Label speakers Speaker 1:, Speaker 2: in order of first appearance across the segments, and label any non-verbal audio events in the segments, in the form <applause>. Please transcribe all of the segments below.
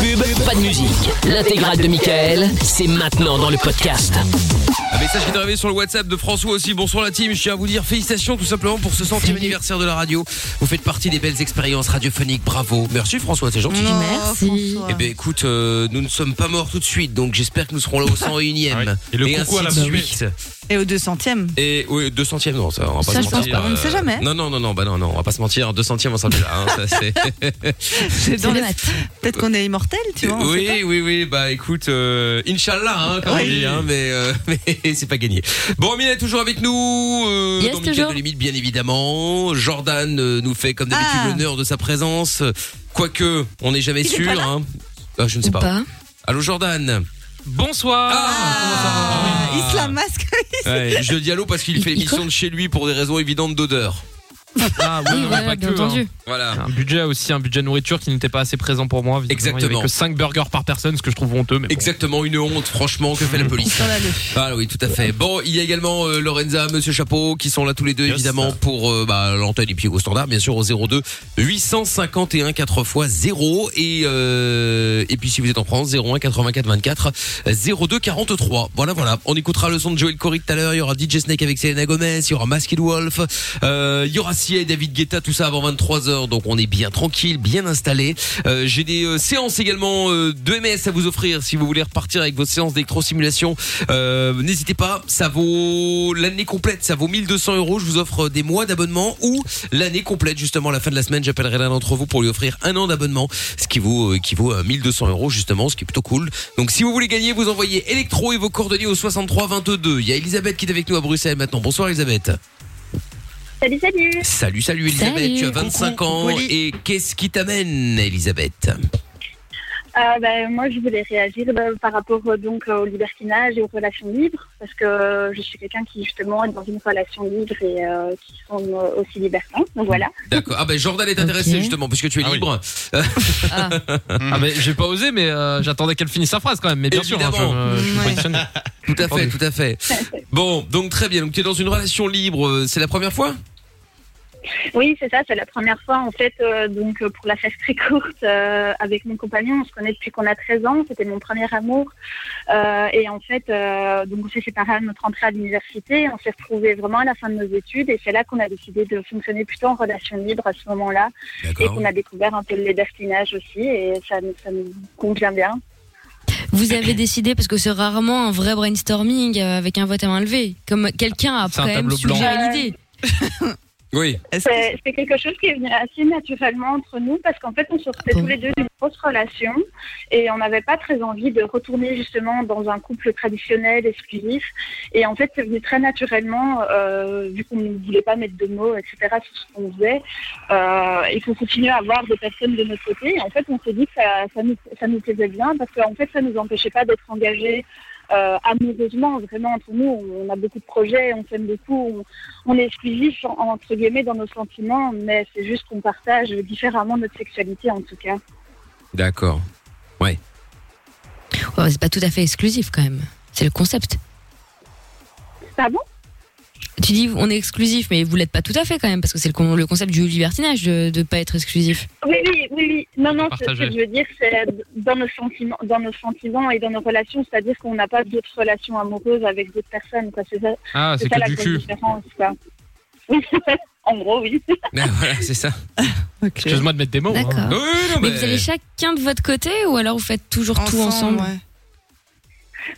Speaker 1: pub, pas de musique. L'intégrale de Michael, c'est maintenant dans le podcast.
Speaker 2: Un message qui est arrivé sur le WhatsApp de François aussi. Bonsoir la team, je tiens à vous dire félicitations tout simplement pour ce centième anniversaire de la radio. Vous faites partie des belles expériences radiophoniques, bravo. Merci François, c'est gentil.
Speaker 3: Merci.
Speaker 2: Eh ben écoute, euh, nous ne sommes pas morts tout de suite, donc j'espère que nous serons là au 101ème.
Speaker 4: Ouais. Ah Et le coucou
Speaker 2: ainsi
Speaker 4: à la
Speaker 2: de
Speaker 4: poupée.
Speaker 2: suite.
Speaker 3: Et au 200ème.
Speaker 2: Et oui, 200ème, non, ça, on va pas
Speaker 3: Ça,
Speaker 2: se
Speaker 3: je pense
Speaker 2: mentir. euh,
Speaker 3: pas. On ne sait jamais.
Speaker 2: Non, non, non, non, bah non, non, on va pas se mentir. 200ème, on s'en est là. hein, ça, c'est-
Speaker 3: <laughs> <laughs> C'est dans les- Peut-être qu'on est immortel, tu vois. on
Speaker 2: oui,
Speaker 3: sait
Speaker 2: oui, oui, bah écoute, euh, Inch'Allah, hein, comme on
Speaker 3: Oui.
Speaker 2: dit, hein, mais, euh, <laughs> mais c'est pas gagné. Bon, Amina est toujours avec nous, euh,
Speaker 5: Yes,
Speaker 2: dans Mickaël
Speaker 5: toujours.
Speaker 2: de Limite, bien évidemment. Jordan euh, nous fait comme d'habitude
Speaker 3: Ah.
Speaker 2: l'honneur de sa présence, quoique on n'est jamais
Speaker 3: est pas
Speaker 2: sûr.
Speaker 3: là
Speaker 2: hein. Ah, je ne sais pas. Allô Jordan
Speaker 4: Bonsoir.
Speaker 2: Ah,
Speaker 3: pas.
Speaker 2: oui.
Speaker 3: Ah, Il se la masque.
Speaker 2: Ah.
Speaker 3: <laughs>
Speaker 2: Ouais, Je dis allô parce qu'il fait
Speaker 5: Il- il
Speaker 2: l'émission
Speaker 5: compte.
Speaker 2: de chez lui pour des raisons évidentes d'odeur.
Speaker 4: Ah, oui,
Speaker 5: Oui,
Speaker 4: non,
Speaker 5: voilà,
Speaker 4: mais pas
Speaker 5: bien
Speaker 4: que, hein.
Speaker 5: entendu.
Speaker 2: Voilà.
Speaker 4: Un budget aussi, un budget nourriture qui n'était pas assez présent pour moi. visiblement. Il y
Speaker 2: Exactement.
Speaker 4: avait que 5 burgers par personne, ce que je trouve honteux. Mais bon.
Speaker 2: Exactement, une honte, franchement, que fait la police
Speaker 3: Sur la le.
Speaker 2: Ah oui, tout à fait. Bon, il y a également euh, Lorenza, Monsieur Chapeau, qui sont là tous les deux,
Speaker 4: Yes.
Speaker 2: évidemment, pour euh, bah, l'antenne et puis au standard, bien sûr, au 02 851 4 x 0. Et, euh, et puis si vous êtes en France, 01 84 24 02 43. Voilà, voilà. On écoutera le son de Joël Corry tout à l'heure. Il y aura DJ Snake avec Selena Gomez, il y aura Masked Wolf, euh, il y aura Sia et David Guetta, tout ça avant 23h. Donc on est bien tranquille, bien installé. Euh, J'ai des euh, séances également euh, de MS à vous offrir si vous voulez repartir avec vos séances d'électrosimulation. Euh, N'hésitez pas, ça vaut l'année complète, ça vaut 1200 euros. Je vous offre des mois d'abonnement ou l'année complète. Justement, à la fin de la semaine, j'appellerai l'un d'entre vous pour lui offrir un an d'abonnement, ce qui vaut, euh, qui vaut euh, 1200 euros justement, ce qui est plutôt cool. Donc si vous voulez gagner, vous envoyez électro et vos coordonnées au 63 22. Il y a Elisabeth qui est avec nous à Bruxelles maintenant. Bonsoir Elisabeth.
Speaker 6: Salut, salut
Speaker 2: Salut, salut Elisabeth.
Speaker 5: Salut.
Speaker 2: Tu as 25 ans
Speaker 3: Oli.
Speaker 2: et qu'est-ce qui t'amène, Elisabeth
Speaker 6: Ah, ben, Moi, je voulais réagir ben, par rapport euh, donc au libertinage et aux relations libres, parce que euh, je suis quelqu'un qui, justement, est dans une relation libre et euh, qui sont euh, aussi libertins. Donc voilà.
Speaker 2: D'accord. Ah ben Jordan est intéressé
Speaker 5: Ok.
Speaker 2: justement puisque tu es
Speaker 4: Ah oui.
Speaker 2: libre.
Speaker 4: Ah, mais j'ai pas osé, mais euh, j'attendais qu'elle finisse sa phrase quand même. Mais bien sûr,
Speaker 2: Évidemment.
Speaker 4: hein, je, me- je suis
Speaker 3: Ouais.
Speaker 4: positionné.
Speaker 2: Tout à fait,
Speaker 4: Entendu.
Speaker 2: tout à fait.
Speaker 6: <laughs>
Speaker 2: Bon, donc très bien. Donc tu es dans une relation libre, euh, c'est la première fois
Speaker 6: Oui, c'est ça, c'est la première fois, en fait, euh, donc euh, pour la faire très courte, euh, avec mon compagnon, on se connaît depuis qu'on a 13 ans, c'était mon premier amour. Euh, et en fait, euh, donc on s'est séparés à notre entrée à l'université, on s'est retrouvés vraiment à la fin de nos études, et c'est là qu'on a décidé de fonctionner plutôt en relation libre à ce moment-là. Et qu'on a découvert un peu le libertinage aussi, et ça, nous- ça nous convient bien.
Speaker 5: Vous avez décidé, parce que c'est rarement un vrai brainstorming euh, avec un vote à main levée, comme quelqu'un a
Speaker 4: C'est un
Speaker 5: quand même
Speaker 4: tableau blanc.
Speaker 5: suggéré l'idée.
Speaker 2: Oui.
Speaker 3: Est-ce que-
Speaker 6: C'est c'est quelque chose qui est venu assez naturellement entre nous parce qu'en fait, on sortait
Speaker 5: Ah bon
Speaker 6: tous les deux d'une grosse relation et on n'avait pas très envie de retourner justement dans un couple traditionnel, exclusif. Et en fait, c'est venu très naturellement, euh, vu qu'on ne voulait pas mettre de mots, etc., sur ce qu'on faisait, euh, et qu'on continuait à avoir des personnes de notre côté. Et en fait, on s'est dit que ça, ça, nous, ça nous plaisait bien parce qu'en fait, ça nous empêchait pas d'être engagés. euh, amoureusement, vraiment entre nous, on a beaucoup de projets, on s'aime beaucoup, on- on est exclusif en- entre guillemets dans nos sentiments, mais c'est juste qu'on partage différemment notre sexualité en tout cas.
Speaker 2: D'accord.
Speaker 5: Ouais, c'est pas tout à fait exclusif quand même. C'est le concept.
Speaker 6: Ah bon
Speaker 5: Tu dis on est exclusif, mais vous l'êtes pas tout à fait quand même, parce que c'est le, con- le concept du libertinage de ne pas être exclusif.
Speaker 6: Oui, oui, oui, oui. Non, non, ce ce
Speaker 4: Partager.
Speaker 6: que je veux dire, c'est euh, dans nos sentiments, dans nos sentiments et dans nos relations, c'est-à-dire qu'on n'a pas d'autres relations amoureuses avec d'autres personnes. quoi. C'est ça,
Speaker 4: Ah,
Speaker 6: c'est
Speaker 4: c'est
Speaker 6: ça
Speaker 4: que
Speaker 6: la
Speaker 4: du
Speaker 6: grosse
Speaker 4: cul.
Speaker 6: différence. Quoi. <laughs> en gros, oui.
Speaker 2: Ah, voilà, c'est ça.
Speaker 3: Ok.
Speaker 4: Excuse-moi de mettre des mots. hein.
Speaker 5: D'accord.
Speaker 2: Oui, non,
Speaker 5: Mais
Speaker 2: mais-
Speaker 5: vous allez chacun de votre côté, ou alors vous faites toujours tout ensemble
Speaker 3: ouais.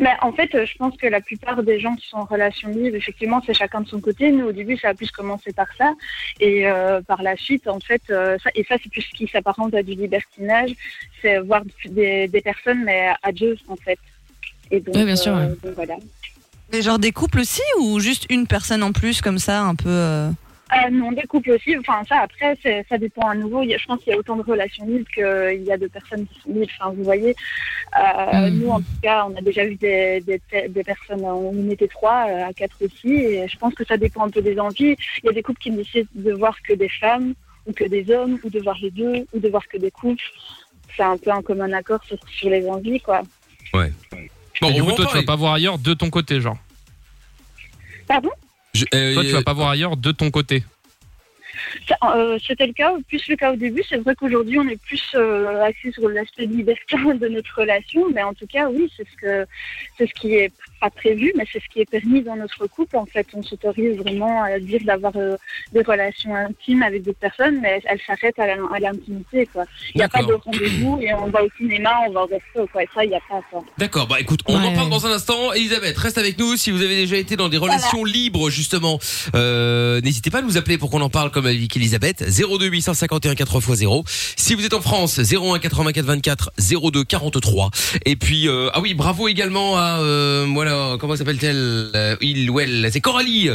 Speaker 6: Mais en fait, euh, je pense que la plupart des gens qui sont en relation libre, effectivement, c'est chacun de son côté. Nous, au début, ça a plus commencé par ça. Et euh, par la suite, en fait, euh, ça, et ça, c'est plus ce qui s'apparente à du libertinage, c'est voir des, des personnes, mais à Dieu, en fait. Et donc,
Speaker 5: Oui, bien sûr,
Speaker 6: euh,
Speaker 5: ouais.
Speaker 6: donc voilà.
Speaker 3: Mais genre des couples aussi ou juste une personne en plus comme ça un peu euh,
Speaker 6: Ah non, des couples aussi. Enfin, ça, après, c'est- ça dépend à nouveau. Il y a- Je pense qu'il y a autant de relations libres qu'il y a de personnes qui sont libres. Enfin, vous voyez, Euh,
Speaker 5: Mm.
Speaker 6: nous, en tout cas, on a déjà vu des, des, pe- des personnes, on était trois, euh, à quatre aussi. Et je pense que ça dépend un peu des envies. Il y a des couples qui ne décident de voir que des femmes ou que des hommes ou de voir les deux ou de voir que des couples. C'est un peu un commun accord sur, sur les envies, quoi.
Speaker 2: Bon,
Speaker 4: Mais du
Speaker 2: on
Speaker 4: coup, toi,
Speaker 2: va en
Speaker 4: tu vas
Speaker 2: parler.
Speaker 4: pas voir ailleurs de ton côté, genre.
Speaker 6: Pardon
Speaker 2: Je- euh,
Speaker 4: Toi, tu vas pas voir ailleurs de ton côté.
Speaker 6: Ça, euh, C'était le cas, plus le cas au début. C'est vrai qu'aujourd'hui, on est plus euh, axé sur l'aspect libertin <laughs> de notre relation, mais en tout cas, oui, c'est ce que c'est ce qui est pas prévu, mais c'est ce qui est permis dans notre couple. En fait, on s'autorise vraiment à dire d'avoir euh, des relations intimes avec d'autres personnes, mais elles s'arrêtent à la- à l'intimité. quoi. Il n'y a pas de
Speaker 2: D'accord.
Speaker 6: rendez-vous et on va au cinéma, on va au resto. Quoi. Ça, il n'y a pas. Quoi.
Speaker 2: D'accord, bah écoute, on en
Speaker 5: Ouais.
Speaker 2: parle dans un instant. Elisabeth, reste avec nous. Si vous avez déjà été dans des relations libres, justement, euh, n'hésitez pas à nous appeler pour qu'on en parle comme avec Elisabeth. 02 851 4x0. Si vous êtes en France, 01 84 24 02 43. Et puis, euh, ah oui, bravo également à, euh, voilà, comment s'appelle-t-elle Euh, Il ou elle, c'est Coralie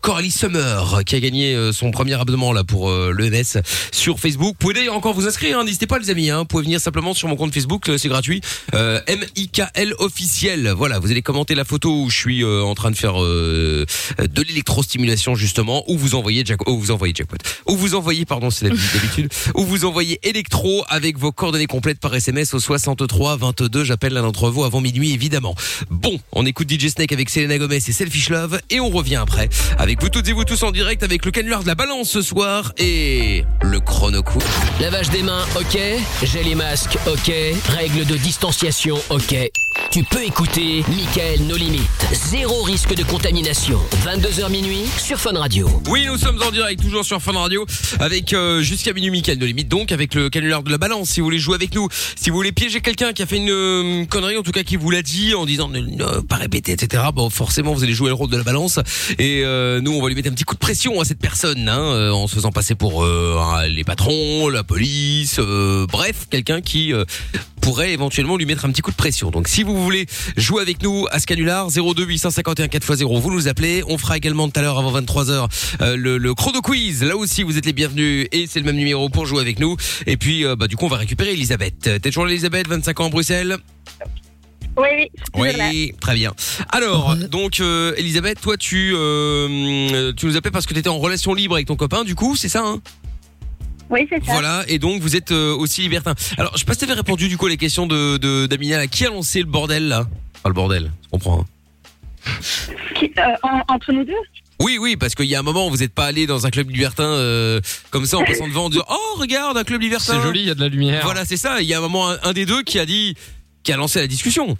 Speaker 2: Coralie Summer qui a gagné euh, son premier abonnement là pour euh, l'ENS sur Facebook. Vous pouvez d'ailleurs encore vous inscrire, hein, n'hésitez pas les amis, hein. vous pouvez venir simplement sur mon compte Facebook, euh, c'est gratuit. Euh, MIKL officiel. Voilà, vous allez commenter la photo où je suis euh, en train de faire euh, euh, de l'électrostimulation justement ou vous envoyez jack ou vous envoyez jackpot. Ou vous envoyez pardon, c'est d'habitude, ou vous envoyez électro avec vos coordonnées complètes par SMS au 63 22, j'appelle l'un d'entre vous avant minuit évidemment. Bon, on écoute DJ Snake avec Selena Gomez et Selfish Love et on revient après avec vous toutes et vous tous en direct avec le canular de la balance ce soir et le chrono coup.
Speaker 1: Lavage des mains, ok. Gel et masque, ok. Règles de distanciation, ok. Tu peux écouter Michael No Limites. Zéro risque de contamination. 22h minuit sur Fun Radio.
Speaker 2: Oui, nous sommes en direct, toujours sur Fun Radio, avec euh, jusqu'à minuit Mickaël de Limite, donc avec le canular de la balance, si vous voulez jouer avec nous, si vous voulez piéger quelqu'un qui a fait une euh, connerie, en tout cas qui vous l'a dit, en disant ne, ne pas répéter, etc., bon, forcément, vous allez jouer le rôle de la balance, et euh, nous, on va lui mettre un petit coup de pression à cette personne, hein, euh, en se faisant passer pour euh, un- les patrons, la police, euh, bref, quelqu'un qui... euh, pourrait éventuellement lui mettre un petit coup de pression. Donc si vous voulez jouer avec nous à ce canular 02 851 4x0, vous nous appelez. On fera également tout à l'heure avant 23h euh, le, le chrono quiz. Là aussi vous êtes les bienvenus et c'est le même numéro pour jouer avec nous. Et puis euh, bah, du coup on va récupérer Elisabeth. Euh, T'es toujours là Elisabeth, 25 ans à Bruxelles
Speaker 6: Oui, oui. je suis toujours là.
Speaker 2: Oui, très bien. Alors donc euh, Elisabeth, toi tu euh, tu nous appelles parce que t'étais en relation libre avec ton copain du coup, c'est ça hein
Speaker 6: Oui, c'est ça.
Speaker 2: voilà, et donc vous êtes euh, aussi libertin. Alors, je sais pas si t'avais répondu du coup à les questions de, de d'Amina, là. Qui a lancé le bordel là Enfin, le bordel, on comprend. hein.
Speaker 6: Qui- euh, en- entre nous deux
Speaker 2: Oui, oui, parce qu'il y a un moment, vous n'êtes pas allé dans un club libertin euh, comme ça en passant devant en disant Oh, regarde, un club libertin.
Speaker 4: C'est joli, il y a de la lumière.
Speaker 2: Voilà, c'est ça. Il y a un moment, un, un des deux qui a dit, qui a lancé la discussion.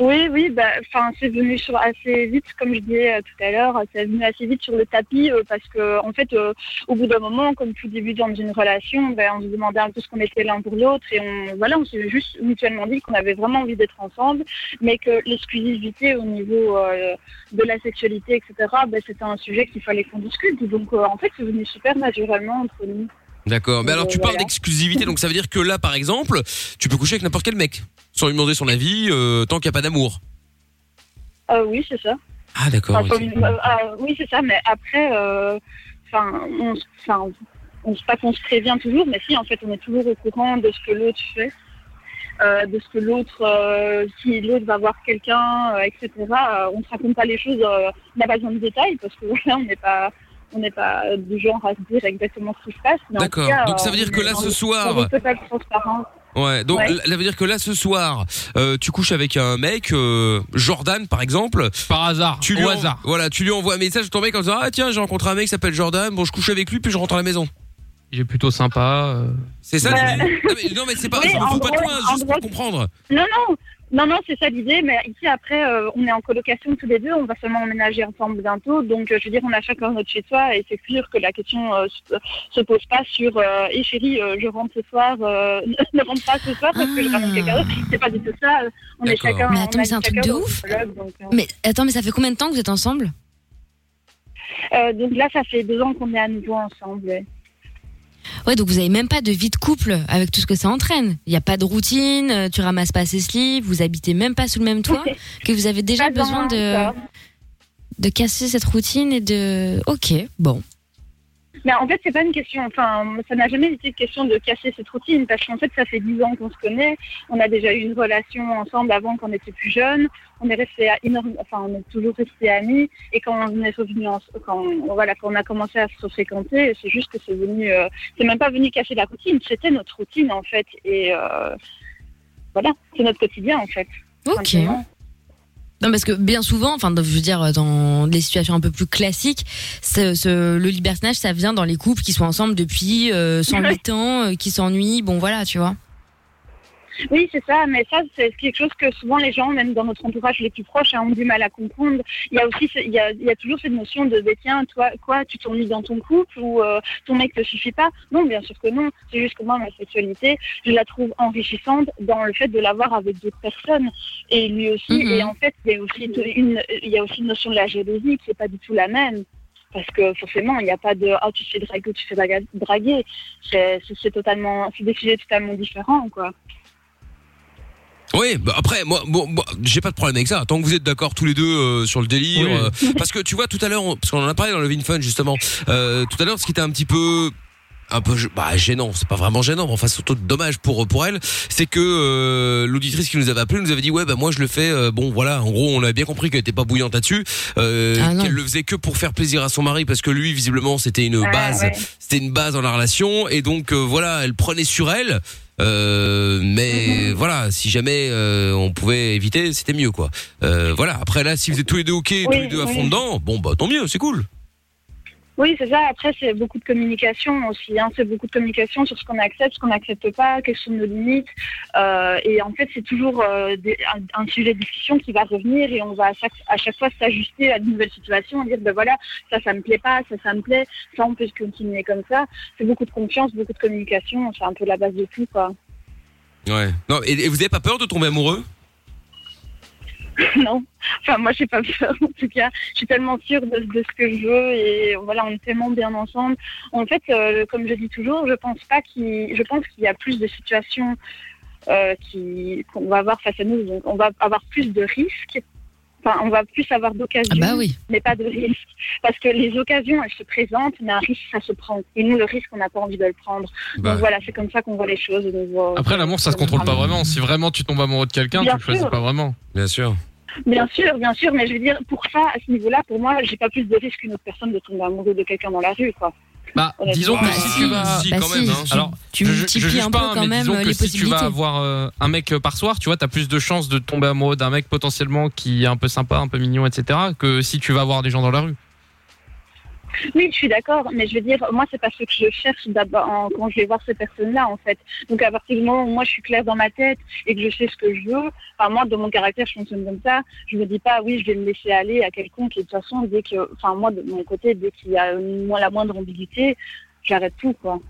Speaker 6: Oui, oui, bah, enfin, c'est venu sur assez vite, comme je disais euh, tout à l'heure, c'est venu assez vite sur le tapis euh, parce que, en fait, euh, au bout d'un moment, comme tout début dans une relation, ben, on se demandait un peu ce qu'on était l'un pour l'autre et on, voilà, on s'est juste mutuellement dit qu'on avait vraiment envie d'être ensemble, mais que l'exclusivité au niveau euh, de la sexualité, etc., ben, c'était un sujet qu'il fallait qu'on discute. Donc, euh, en fait, c'est venu super naturellement entre nous.
Speaker 2: D'accord. Mais alors, tu parles
Speaker 6: Voilà.
Speaker 2: d'exclusivité, donc ça veut dire que là, par exemple, tu peux coucher avec n'importe quel mec sans lui demander son avis, euh, tant qu'il n'y a pas d'amour.
Speaker 6: Euh, oui, c'est ça.
Speaker 2: Ah, d'accord.
Speaker 6: Enfin,
Speaker 2: ok.
Speaker 6: comme- euh, euh, oui, c'est ça, mais après, euh, enfin, on, s- enfin, on, se- pas qu'on se prévient toujours, mais si, en fait, on est toujours au courant de ce que l'autre fait, euh, de ce que l'autre, euh, si l'autre va voir quelqu'un, euh, etc. euh, on ne se raconte pas les choses, euh, on n'a pas besoin de détails, parce que <laughs> voilà, on n'est pas... On n'est pas du genre à se dire exactement ce qui se passe. mais en
Speaker 2: D'accord.
Speaker 6: tout cas,
Speaker 2: Donc ça veut
Speaker 6: euh,
Speaker 2: dire
Speaker 6: on
Speaker 2: que
Speaker 6: est
Speaker 2: là,
Speaker 6: dans
Speaker 2: ce
Speaker 6: une-
Speaker 2: soir-
Speaker 6: dans une totale transparence.
Speaker 2: Ouais, donc
Speaker 6: Ouais.
Speaker 2: là, ça veut dire que là ce soir, euh, tu couches avec un mec, euh, Jordan par exemple.
Speaker 4: Par hasard,
Speaker 2: Tu lui
Speaker 4: au
Speaker 2: en-
Speaker 4: hasard.
Speaker 2: Voilà, tu lui envoies un message à ton mec en disant ah tiens j'ai rencontré un mec qui s'appelle Jordan, bon je couche avec lui puis je rentre à la maison.
Speaker 4: Il est plutôt sympa. euh.
Speaker 2: C'est ça
Speaker 6: Ouais.
Speaker 2: l'idée non, mais, non mais c'est pas,
Speaker 6: <laughs> Oui,
Speaker 2: je me
Speaker 6: en
Speaker 2: fous pas de
Speaker 6: gros,
Speaker 2: toi, hein,
Speaker 6: en
Speaker 2: juste
Speaker 6: gros,
Speaker 2: pour comprendre.
Speaker 6: Non, non, non, non, c'est ça l'idée. Mais ici, après, euh, on est en colocation tous les deux. On va seulement emménager ensemble bientôt. Donc, euh, je veux dire, on a chacun notre chez soi. Et c'est sûr que la question euh, se- se pose pas sur euh, Eh, chérie, euh, je rentre ce soir. euh, <laughs> ne rentre pas ce soir parce que je ramène
Speaker 5: Ah.
Speaker 6: quelqu'un d'autre. C'est pas du tout ça. On est
Speaker 2: D'accord.
Speaker 6: chacun.
Speaker 5: Mais attends,
Speaker 6: on a
Speaker 5: mais c'est un truc
Speaker 6: chacun
Speaker 5: de
Speaker 6: notre
Speaker 5: ouf.
Speaker 6: psychologue, donc, euh,
Speaker 5: Mais attends, mais ça fait combien de temps que vous êtes ensemble
Speaker 6: euh, donc là, ça fait deux ans qu'on est à nouveau ensemble. ouais.
Speaker 5: Ouais, donc vous avez même pas de vie de couple avec tout ce que ça entraîne. Il n'y a pas de routine, euh, tu ramasses pas ses slips, vous habitez même pas sous le
Speaker 6: <laughs>
Speaker 5: même toit, que vous avez déjà
Speaker 6: Pas dans
Speaker 5: besoin de,
Speaker 6: ça.
Speaker 5: de casser cette routine et de. Ok, bon.
Speaker 6: Mais en fait, c'est pas une question. Enfin, ça n'a jamais été une question de casser cette routine parce qu'en fait, ça fait dix ans qu'on se connaît. On a déjà eu une relation ensemble avant qu'on était plus jeunes. On est resté à énorme. Enfin, on est toujours resté amis. Et quand on est revenu, en- quand voilà, quand on a commencé à se fréquenter, c'est juste que c'est venu. euh, C'est même pas venu casser la routine. C'était notre routine en fait. Et euh, voilà, c'est notre quotidien en fait.
Speaker 5: Ok.
Speaker 6: simplement.
Speaker 5: Non, parce que bien souvent, enfin, je veux dire, dans les situations un peu plus classiques, ce- ce- le libertinage, ça vient dans les couples qui sont ensemble depuis
Speaker 6: <laughs>
Speaker 5: euh, 108 ans, euh, qui s'ennuient, bon voilà, tu vois.
Speaker 6: Oui, c'est ça, mais ça, c'est quelque chose que souvent les gens, même dans notre entourage les plus proches, hein, ont du mal à comprendre. Il y a aussi, ce- il y a, il y a toujours cette notion de, bah, tiens, toi, quoi, tu t'ennuies dans ton couple ou euh, ton mec te suffit pas Non, bien sûr que non. C'est juste que moi, ma sexualité, je la trouve enrichissante dans le fait de l'avoir avec d'autres personnes et lui aussi.
Speaker 5: Mhm.
Speaker 6: Et en fait, il y a aussi de- une, il y a aussi une notion de la jalousie qui est pas du tout la même. Parce que forcément, il n'y a pas de ah tu te fais draguer, tu te fais draga- draguer. C'est c'est- c'est totalement, c'est des sujets totalement différents, quoi.
Speaker 2: Oui, bah après, moi, bon, moi, j'ai pas de problème avec ça. Tant que vous êtes d'accord tous les deux euh, sur le délire,
Speaker 4: Oui.
Speaker 2: euh, parce que tu vois tout à l'heure, on- parce qu'on en a parlé dans le Vin Fun justement. euh, tout à l'heure, ce qui était un petit peu un peu bah, gênant, c'est pas vraiment gênant, mais enfin surtout dommage pour pour elle, c'est que euh, l'auditrice qui nous avait appelé nous avait dit ouais bah moi je le fais euh, bon voilà en gros on a bien compris qu'elle était pas bouillante là-dessus, euh,
Speaker 5: Ah, non.
Speaker 2: qu'elle le faisait que pour faire plaisir à son mari parce que lui visiblement c'était une
Speaker 6: Ah,
Speaker 2: base
Speaker 6: ouais.
Speaker 2: c'était une base dans la relation et donc euh, voilà elle prenait sur elle euh,
Speaker 6: Mhm.
Speaker 2: mais voilà si jamais euh, on pouvait éviter c'était mieux quoi Euh, voilà après là si vous êtes tous les deux ok tous
Speaker 6: Oui,
Speaker 2: les deux à
Speaker 6: oui.
Speaker 2: fond dedans bon bah tant mieux c'est cool
Speaker 6: Oui, c'est ça. Après, c'est beaucoup de communication aussi. Hein. C'est beaucoup de communication sur ce qu'on accepte, ce qu'on n'accepte pas, quelles sont nos limites. Euh, et en fait, c'est toujours euh, des- un, un sujet de discussion qui va revenir et on va à chaque, à chaque fois s'ajuster à une nouvelle situation et dire, ben voilà, ça, ça me plaît pas, ça, ça me plaît, ça, on peut continuer comme ça. C'est beaucoup de confiance, beaucoup de communication. C'est un peu la base de tout, quoi.
Speaker 2: ouais non et, et vous avez pas peur de tomber amoureux
Speaker 6: <laughs> non. Enfin, moi, j'ai pas peur, <laughs> en tout cas. Je suis tellement sûre de, de ce que je veux et voilà, on est tellement bien ensemble. En fait, euh, comme je dis toujours, je pense pas qu'il, je pense qu'il y a plus de situations euh, qui, qu'on va avoir face à nous. Donc, on va avoir plus de risques. Enfin, on va plus avoir d'occasions,
Speaker 5: Ah bah oui.
Speaker 6: mais pas de risques. Parce que les occasions, elles se présentent, mais un risque, ça se prend. Et nous, le risque, on n'a pas envie de le prendre.
Speaker 2: Bah.
Speaker 6: Donc voilà, c'est comme ça qu'on voit les choses. au niveau-
Speaker 4: Après, l'amour, ça se contrôle pas vraiment. Si vraiment tu tombes amoureux de quelqu'un, tu
Speaker 6: Bien
Speaker 4: le choisis
Speaker 6: sûr.
Speaker 4: pas vraiment.
Speaker 2: bien sûr
Speaker 6: Bien sûr, bien sûr, mais je veux dire, pour ça, à ce niveau-là, pour moi, j'ai pas plus de risque qu'une autre personne de tomber amoureux de quelqu'un dans la rue, quoi.
Speaker 4: Bah,
Speaker 6: Ouais.
Speaker 4: disons que
Speaker 2: Bah,
Speaker 4: si
Speaker 2: si.
Speaker 4: tu vas.
Speaker 2: si, quand même, hein.
Speaker 5: tu-
Speaker 4: Alors,
Speaker 5: tu
Speaker 4: je- je- je
Speaker 5: multiplies
Speaker 4: juge
Speaker 5: un peu
Speaker 4: pas, hein,
Speaker 5: quand
Speaker 4: mais
Speaker 5: même
Speaker 4: disons
Speaker 5: euh,
Speaker 4: que
Speaker 5: les
Speaker 4: si tu vas
Speaker 5: possibilités.
Speaker 4: avoir euh, un mec euh, par soir, tu vois, t'as plus de chances de tomber amoureux d'un mec potentiellement qui est un peu sympa, un peu mignon, etc., que si tu vas voir des gens dans la rue.
Speaker 6: Oui, je suis d'accord, mais je veux dire, moi, c'est pas ce que je cherche d'abord en- quand je vais voir ces personnes-là, en fait. Donc, à partir du moment où moi, je suis claire dans ma tête et que je sais ce que je veux, enfin, moi, de mon caractère, je fonctionne comme ça, je me dis pas, oui, je vais me laisser aller à quelconque, et de toute façon, dès que, enfin, moi, de mon côté, dès qu'il y a une- moins- la moindre ambiguïté, j'arrête tout, quoi.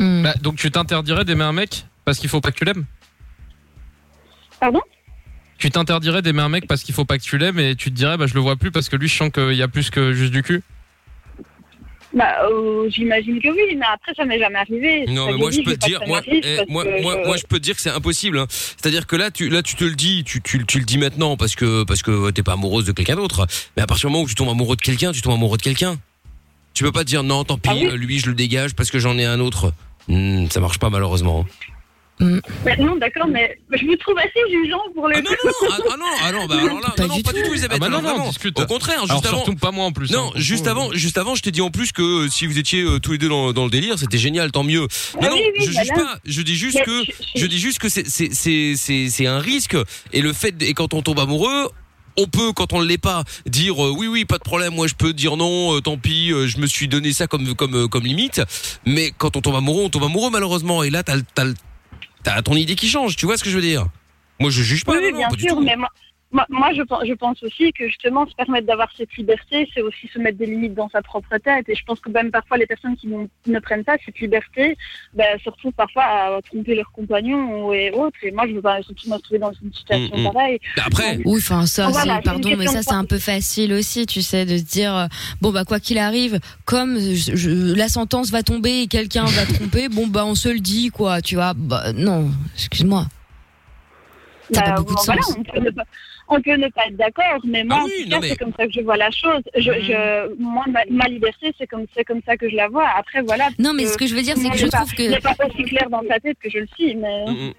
Speaker 5: Hmm.
Speaker 4: Bah, donc tu t'interdirais d'aimer un mec parce qu'il faut pas que tu l'aimes
Speaker 6: Pardon
Speaker 4: Tu t'interdirais d'aimer un mec parce qu'il faut pas que tu l'aimes et tu te dirais, bah, je le vois plus parce que lui, je sens qu'il y a plus que juste du cul.
Speaker 6: Bah, euh, j'imagine que oui, mais après, ça m'est jamais arrivé.
Speaker 2: Non,
Speaker 6: Ça
Speaker 2: mais moi
Speaker 6: dit,
Speaker 2: je peux
Speaker 6: veux
Speaker 2: te
Speaker 6: pas
Speaker 2: dire,
Speaker 6: que ça
Speaker 2: moi,
Speaker 6: m'arrive
Speaker 2: eh,
Speaker 6: parce
Speaker 2: moi,
Speaker 6: que euh,
Speaker 2: moi,
Speaker 6: je-
Speaker 2: moi, je peux te dire que c'est impossible. hein. C'est-à-dire que là, tu, là, tu te le dis, tu, tu, tu le dis maintenant parce que parce que t'es pas amoureuse de quelqu'un d'autre. Mais à partir du moment où tu tombes amoureux de quelqu'un, tu tombes amoureux de quelqu'un. Tu peux pas te dire non, tant pis,
Speaker 6: Ah oui.
Speaker 2: euh, lui je le dégage parce que j'en ai un autre. Hmm, ça marche pas malheureusement.
Speaker 6: Bah, non, d'accord, mais je vous trouve assez jugeant pour le
Speaker 2: Ah non non non, ah, ah non ah non bah alors là
Speaker 5: Pas
Speaker 2: non, non,
Speaker 5: du
Speaker 2: pas du tout Isabelle.
Speaker 4: Ah bah non,
Speaker 2: alors
Speaker 4: non,
Speaker 2: vraiment.
Speaker 4: discute.
Speaker 2: Au contraire, juste
Speaker 4: Alors,
Speaker 2: avant.
Speaker 4: surtout pas moi en plus.
Speaker 2: Non,
Speaker 4: hein.
Speaker 2: juste avant, juste avant, je t'ai dit en plus que euh, si vous étiez euh, tous les deux dans, dans le délire, c'était génial, tant mieux. Non,
Speaker 6: Ah
Speaker 2: non,
Speaker 6: oui, oui,
Speaker 2: je juge
Speaker 6: voilà.
Speaker 2: pas. Je dis juste
Speaker 6: Mais
Speaker 2: que,
Speaker 6: je- je-
Speaker 2: je dis juste que c'est c'est c'est c'est c'est un risque et le fait de- et quand on tombe amoureux. On peut, quand on ne l'est pas, dire euh, oui, oui, pas de problème, moi je peux dire non, euh, tant pis, euh, je me suis donné ça comme comme euh, comme limite. Mais quand on tombe amoureux, on tombe amoureux malheureusement. Et là, t'as le- t'as le- t'as ton idée qui change. Tu vois ce que je veux dire Moi, je juge pas.
Speaker 6: Oui, oui,
Speaker 2: non, non,
Speaker 6: bien
Speaker 2: pas du
Speaker 6: sûr,
Speaker 2: tout.
Speaker 6: mais moi, moi, moi, je, pense, je pense aussi que justement se permettre d'avoir cette liberté, c'est aussi se mettre des limites dans sa propre tête. Et je pense que même parfois les personnes qui n'ont- ne prennent pas cette liberté ben, se retrouvent parfois à tromper leurs compagnons ou- et autres. Et moi, je veux pas surtout me retrouver dans une situation
Speaker 2: Mm, mm.
Speaker 6: pareille.
Speaker 2: Après,
Speaker 5: Oui, enfin ça,
Speaker 6: Ah, Voilà, c'est
Speaker 5: c'est
Speaker 6: une
Speaker 5: pardon, mais
Speaker 6: question
Speaker 5: ça
Speaker 6: de-
Speaker 5: c'est un peu facile aussi, tu sais, de se dire euh, bon bah quoi qu'il arrive, comme je- je- la sentence va tomber et quelqu'un
Speaker 6: <laughs>
Speaker 5: va tromper, bon bah on se le dit quoi, tu vois. Bah non, excuse-moi. Ça n'a
Speaker 6: Bah,
Speaker 5: pas beaucoup de
Speaker 6: voilà,
Speaker 5: sens.
Speaker 6: on, peut ne pas, on peut ne pas être d'accord, mais moi,
Speaker 2: Ah
Speaker 6: en
Speaker 2: oui,
Speaker 6: tout
Speaker 2: non,
Speaker 6: cas,
Speaker 2: mais- Mm.
Speaker 6: c'est comme ça que je vois la chose. Je, je, moi, ma, ma liberté, c'est comme, c'est comme ça que je la vois. Après, voilà.
Speaker 5: Non mais
Speaker 6: euh,
Speaker 5: ce que je veux dire
Speaker 6: tout le monde
Speaker 5: c'est que je
Speaker 6: n'est pas-
Speaker 5: trouve que
Speaker 6: <laughs> n'est pas aussi clair dans sa tête que je le suis, mais.
Speaker 2: Mm, mm.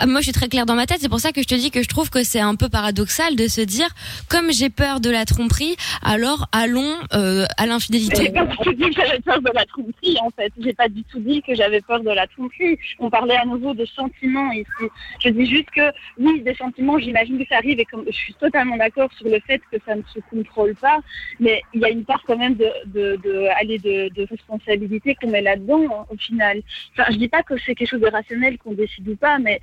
Speaker 5: Ah, moi, je suis très claire dans ma tête. C'est pour ça que je te dis que je trouve que c'est un peu paradoxal de se dire, comme j'ai peur de la tromperie, alors allons euh, à
Speaker 6: J'ai
Speaker 5: l'infidélité.
Speaker 6: pas du tout dit que j'avais peur de la tromperie, en fait. J'ai pas du tout dit que j'avais peur de la tromperie. On parlait à nouveau de sentiments ici. Je dis juste que, oui, des sentiments, j'imagine que ça arrive et comme je suis totalement d'accord sur le fait que ça ne se contrôle pas, mais il y a une part quand même de, de, de, allez, de, de responsabilité qu'on met là-dedans, hein, au final. Enfin, je dis pas que c'est quelque chose de rationnel qu'on décide ou pas, mais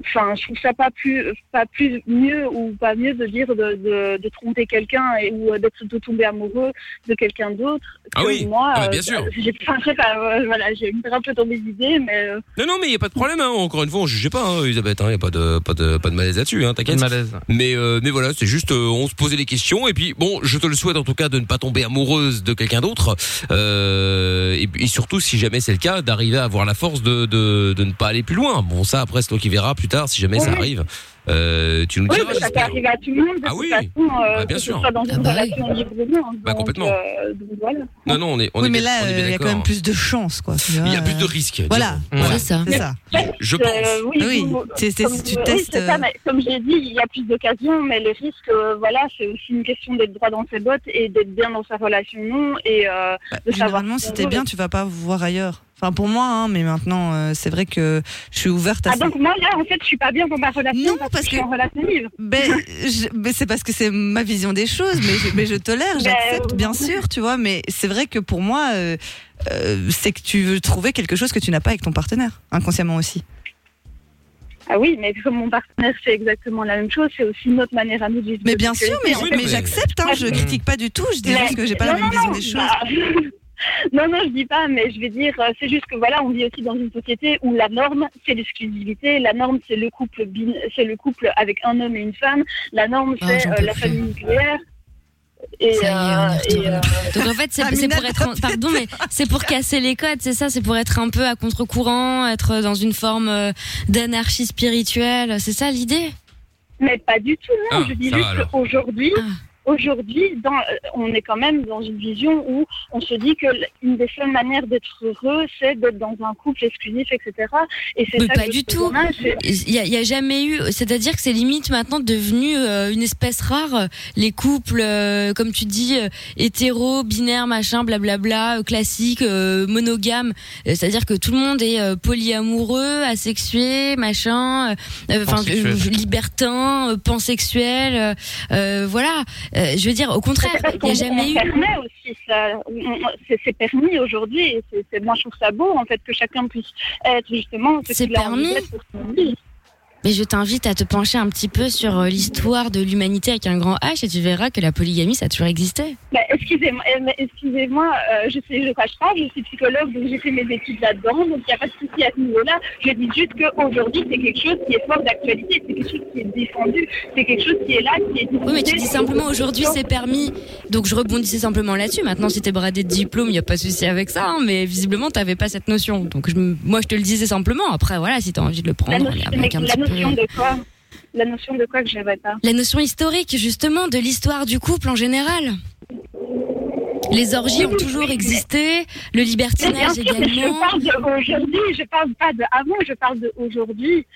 Speaker 6: enfin, je trouve ça pas plus, pas plus mieux ou pas mieux de dire de, de, de tromper quelqu'un et ou euh, d'être de tomber amoureux de quelqu'un d'autre.
Speaker 2: Ah
Speaker 6: que
Speaker 2: oui,
Speaker 6: moi,
Speaker 2: ah mais bien
Speaker 6: euh,
Speaker 2: sûr.
Speaker 6: <laughs> J'ai, enfin, je sais pas, euh, voilà, j'ai un peu tombé d'idée, mais euh,
Speaker 2: Non, non, mais il n'y a pas de problème. hein. Encore une fois, on ne jugeait pas, hein, Elisabeth. Il n'y a pas de, pas, de, pas de malaise là-dessus, hein,
Speaker 4: Quel
Speaker 2: t'inquiète.
Speaker 4: malaise.
Speaker 2: Mais, euh, mais voilà, c'est juste, euh, on se posait des questions. Et puis, bon, je te le souhaite en tout cas de ne pas tomber amoureuse de quelqu'un d'autre. Euh, et, puis- et surtout, si jamais c'est le cas, d'arriver à avoir la force de, de, de ne pas aller plus loin. Bon, ça, après, c'est toi qui verras plus tard, si jamais ça
Speaker 6: Oui.
Speaker 2: arrive. Euh, tu nous
Speaker 6: oui,
Speaker 2: diras.
Speaker 6: mais ça peut
Speaker 2: j'espère.
Speaker 6: arriver à tout le monde de
Speaker 2: Ah
Speaker 6: toute
Speaker 2: oui.
Speaker 6: façon, euh,
Speaker 2: Ah, bien
Speaker 6: que ce
Speaker 2: sûr.
Speaker 6: soit dans
Speaker 5: Ah
Speaker 6: une
Speaker 5: bah oui.
Speaker 6: relation librement.
Speaker 2: Bah,
Speaker 6: Donc,
Speaker 2: complètement.
Speaker 6: euh, donc voilà.
Speaker 2: Non, non, on est, on
Speaker 3: oui,
Speaker 2: est
Speaker 3: mais
Speaker 2: bien-
Speaker 3: là,
Speaker 2: on est
Speaker 3: euh,
Speaker 2: bien
Speaker 3: il y a quand
Speaker 2: d'accord.
Speaker 3: même plus de chances, quoi. Tu vois,
Speaker 2: Il y a plus de
Speaker 3: euh,
Speaker 2: risques. disons.
Speaker 3: Voilà,
Speaker 4: Ouais.
Speaker 5: C'est ça.
Speaker 3: c'est ça.
Speaker 2: Je pense.
Speaker 6: Euh, oui,
Speaker 3: Ah oui,
Speaker 6: vous-
Speaker 3: c'est- c'est-
Speaker 6: comme-
Speaker 3: tu
Speaker 6: oui,
Speaker 3: testes,
Speaker 6: c'est ça,
Speaker 3: euh,
Speaker 6: mais comme j'ai dit, il y a plus d'occasions, mais le risque, euh, voilà, c'est aussi une question d'être droit dans ses bottes et d'être bien dans sa relation non et euh,
Speaker 3: Bah,
Speaker 6: de savoir
Speaker 3: généralement,
Speaker 6: ce
Speaker 3: si
Speaker 6: qu'on
Speaker 3: t'es
Speaker 6: veut.
Speaker 3: bien, tu vas pas voir ailleurs. Enfin, pour moi, hein, mais maintenant, euh, c'est vrai que je suis ouverte à
Speaker 6: Ah
Speaker 3: ça.
Speaker 6: donc moi là en fait je suis pas bien dans ma relation
Speaker 3: Non, parce
Speaker 6: je suis
Speaker 3: que-
Speaker 6: en relation libre.
Speaker 3: Ben, je- ben, c'est parce que c'est ma vision des choses, mais je, mais je tolère, j'accepte,
Speaker 6: euh,
Speaker 3: bien sûr, tu vois. Mais c'est vrai que pour moi, euh, euh, c'est que tu veux trouver quelque chose que tu n'as pas avec ton partenaire, inconsciemment aussi.
Speaker 6: Ah oui mais comme mon partenaire fait exactement la même chose c'est aussi notre manière à nous de vivre.
Speaker 3: Mais
Speaker 6: notre
Speaker 3: bien sûr, mais,
Speaker 6: sexualité, en
Speaker 2: Oui,
Speaker 6: fait.
Speaker 3: mais
Speaker 2: mais-
Speaker 3: j'accepte, hein, je
Speaker 4: Mm.
Speaker 3: critique pas du tout, je dis
Speaker 6: Mais-
Speaker 3: juste que j'ai pas la même
Speaker 6: non, non,
Speaker 3: vision
Speaker 6: non,
Speaker 3: des choses.
Speaker 6: bah, <laughs> non, non, je dis pas, mais je vais dire, euh, c'est juste que voilà, on vit aussi dans une société où la norme, c'est l'exclusivité, la norme, c'est le couple, bin- c'est le couple avec un homme et une femme, la norme,
Speaker 5: Ah,
Speaker 6: c'est
Speaker 5: j'en
Speaker 6: euh,
Speaker 5: peux
Speaker 6: la
Speaker 5: plus.
Speaker 6: famille nucléaire. Et,
Speaker 5: Ça y est, on y
Speaker 6: euh, et,
Speaker 5: retourne. Donc en fait,
Speaker 6: Ah,
Speaker 5: c'est c'est
Speaker 3: Amina
Speaker 5: pour être, un- pardon, mais c'est pour casser les codes, c'est ça, c'est pour être un peu à contre-courant, être dans une forme euh, d'anarchie spirituelle, c'est ça l'idée
Speaker 6: Mais pas du tout, non.
Speaker 2: Ah,
Speaker 6: je dis
Speaker 2: ça va
Speaker 6: juste
Speaker 2: alors.
Speaker 6: qu'aujourd'hui,
Speaker 5: Ah.
Speaker 6: aujourd'hui, dans, euh, on est quand même dans une vision où on se dit que l- une des seules manières d'être heureux, c'est d'être dans un couple exclusif, etc. Et c'est
Speaker 5: Mais
Speaker 6: ça
Speaker 5: pas
Speaker 6: que
Speaker 5: du
Speaker 6: je trouve
Speaker 5: tout.
Speaker 6: dommage, c'est-
Speaker 5: Il y a, il y a jamais eu, c'est-à-dire que c'est limite maintenant devenu euh, une espèce rare. euh, Les couples, euh, comme tu dis, euh, hétéro, binaire, machin, blablabla, euh, classique, euh, monogame. Euh, C'est-à-dire que tout le monde est euh, polyamoureux, asexué, machin, euh, euh, enfin
Speaker 4: Pansexuel.
Speaker 5: euh, libertin, euh, pansexuel. euh, euh, voilà. Euh, je veux dire, au contraire,
Speaker 6: C'est parce
Speaker 5: il y a
Speaker 6: qu'on
Speaker 5: jamais
Speaker 6: on
Speaker 5: eu.
Speaker 6: permet aussi ça. On- on- c'est- C'est permis aujourd'hui. et c'est- c'est- Moi, je trouve ça beau, en fait, que chacun puisse être justement ce
Speaker 5: C'est
Speaker 6: qu'il a envie
Speaker 5: permis.
Speaker 6: d'être pour son vie.
Speaker 5: Mais je t'invite à te pencher un petit peu sur euh, l'histoire de l'humanité avec un grand H et tu verras que la polygamie ça a toujours existé.
Speaker 6: Bah, Excusez-moi, eh, mais excusez-moi euh, je sais de quoi je parle, je suis psychologue, donc j'ai fait mes études là-dedans, donc il n'y a pas de souci à ce niveau-là. Je dis juste qu'aujourd'hui, c'est quelque chose qui est fort d'actualité, c'est quelque chose qui est défendu, c'est quelque chose qui est là, qui est
Speaker 5: Oui, mais tu
Speaker 6: diffusé.
Speaker 5: dis simplement aujourd'hui c'est permis. Donc je rebondissais simplement là-dessus. Maintenant, si t'es bradé de diplôme, il y a pas de souci avec ça. hein, mais visiblement, t'avais pas cette notion. Donc je me- moi, je te le disais simplement. Après, voilà, si t'as envie de le
Speaker 6: La
Speaker 5: prendre,
Speaker 6: notion,
Speaker 5: allez, avec un
Speaker 6: la
Speaker 5: petit peu-
Speaker 6: notion de quoi La notion de quoi que j'avais pas
Speaker 5: La notion historique, justement, de l'histoire du couple en général. Les orgies ont toujours existé, le
Speaker 6: Mais bien
Speaker 5: libertinage
Speaker 6: sûr, mais
Speaker 5: également.
Speaker 6: Je parle d'aujourd'hui, je parle pas de avant, je parle d'aujourd'hui.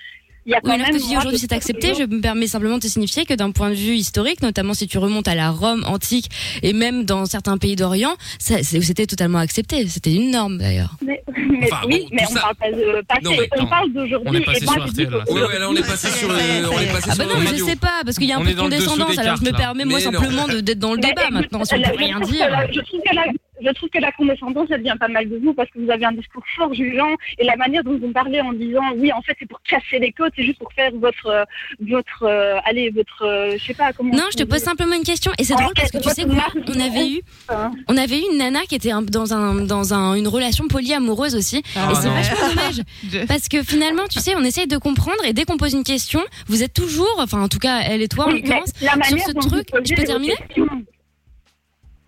Speaker 6: Il y a
Speaker 5: Oui,
Speaker 6: quand
Speaker 5: alors
Speaker 6: même.
Speaker 5: que si
Speaker 6: moi,
Speaker 5: aujourd'hui
Speaker 6: je-
Speaker 5: c'est accepté, je me permets simplement de te signifier que d'un point de vue historique, notamment si tu remontes à la Rome antique et même dans certains pays d'Orient, ça, c'est- c'était totalement accepté. C'était une norme d'ailleurs.
Speaker 6: Mais, mais
Speaker 2: Enfin,
Speaker 6: oui,
Speaker 2: bon,
Speaker 6: mais
Speaker 2: tout
Speaker 6: on
Speaker 2: ça-
Speaker 6: parle pas de passé,
Speaker 2: Non, mais
Speaker 6: on
Speaker 2: attends,
Speaker 6: parle
Speaker 4: on est
Speaker 6: d'aujourd'hui.
Speaker 4: passé
Speaker 6: et moi,
Speaker 4: sur
Speaker 6: je
Speaker 4: RTL,
Speaker 6: dis que-
Speaker 4: là, c'est
Speaker 2: Ouais, ouais, là, on est passé
Speaker 3: Ouais,
Speaker 2: sur
Speaker 3: ça y est,
Speaker 2: le,
Speaker 3: ça
Speaker 2: on
Speaker 3: y
Speaker 2: est
Speaker 3: est.
Speaker 2: passé sur
Speaker 5: Ah bah
Speaker 2: le
Speaker 5: non, mais je
Speaker 2: radio.
Speaker 5: sais pas, parce qu'il y a un
Speaker 4: On
Speaker 5: peu
Speaker 4: est
Speaker 5: de
Speaker 4: dans le dessous
Speaker 5: condescendance.
Speaker 4: des
Speaker 5: Alors je me
Speaker 4: cartes, là.
Speaker 5: permets moi
Speaker 2: Mais non.
Speaker 5: simplement de- d'être dans le
Speaker 6: Mais
Speaker 5: débat
Speaker 6: écoute,
Speaker 5: maintenant, si on
Speaker 6: la-
Speaker 5: peut rien
Speaker 6: je trouve
Speaker 5: dire.
Speaker 6: que la- Je trouve que la, je trouve que la condescendance, elle vient pas mal de vous parce que vous avez un discours fort jugeant et la manière dont vous parlez en disant oui, en fait, c'est pour casser les côtes, c'est juste pour faire votre, euh, votre, euh, allez, votre, euh, je sais pas comment.
Speaker 5: Non, je te pose simplement une question et c'est drôle parce que tu sais que moi, on avait eu,
Speaker 6: Hein.
Speaker 5: on avait eu une nana qui était un- dans un dans un- une relation polyamoureuse aussi
Speaker 3: Ah,
Speaker 5: et c'est
Speaker 4: non.
Speaker 3: <laughs>
Speaker 5: vachement dommage.
Speaker 3: Je-
Speaker 5: Parce que finalement, tu sais, on essaye de comprendre et dès qu'on pose une question, vous êtes toujours, enfin en tout cas, elle et toi en
Speaker 6: Oui, mais
Speaker 5: l'occurrence.
Speaker 6: la manière
Speaker 5: ce
Speaker 6: dont vous
Speaker 5: truc,
Speaker 6: posez
Speaker 5: je peux
Speaker 6: vos
Speaker 5: terminer
Speaker 6: questions.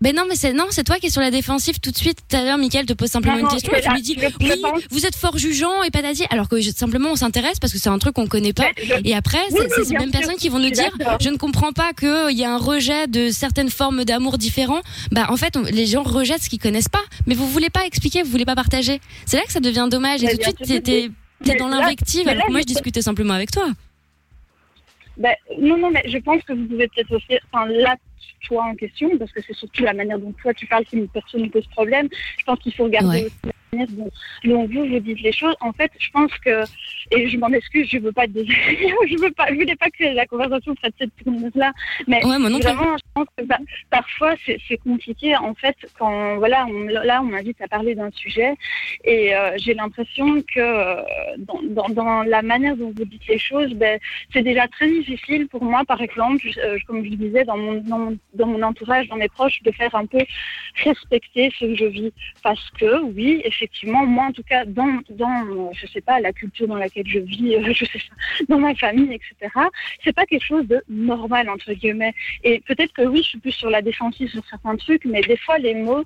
Speaker 5: Ben non, mais c'est non, c'est toi qui es sur la défensive tout de suite. Tout à l'heure, Michael te pose simplement
Speaker 6: Non,
Speaker 5: une
Speaker 6: non,
Speaker 5: question
Speaker 6: je
Speaker 5: et tu
Speaker 6: la-
Speaker 5: lui dis
Speaker 6: je- je
Speaker 5: oui,
Speaker 6: pense-
Speaker 5: vous êtes fort jugeant et pas d'asier. Alors que je- simplement, on s'intéresse parce que c'est un truc qu'on connaît pas.
Speaker 6: Ben, Je-
Speaker 5: Et après,
Speaker 6: Oui,
Speaker 5: c'est
Speaker 6: oui,
Speaker 5: c'est ces
Speaker 6: bien
Speaker 5: mêmes
Speaker 6: sûr,
Speaker 5: personnes qui vont nous
Speaker 6: je suis
Speaker 5: dire
Speaker 6: d'accord.
Speaker 5: je ne comprends pas que euh, il y a un rejet de certaines formes d'amour différents. Bah en fait, on- les gens rejettent ce qu'ils connaissent pas. Mais vous voulez pas expliquer, vous voulez pas partager. C'est là que ça devient dommage. Et
Speaker 6: Mais
Speaker 5: tout de
Speaker 6: Ben, bien sûr
Speaker 5: suite, t'es
Speaker 6: que oui.
Speaker 5: t'es T'es
Speaker 6: Mais
Speaker 5: dans
Speaker 6: là-
Speaker 5: l'invective,
Speaker 6: mais
Speaker 5: alors
Speaker 6: là,
Speaker 5: que moi
Speaker 6: je-
Speaker 5: je discutais simplement avec toi.
Speaker 6: Ben, non, non, mais je pense que vous devez peut-être aussi, enfin là, toi en question, parce que c'est surtout la manière dont toi tu parles qui me personne nous pose problème. Je pense qu'il faut regarder
Speaker 5: Ouais.
Speaker 6: aussi la manière dont, dont vous vous dites les choses. En fait, je pense que, et je m'en excuse, je veux pas être désagréable, <laughs> je veux pas, je voulais pas que la conversation prenne cette tournure-là, mais
Speaker 5: Ouais, moi non plus.
Speaker 6: Vraiment, je pense que par- parfois c'est c'est compliqué en fait quand voilà on, là on m'invite à parler d'un sujet et euh, j'ai l'impression que euh, dans, dans, dans la manière dont vous dites les choses, ben, c'est déjà très difficile pour moi par exemple, je- euh, comme je le disais dans mon, dans, mon, dans mon entourage, dans mes proches, de faire un peu respecter ce que je vis parce que oui effectivement moi en tout cas dans dans euh, je sais pas la culture dans laquelle je vis, euh, je sais pas, dans ma famille etc. C'est pas quelque chose de normal entre guillemets. Et peut-être que oui, je suis plus sur la défensive sur certains trucs, mais des fois les mots,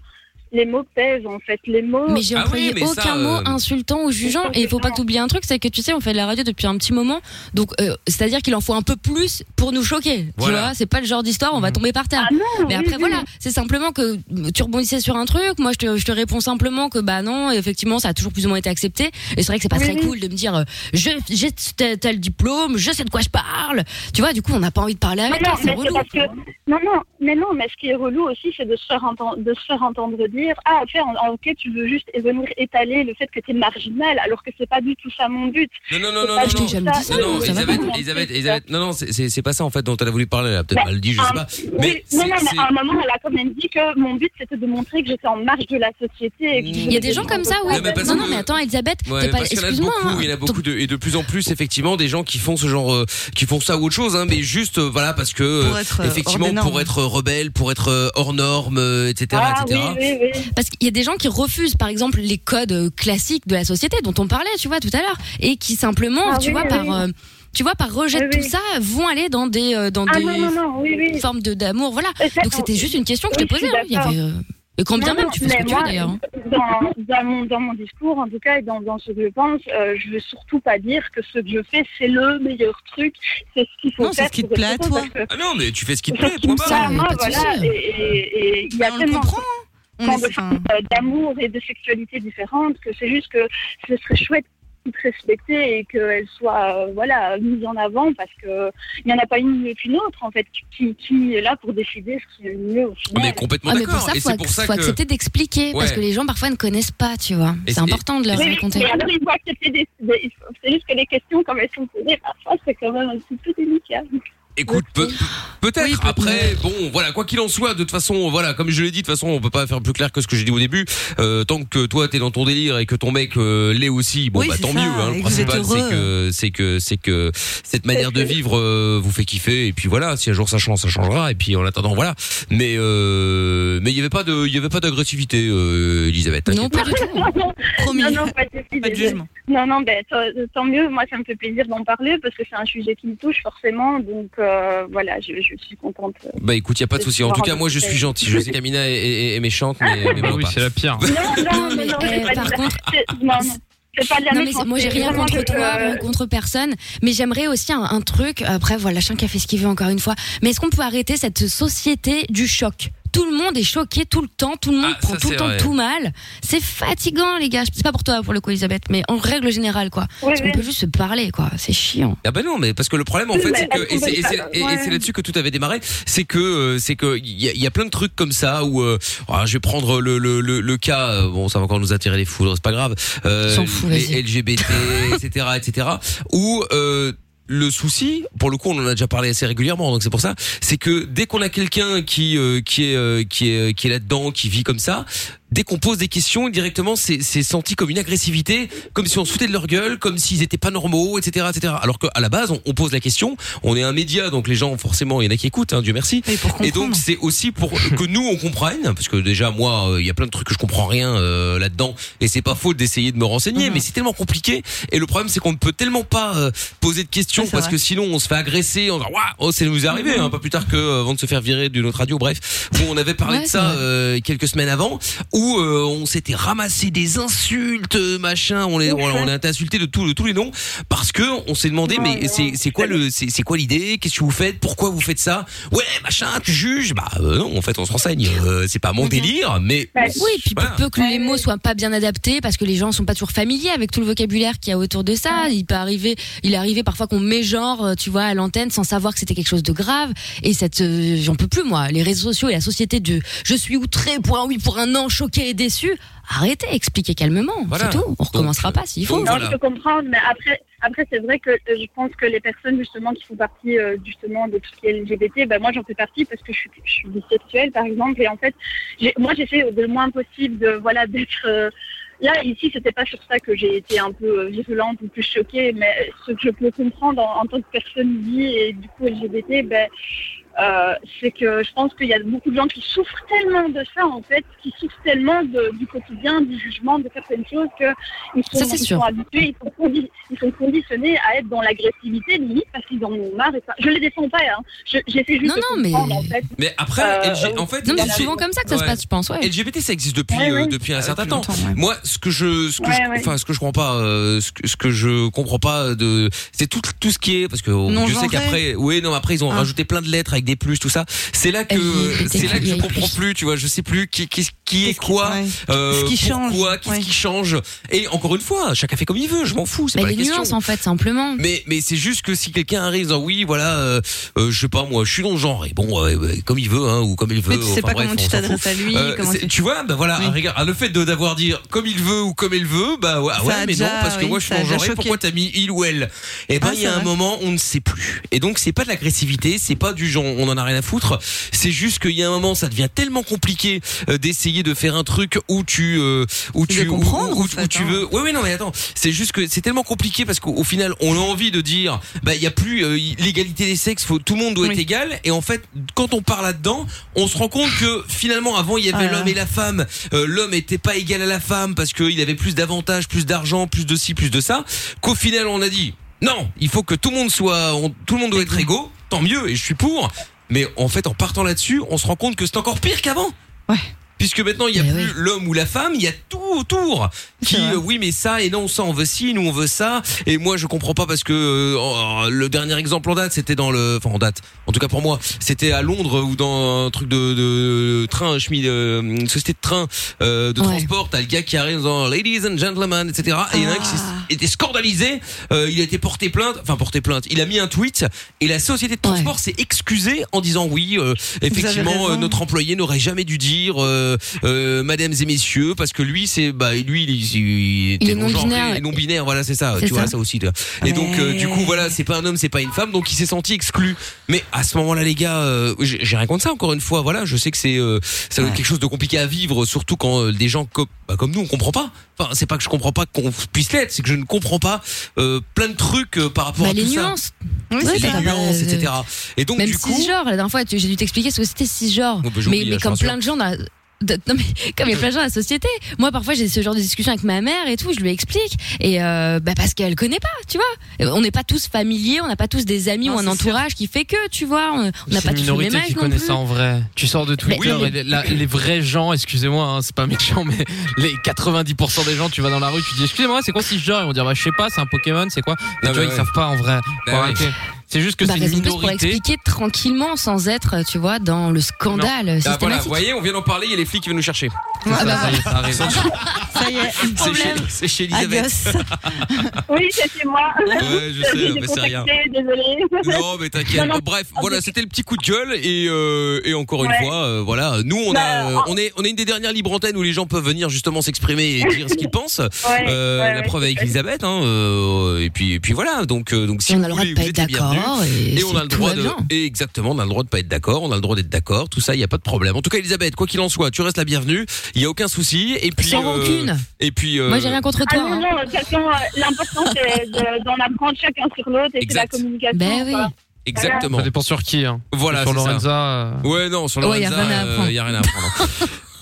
Speaker 6: les mots pèsent en fait. Les mots.
Speaker 5: Mais j'ai
Speaker 2: Ah oui,
Speaker 5: employé
Speaker 2: mais ça,
Speaker 5: aucun
Speaker 2: euh,
Speaker 5: mot insultant ou jugeant. Et il faut pas que tu oublies un truc, c'est que tu sais, on fait de la radio depuis un petit moment. Donc, euh, c'est-à-dire qu'il en faut un peu plus pour nous choquer.
Speaker 2: Voilà.
Speaker 5: Tu vois, c'est pas le genre d'histoire, on va
Speaker 4: Mhm.
Speaker 5: tomber par terre.
Speaker 6: Ah non, oui,
Speaker 5: Mais après,
Speaker 6: oui.
Speaker 5: voilà, c'est simplement que tu rebondissais sur un truc. Moi, je te, je te réponds simplement que, bah non, effectivement, ça a toujours plus ou moins été accepté. Et c'est vrai que c'est pas
Speaker 6: Oui,
Speaker 5: très
Speaker 6: oui.
Speaker 5: cool de me dire, euh, je- j'ai tel, tel diplôme, je sais de quoi je parle. Tu vois, du coup, on n'a pas envie de parler
Speaker 6: Non,
Speaker 5: avec
Speaker 6: non,
Speaker 5: toi, Ah, c'est
Speaker 6: mais c'est
Speaker 5: relou.
Speaker 6: parce que non, non, mais non, mais ce qui est relou aussi, c'est de se faire entendre, de se faire entendre dire ah ok, en- ok, tu veux juste venir étaler le fait que tu es marginal, alors que c'est pas du tout ça mon but.
Speaker 2: Non, non, non,
Speaker 6: C'est
Speaker 2: non,
Speaker 7: Ah,
Speaker 2: non,
Speaker 6: pas du
Speaker 5: Je t'ai
Speaker 2: non.
Speaker 6: tout
Speaker 5: jamais
Speaker 6: ça.
Speaker 5: dit ça,
Speaker 2: Non, non,
Speaker 5: non, ça va
Speaker 2: Elisabeth,
Speaker 6: pas.
Speaker 2: Elisabeth, Elisabeth, non, non, c'est- c'est c'est pas ça en fait dont elle a voulu parler, elle a peut-être
Speaker 6: Bah,
Speaker 2: mal dit, je sais
Speaker 6: un-
Speaker 2: pas. Mais
Speaker 6: Oui, non,
Speaker 2: c'est-
Speaker 6: non, mais
Speaker 2: c'est-
Speaker 6: à un moment, elle a quand même dit que mon but c'était de montrer que j'étais en marge de la société. et que je
Speaker 5: Il y a
Speaker 6: faisais
Speaker 5: des gens
Speaker 6: choses
Speaker 5: comme ça, ouais.
Speaker 2: Non, Mm. mais parce
Speaker 5: Non, non,
Speaker 2: que-
Speaker 5: mais attends, Elisabeth,
Speaker 2: Ouais,
Speaker 5: t'es pas.
Speaker 2: parce qu'il y en a
Speaker 5: Excuse-moi.
Speaker 2: beaucoup,
Speaker 5: hein,
Speaker 2: il y en a
Speaker 5: ton-
Speaker 2: beaucoup de, et de plus en plus effectivement des gens qui font ce genre, euh, qui font ça ou autre chose, hein, mais juste euh, voilà parce que euh,
Speaker 3: Pour être, euh,
Speaker 2: effectivement
Speaker 3: hors des normes.
Speaker 2: pour être rebelle, pour être euh, hors norme, euh, etc.,
Speaker 6: Ah oui,
Speaker 2: etc.
Speaker 6: oui, oui.
Speaker 5: Parce qu'il y a des gens qui refusent, par exemple, les codes euh, classiques de la société dont on parlait, tu vois, tout à l'heure, et qui simplement,
Speaker 6: Ah
Speaker 5: tu
Speaker 6: oui,
Speaker 5: vois,
Speaker 6: oui,
Speaker 5: par,
Speaker 6: oui.
Speaker 5: euh, tu vois, par rejet de
Speaker 6: Oui,
Speaker 5: tout
Speaker 6: oui.
Speaker 5: ça, vont aller dans des, euh, dans
Speaker 6: Ah
Speaker 5: des
Speaker 6: non, non, non, oui, oui.
Speaker 5: formes de d'amour, voilà.
Speaker 6: Et ça,
Speaker 5: Donc
Speaker 6: on-
Speaker 5: c'était juste une question que je
Speaker 6: Oui,
Speaker 5: te
Speaker 6: je suis
Speaker 5: posais. hein, il y
Speaker 6: d'accord.
Speaker 5: avait, euh, Et quand bien
Speaker 6: Non,
Speaker 5: même,
Speaker 6: non,
Speaker 5: tu fais ce que
Speaker 6: mais
Speaker 5: tu veux
Speaker 6: moi,
Speaker 5: d'ailleurs. hein.
Speaker 6: Dans, dans mon, dans mon discours, en tout cas, et dans, dans ce que je pense, euh, je veux surtout pas dire que ce que je fais, c'est le meilleur truc, c'est ce qu'il faut
Speaker 3: Non, c'est
Speaker 6: faire.
Speaker 3: ce qui te
Speaker 6: pour
Speaker 3: plaît à
Speaker 6: être heureux,
Speaker 3: toi.
Speaker 6: parce que
Speaker 2: Ah non, mais tu fais ce qui te
Speaker 6: C'est
Speaker 2: plaît,
Speaker 6: ce qui
Speaker 2: point
Speaker 6: me
Speaker 2: barre.
Speaker 6: plaît à moi,
Speaker 5: pas de
Speaker 6: voilà.
Speaker 5: souci.
Speaker 6: Et- Et et il y a
Speaker 3: on le
Speaker 6: tellement
Speaker 3: comprend. hein.
Speaker 6: tant
Speaker 3: On
Speaker 6: de
Speaker 3: est- enfin,
Speaker 6: formes, euh, d'amour et de sexualité différentes que c'est juste que ce serait chouette de se respecter et qu'elle soit euh, voilà mise en avant parce que il n'y en a pas une mieux qu'une autre en fait qui, qui est là pour décider ce qui est le mieux au final.
Speaker 2: On est complètement
Speaker 5: Ah, mais pour
Speaker 2: d'accord.
Speaker 5: ça,
Speaker 2: Et
Speaker 5: faut,
Speaker 2: c'est
Speaker 5: ac-
Speaker 2: pour ça
Speaker 5: faut
Speaker 2: que <laughs>
Speaker 5: accepter d'expliquer, parce
Speaker 2: Ouais.
Speaker 5: que les gens parfois ne connaissent pas, tu vois.
Speaker 2: Et
Speaker 5: C'est
Speaker 2: c'est-
Speaker 5: important de leur
Speaker 6: Oui,
Speaker 5: raconter.
Speaker 6: mais alors il faut accepter des, des- il faut- c'est juste que les questions comme elles sont posées parfois c'est quand même un petit peu délicat.
Speaker 2: Écoute, peut- peut-être.
Speaker 5: Oui, peut-
Speaker 2: Après, bon, voilà, quoi qu'il en soit, de toute façon, voilà, comme je l'ai dit, de toute façon, on peut pas faire plus clair que ce que j'ai dit au début. Euh, tant que toi, t'es dans ton délire et que ton mec euh, l'est aussi, bon,
Speaker 3: Oui,
Speaker 2: bah
Speaker 3: c'est
Speaker 2: tant
Speaker 3: ça,
Speaker 2: mieux. Hein, le
Speaker 3: et que vous êtes
Speaker 2: principal, c'est que c'est que c'est que cette manière de vivre euh, vous fait kiffer. Et puis voilà, si un jour ça change, ça changera. Et puis en attendant, voilà. Mais euh, mais il y avait pas de il y avait pas d'agressivité, euh, Elisabeth.
Speaker 5: Non,
Speaker 2: t'inquiète
Speaker 5: pas du tout.
Speaker 3: Promis.
Speaker 6: <laughs> Non, non, pas de, souci,
Speaker 3: Pas de
Speaker 6: désolé.
Speaker 3: jugement.
Speaker 6: Non, non, ben, tant, tant mieux. Moi, ça me fait plaisir d'en parler parce que c'est un sujet qui me touche forcément. Donc, euh, voilà, je, je suis contente.
Speaker 2: Bah écoute, y a pas de souci. En tout cas, moi, je suis gentil. Je sais qu'Amina est, est- est méchante, mais,
Speaker 4: <laughs>
Speaker 2: mais
Speaker 4: Bah
Speaker 2: bon,
Speaker 4: oui,
Speaker 2: pas.
Speaker 4: c'est la
Speaker 2: <laughs>
Speaker 4: pire.
Speaker 6: Non, non,
Speaker 5: Non, mais,
Speaker 6: non,
Speaker 5: eh,
Speaker 6: c'est pas
Speaker 5: par
Speaker 6: de la-
Speaker 5: contre-
Speaker 6: c'est- non, non, c'est pas de la
Speaker 5: Non, mais
Speaker 6: méchanceté,
Speaker 5: moi j'ai rien
Speaker 6: vraiment,
Speaker 5: contre
Speaker 6: je-
Speaker 5: toi,
Speaker 6: euh,
Speaker 5: ou contre personne, mais j'aimerais aussi un, un truc. Après, voilà, chacun fait ce qu'il veut encore une fois. Mais est-ce qu'on peut arrêter cette société du choc tout le monde est choqué tout le temps, tout le monde
Speaker 2: Ah,
Speaker 5: prend
Speaker 2: ça,
Speaker 5: tout
Speaker 2: c'est
Speaker 5: le temps
Speaker 2: vrai.
Speaker 5: tout mal. C'est fatigant, les gars. C'est pas pour toi, pour le coup, Elisabeth, mais en règle générale, quoi.
Speaker 6: oui,
Speaker 5: Parce
Speaker 6: oui.
Speaker 5: qu'on peut juste se parler, quoi. C'est chiant.
Speaker 2: Ah ben non, mais parce que le problème en fait, c'est que et c'est et c'est- et- et c'est
Speaker 6: Ouais.
Speaker 2: là-dessus que tout avait démarré, c'est que euh, c'est que il y, a- il y a plein de trucs comme ça où euh, ah, je vais prendre le le, le le cas, euh, bon ça va encore nous attirer les foudres, c'est pas grave, euh,
Speaker 5: S'en fout,
Speaker 2: les
Speaker 5: vas-y. <laughs>
Speaker 2: LGBT, etc., etc. Où euh, le souci, pour le coup, on en a déjà parlé assez régulièrement, donc c'est pour ça, c'est que dès qu'on a quelqu'un qui euh, qui est euh, qui est qui est là-dedans, qui vit comme ça, dès qu'on pose des questions, directement, c'est c'est senti comme une agressivité, comme si on se foutait de leur gueule, comme s'ils étaient pas normaux, etc., etc. Alors qu'à la base, on, on pose la question, on est un média, donc les gens, forcément, il y en a qui écoutent, hein, Dieu merci.
Speaker 3: Et pour
Speaker 2: Et donc
Speaker 3: comprendre.
Speaker 2: c'est aussi pour que nous on comprenne, parce que déjà moi euh, il y a plein de trucs que je comprends rien euh, là-dedans, et c'est pas faute d'essayer de me renseigner,
Speaker 3: Mhm.
Speaker 2: mais c'est tellement compliqué. Et le problème c'est qu'on ne peut tellement pas euh, poser de questions
Speaker 3: Ouais, c'est
Speaker 2: parce
Speaker 3: vrai.
Speaker 2: que sinon on se fait agresser. On dit waouh, oh, c'est nous arrivé,
Speaker 5: Mhm.
Speaker 2: hein, pas plus tard que euh, avant de se faire virer d'une autre radio. Bref, où on avait parlé
Speaker 5: Ouais,
Speaker 2: de
Speaker 5: c'est
Speaker 2: ça
Speaker 5: vrai.
Speaker 2: euh, quelques semaines avant, où euh, on s'était ramassé des insultes, euh, machin, on les, on, on a été insulté de tout, de tous les noms parce que on s'est
Speaker 5: Oh
Speaker 2: demandé mais c'est c'est quoi le c'est c'est quoi l'idée Qu'est-ce que vous faites Pourquoi vous faites ça Ouais, machin, tu juges Bah euh, non, en fait, on se renseigne. Euh, c'est pas mon délire, mais
Speaker 5: Mhm. Bah, Oui, et puis pour peu que les mots soient pas bien adaptés, parce que les gens sont pas toujours familiers avec tout le vocabulaire qu'il y a autour de ça. Il peut arriver, il est arrivé parfois qu'on met genre, euh, tu vois, à l'antenne sans savoir que c'était quelque chose de grave. Et cette, euh, j'en peux plus moi. Les réseaux sociaux et la société de, je suis outré pour un oui, pour un non, choqué et déçu. Arrêtez, expliquez calmement.
Speaker 6: Voilà.
Speaker 5: C'est tout. On
Speaker 2: euh,
Speaker 5: recommencera pas s'il faut.
Speaker 6: Non, je peux comprendre, mais après, après c'est vrai que euh, je pense que les personnes justement qui font partie euh, justement de tout ce qui est LGBT, ben moi j'en fais partie parce que je suis, je suis bisexuelle par exemple, et en fait, j'ai- moi j'essaie de le moins possible de voilà d'être euh, Là, ici, c'était pas sur ça que j'ai été un peu euh, virulente ou plus choquée, mais ce que je peux comprendre en, en tant que personne bi et du coup LGBT, ben, euh, c'est que je pense qu'il y a beaucoup de gens qui souffrent tellement de ça, en fait, qui souffrent tellement de- du quotidien, du jugement, de certaines choses, qu'ils sont,
Speaker 5: Ça, c'est
Speaker 6: ils
Speaker 5: sûr.
Speaker 6: sont habitués, ils sont, condi- ils sont conditionnés à être dans l'agressivité, limite, parce qu'ils en ont marre. Et ça. Je les défends pas, hein. Je- j'essaie juste
Speaker 5: Non, non,
Speaker 6: de
Speaker 5: mais-
Speaker 6: comprendre, en fait.
Speaker 2: Mais après,
Speaker 6: Euh,
Speaker 2: LG en fait,
Speaker 5: Non, mais
Speaker 2: LG
Speaker 5: c'est souvent comme ça que ça se passe, je pense, ouais.
Speaker 2: LGBT, ça existe depuis
Speaker 5: Ouais,
Speaker 2: euh,
Speaker 5: ouais.
Speaker 2: depuis un
Speaker 5: Euh,
Speaker 2: certain
Speaker 5: depuis
Speaker 2: temps.
Speaker 5: longtemps, ouais.
Speaker 2: Moi, ce que je, ce que,
Speaker 5: Ouais,
Speaker 2: je-
Speaker 5: ouais.
Speaker 2: enfin, ce que je comprends pas, euh, ce, que, ce que je comprends pas euh, de, c'est tout tout ce qui est parce que oh,
Speaker 5: Non
Speaker 2: je sais
Speaker 5: genré. Hein.
Speaker 2: qu'après, oui, non, après ils
Speaker 5: Ah.
Speaker 2: ont rajouté plein de lettres avec des plus, tout ça. C'est là que, c'est là que je comprends plus, tu vois, je sais plus qui qui, qui est quoi, euh,
Speaker 5: Qu'est-ce qui change,
Speaker 2: pourquoi, qu'est-ce qui change. Et encore une fois, chacun fait comme il veut, je m'en fous, c'est
Speaker 5: Mais
Speaker 2: pas la
Speaker 5: Bah, les
Speaker 2: question.
Speaker 5: nuances en fait, simplement.
Speaker 2: Mais mais c'est juste que si quelqu'un arrive en disant oui voilà euh, euh, je sais pas moi je suis non genre et bon euh, euh, comme il veut hein, ou comme il veut
Speaker 3: Mais tu sais pas comment
Speaker 2: on
Speaker 3: tu
Speaker 2: s'en
Speaker 3: t'adresses
Speaker 2: fout.
Speaker 3: à lui, comment
Speaker 2: c'est-
Speaker 3: tu-
Speaker 2: tu... vois bah voilà regarde le fait de d'avoir dit comme il veut ou comme elle veut bah ouais,
Speaker 3: Ça
Speaker 2: ouais,
Speaker 3: a
Speaker 2: mais
Speaker 3: déjà,
Speaker 2: non parce que
Speaker 3: oui,
Speaker 2: moi je suis
Speaker 3: ça
Speaker 2: non
Speaker 3: a déjà
Speaker 2: genre
Speaker 3: choqué.
Speaker 2: pourquoi t'as mis il ou elle et ben
Speaker 3: Ah,
Speaker 2: il y
Speaker 3: c'est
Speaker 2: a un
Speaker 3: vrai.
Speaker 2: moment on ne sait plus et donc c'est pas de l'agressivité c'est pas du genre on en a rien à foutre c'est juste qu'il y a un moment ça devient tellement compliqué euh, d'essayer de faire un truc où tu euh, où tu où- où- où tu veux oui, oui, non, mais attends, c'est juste que c'est tellement compliqué parce qu'au au final, on a envie de dire, bah, il y a plus euh, y- l'égalité des sexes, faut, tout le monde doit être égal. Et en fait, quand on part là-dedans, on se rend compte que finalement, avant, il y
Speaker 8: Ah
Speaker 2: avait
Speaker 8: là
Speaker 2: l'homme
Speaker 8: là.
Speaker 2: et la femme. Euh, l'homme était pas égal à la femme parce qu'il avait plus d'avantages, plus d'argent, plus de ci, plus de ça. Qu'au final, on a dit, non, il faut que tout le monde soit, on- tout le monde doit être égaux. Tant mieux, et je suis pour. Mais en fait, en partant là-dessus, on se rend compte que c'est encore pire qu'avant. Puisque maintenant, il n'y a plus l'homme ou la femme, il y a tout autour. Qui, euh, oui, mais ça, et non, ça, on veut ci, nous, on veut ça. Et moi, je comprends pas parce que euh, oh, le dernier exemple en date, c'était dans le. Enfin, en date, en tout cas pour moi, c'était à Londres ou dans un truc de, de train, chemin, euh, une société de train, euh, de transport. T'as le gars qui arrive en disant, Ladies and gentlemen, etc. Et il y en a un qui s'est- était scandalisé. euh, il a été porté plainte, enfin, porté plainte. Il a mis un tweet et la société de transport s'est excusée en disant, oui, euh, effectivement,
Speaker 9: raison.
Speaker 2: euh, notre employé n'aurait jamais dû dire euh, euh, mesdames et messieurs parce que lui c'est bah lui il, il était
Speaker 5: est
Speaker 2: non-genré,
Speaker 5: non-binaire.
Speaker 2: et non-binaire voilà c'est ça
Speaker 5: C'est
Speaker 2: tu vois
Speaker 5: ça.
Speaker 2: ça aussi tu vois. et donc euh, du coup voilà c'est pas un homme c'est pas une femme donc il s'est senti exclu mais à ce moment-là les gars euh, j'ai j'ai rien contre ça encore une fois voilà je sais que c'est euh, ça doit être quelque chose de compliqué à vivre surtout quand euh, des gens comme bah, comme nous on comprend pas enfin c'est pas que je comprends pas qu'on puisse l'être c'est que je ne comprends pas euh, plein de trucs euh, par rapport
Speaker 5: Bah,
Speaker 2: à
Speaker 5: les
Speaker 2: tout ça
Speaker 5: nuances. Oui,
Speaker 2: les
Speaker 5: c'est ça, bah,
Speaker 2: nuances
Speaker 5: euh,
Speaker 2: etc et donc
Speaker 5: même
Speaker 2: du coup
Speaker 5: cisgenre, la dernière fois, tu- j'ai dû t'expliquer ce que c'était cisgenre.
Speaker 2: Oh, bah, j'ai
Speaker 5: mais
Speaker 2: oublié,
Speaker 5: mais
Speaker 2: je
Speaker 5: comme
Speaker 2: rassure.
Speaker 5: plein de gens dans la- de- non, mais <laughs> comme il y a plein de gens dans la société, moi parfois j'ai ce genre de discussion avec ma mère et tout, je lui explique et euh, bah parce qu'elle connaît pas, tu vois. On n'est pas tous familiers, on n'a pas tous des amis ou un entourage qui fait que, tu vois, on on n'a
Speaker 4: C'est
Speaker 5: pas
Speaker 4: une
Speaker 5: tous le même
Speaker 4: minorité
Speaker 5: âge
Speaker 4: qui
Speaker 5: non
Speaker 4: connaît
Speaker 5: plus.
Speaker 4: ça en vrai. Tu sors de Twitter
Speaker 5: oui.
Speaker 4: et les- la- les vrais gens, excusez-moi, hein, c'est pas méchant, mais les 90% des gens, tu vas dans la rue, tu dis excusez-moi, c'est quoi si genre Ils vont dire bah, je sais pas, c'est un Pokémon, c'est quoi Mais Tu
Speaker 2: Ah,
Speaker 4: vois,
Speaker 2: bah,
Speaker 4: ils
Speaker 2: ouais.
Speaker 4: savent pas en vrai. Faut
Speaker 2: Bah,
Speaker 4: arrêter.
Speaker 2: ouais.
Speaker 4: C'est juste que
Speaker 5: Bah,
Speaker 4: c'est une
Speaker 5: raison de plus pour
Speaker 4: minorité.
Speaker 5: expliquer tranquillement sans être, tu vois, dans le scandale
Speaker 2: Ah, voilà,
Speaker 5: euh, systématique.
Speaker 2: vous voyez, on vient d'en parler, il y a les flics qui viennent nous chercher.
Speaker 4: Ah, bah, ça y est, ça
Speaker 5: <laughs>
Speaker 4: arrive.
Speaker 3: Ça y est,
Speaker 2: C'est chez, c'est chez Elisabeth.
Speaker 6: Oui, c'est chez moi. <laughs>
Speaker 2: Ouais, je sais,
Speaker 6: J'ai
Speaker 2: mais c'est
Speaker 6: contacté,
Speaker 2: rien.
Speaker 6: Désolée.
Speaker 2: Non, mais t'inquiète.
Speaker 6: Non, non,
Speaker 2: Bref, voilà, c'était le petit coup de gueule et, euh, et encore
Speaker 6: Ouais.
Speaker 2: une fois, euh, voilà, nous on a, euh, on est, on est une des dernières libres antennes où les gens peuvent venir justement s'exprimer et dire ce qu'ils pensent. Euh,
Speaker 6: ouais,
Speaker 2: la
Speaker 6: ouais,
Speaker 2: preuve avec
Speaker 6: tout à fait.
Speaker 2: Elisabeth, hein, euh, et puis, et puis voilà. Donc, euh, donc si
Speaker 5: Et on
Speaker 2: vous
Speaker 5: a le droit
Speaker 2: voulez,
Speaker 5: de pas
Speaker 2: vous
Speaker 5: être
Speaker 2: êtes les bienvenus.
Speaker 5: d'accord et
Speaker 2: et on a
Speaker 5: c'est-
Speaker 2: le
Speaker 5: tout
Speaker 2: droit
Speaker 5: va
Speaker 2: de,
Speaker 5: bien.
Speaker 2: et exactement, on a le droit de pas être d'accord, on a le droit d'être d'accord, tout ça, il y a pas de problème. En tout cas, Elisabeth, quoi qu'il en soit, tu restes la bienvenue, il y a aucun souci. Et puis, euh,
Speaker 5: Sans rancune.
Speaker 2: et puis, euh,
Speaker 5: Moi j'ai rien contre
Speaker 6: Ah
Speaker 5: toi.
Speaker 6: non,
Speaker 5: hein.
Speaker 6: non, de toute façon, euh, l'important c'est de- d'en apprendre chacun sur l'autre et c'est la communication.
Speaker 5: Ben
Speaker 6: quoi.
Speaker 2: Exactement.
Speaker 4: Ça dépend sur qui. Hein.
Speaker 2: Voilà,
Speaker 4: Sur
Speaker 2: c'est ça.
Speaker 4: Lorenza. euh.
Speaker 2: Ouais, non, sur
Speaker 4: Ouais,
Speaker 2: Lorenza,
Speaker 4: y a rien à
Speaker 2: euh,
Speaker 4: apprendre.
Speaker 2: y a rien à apprendre.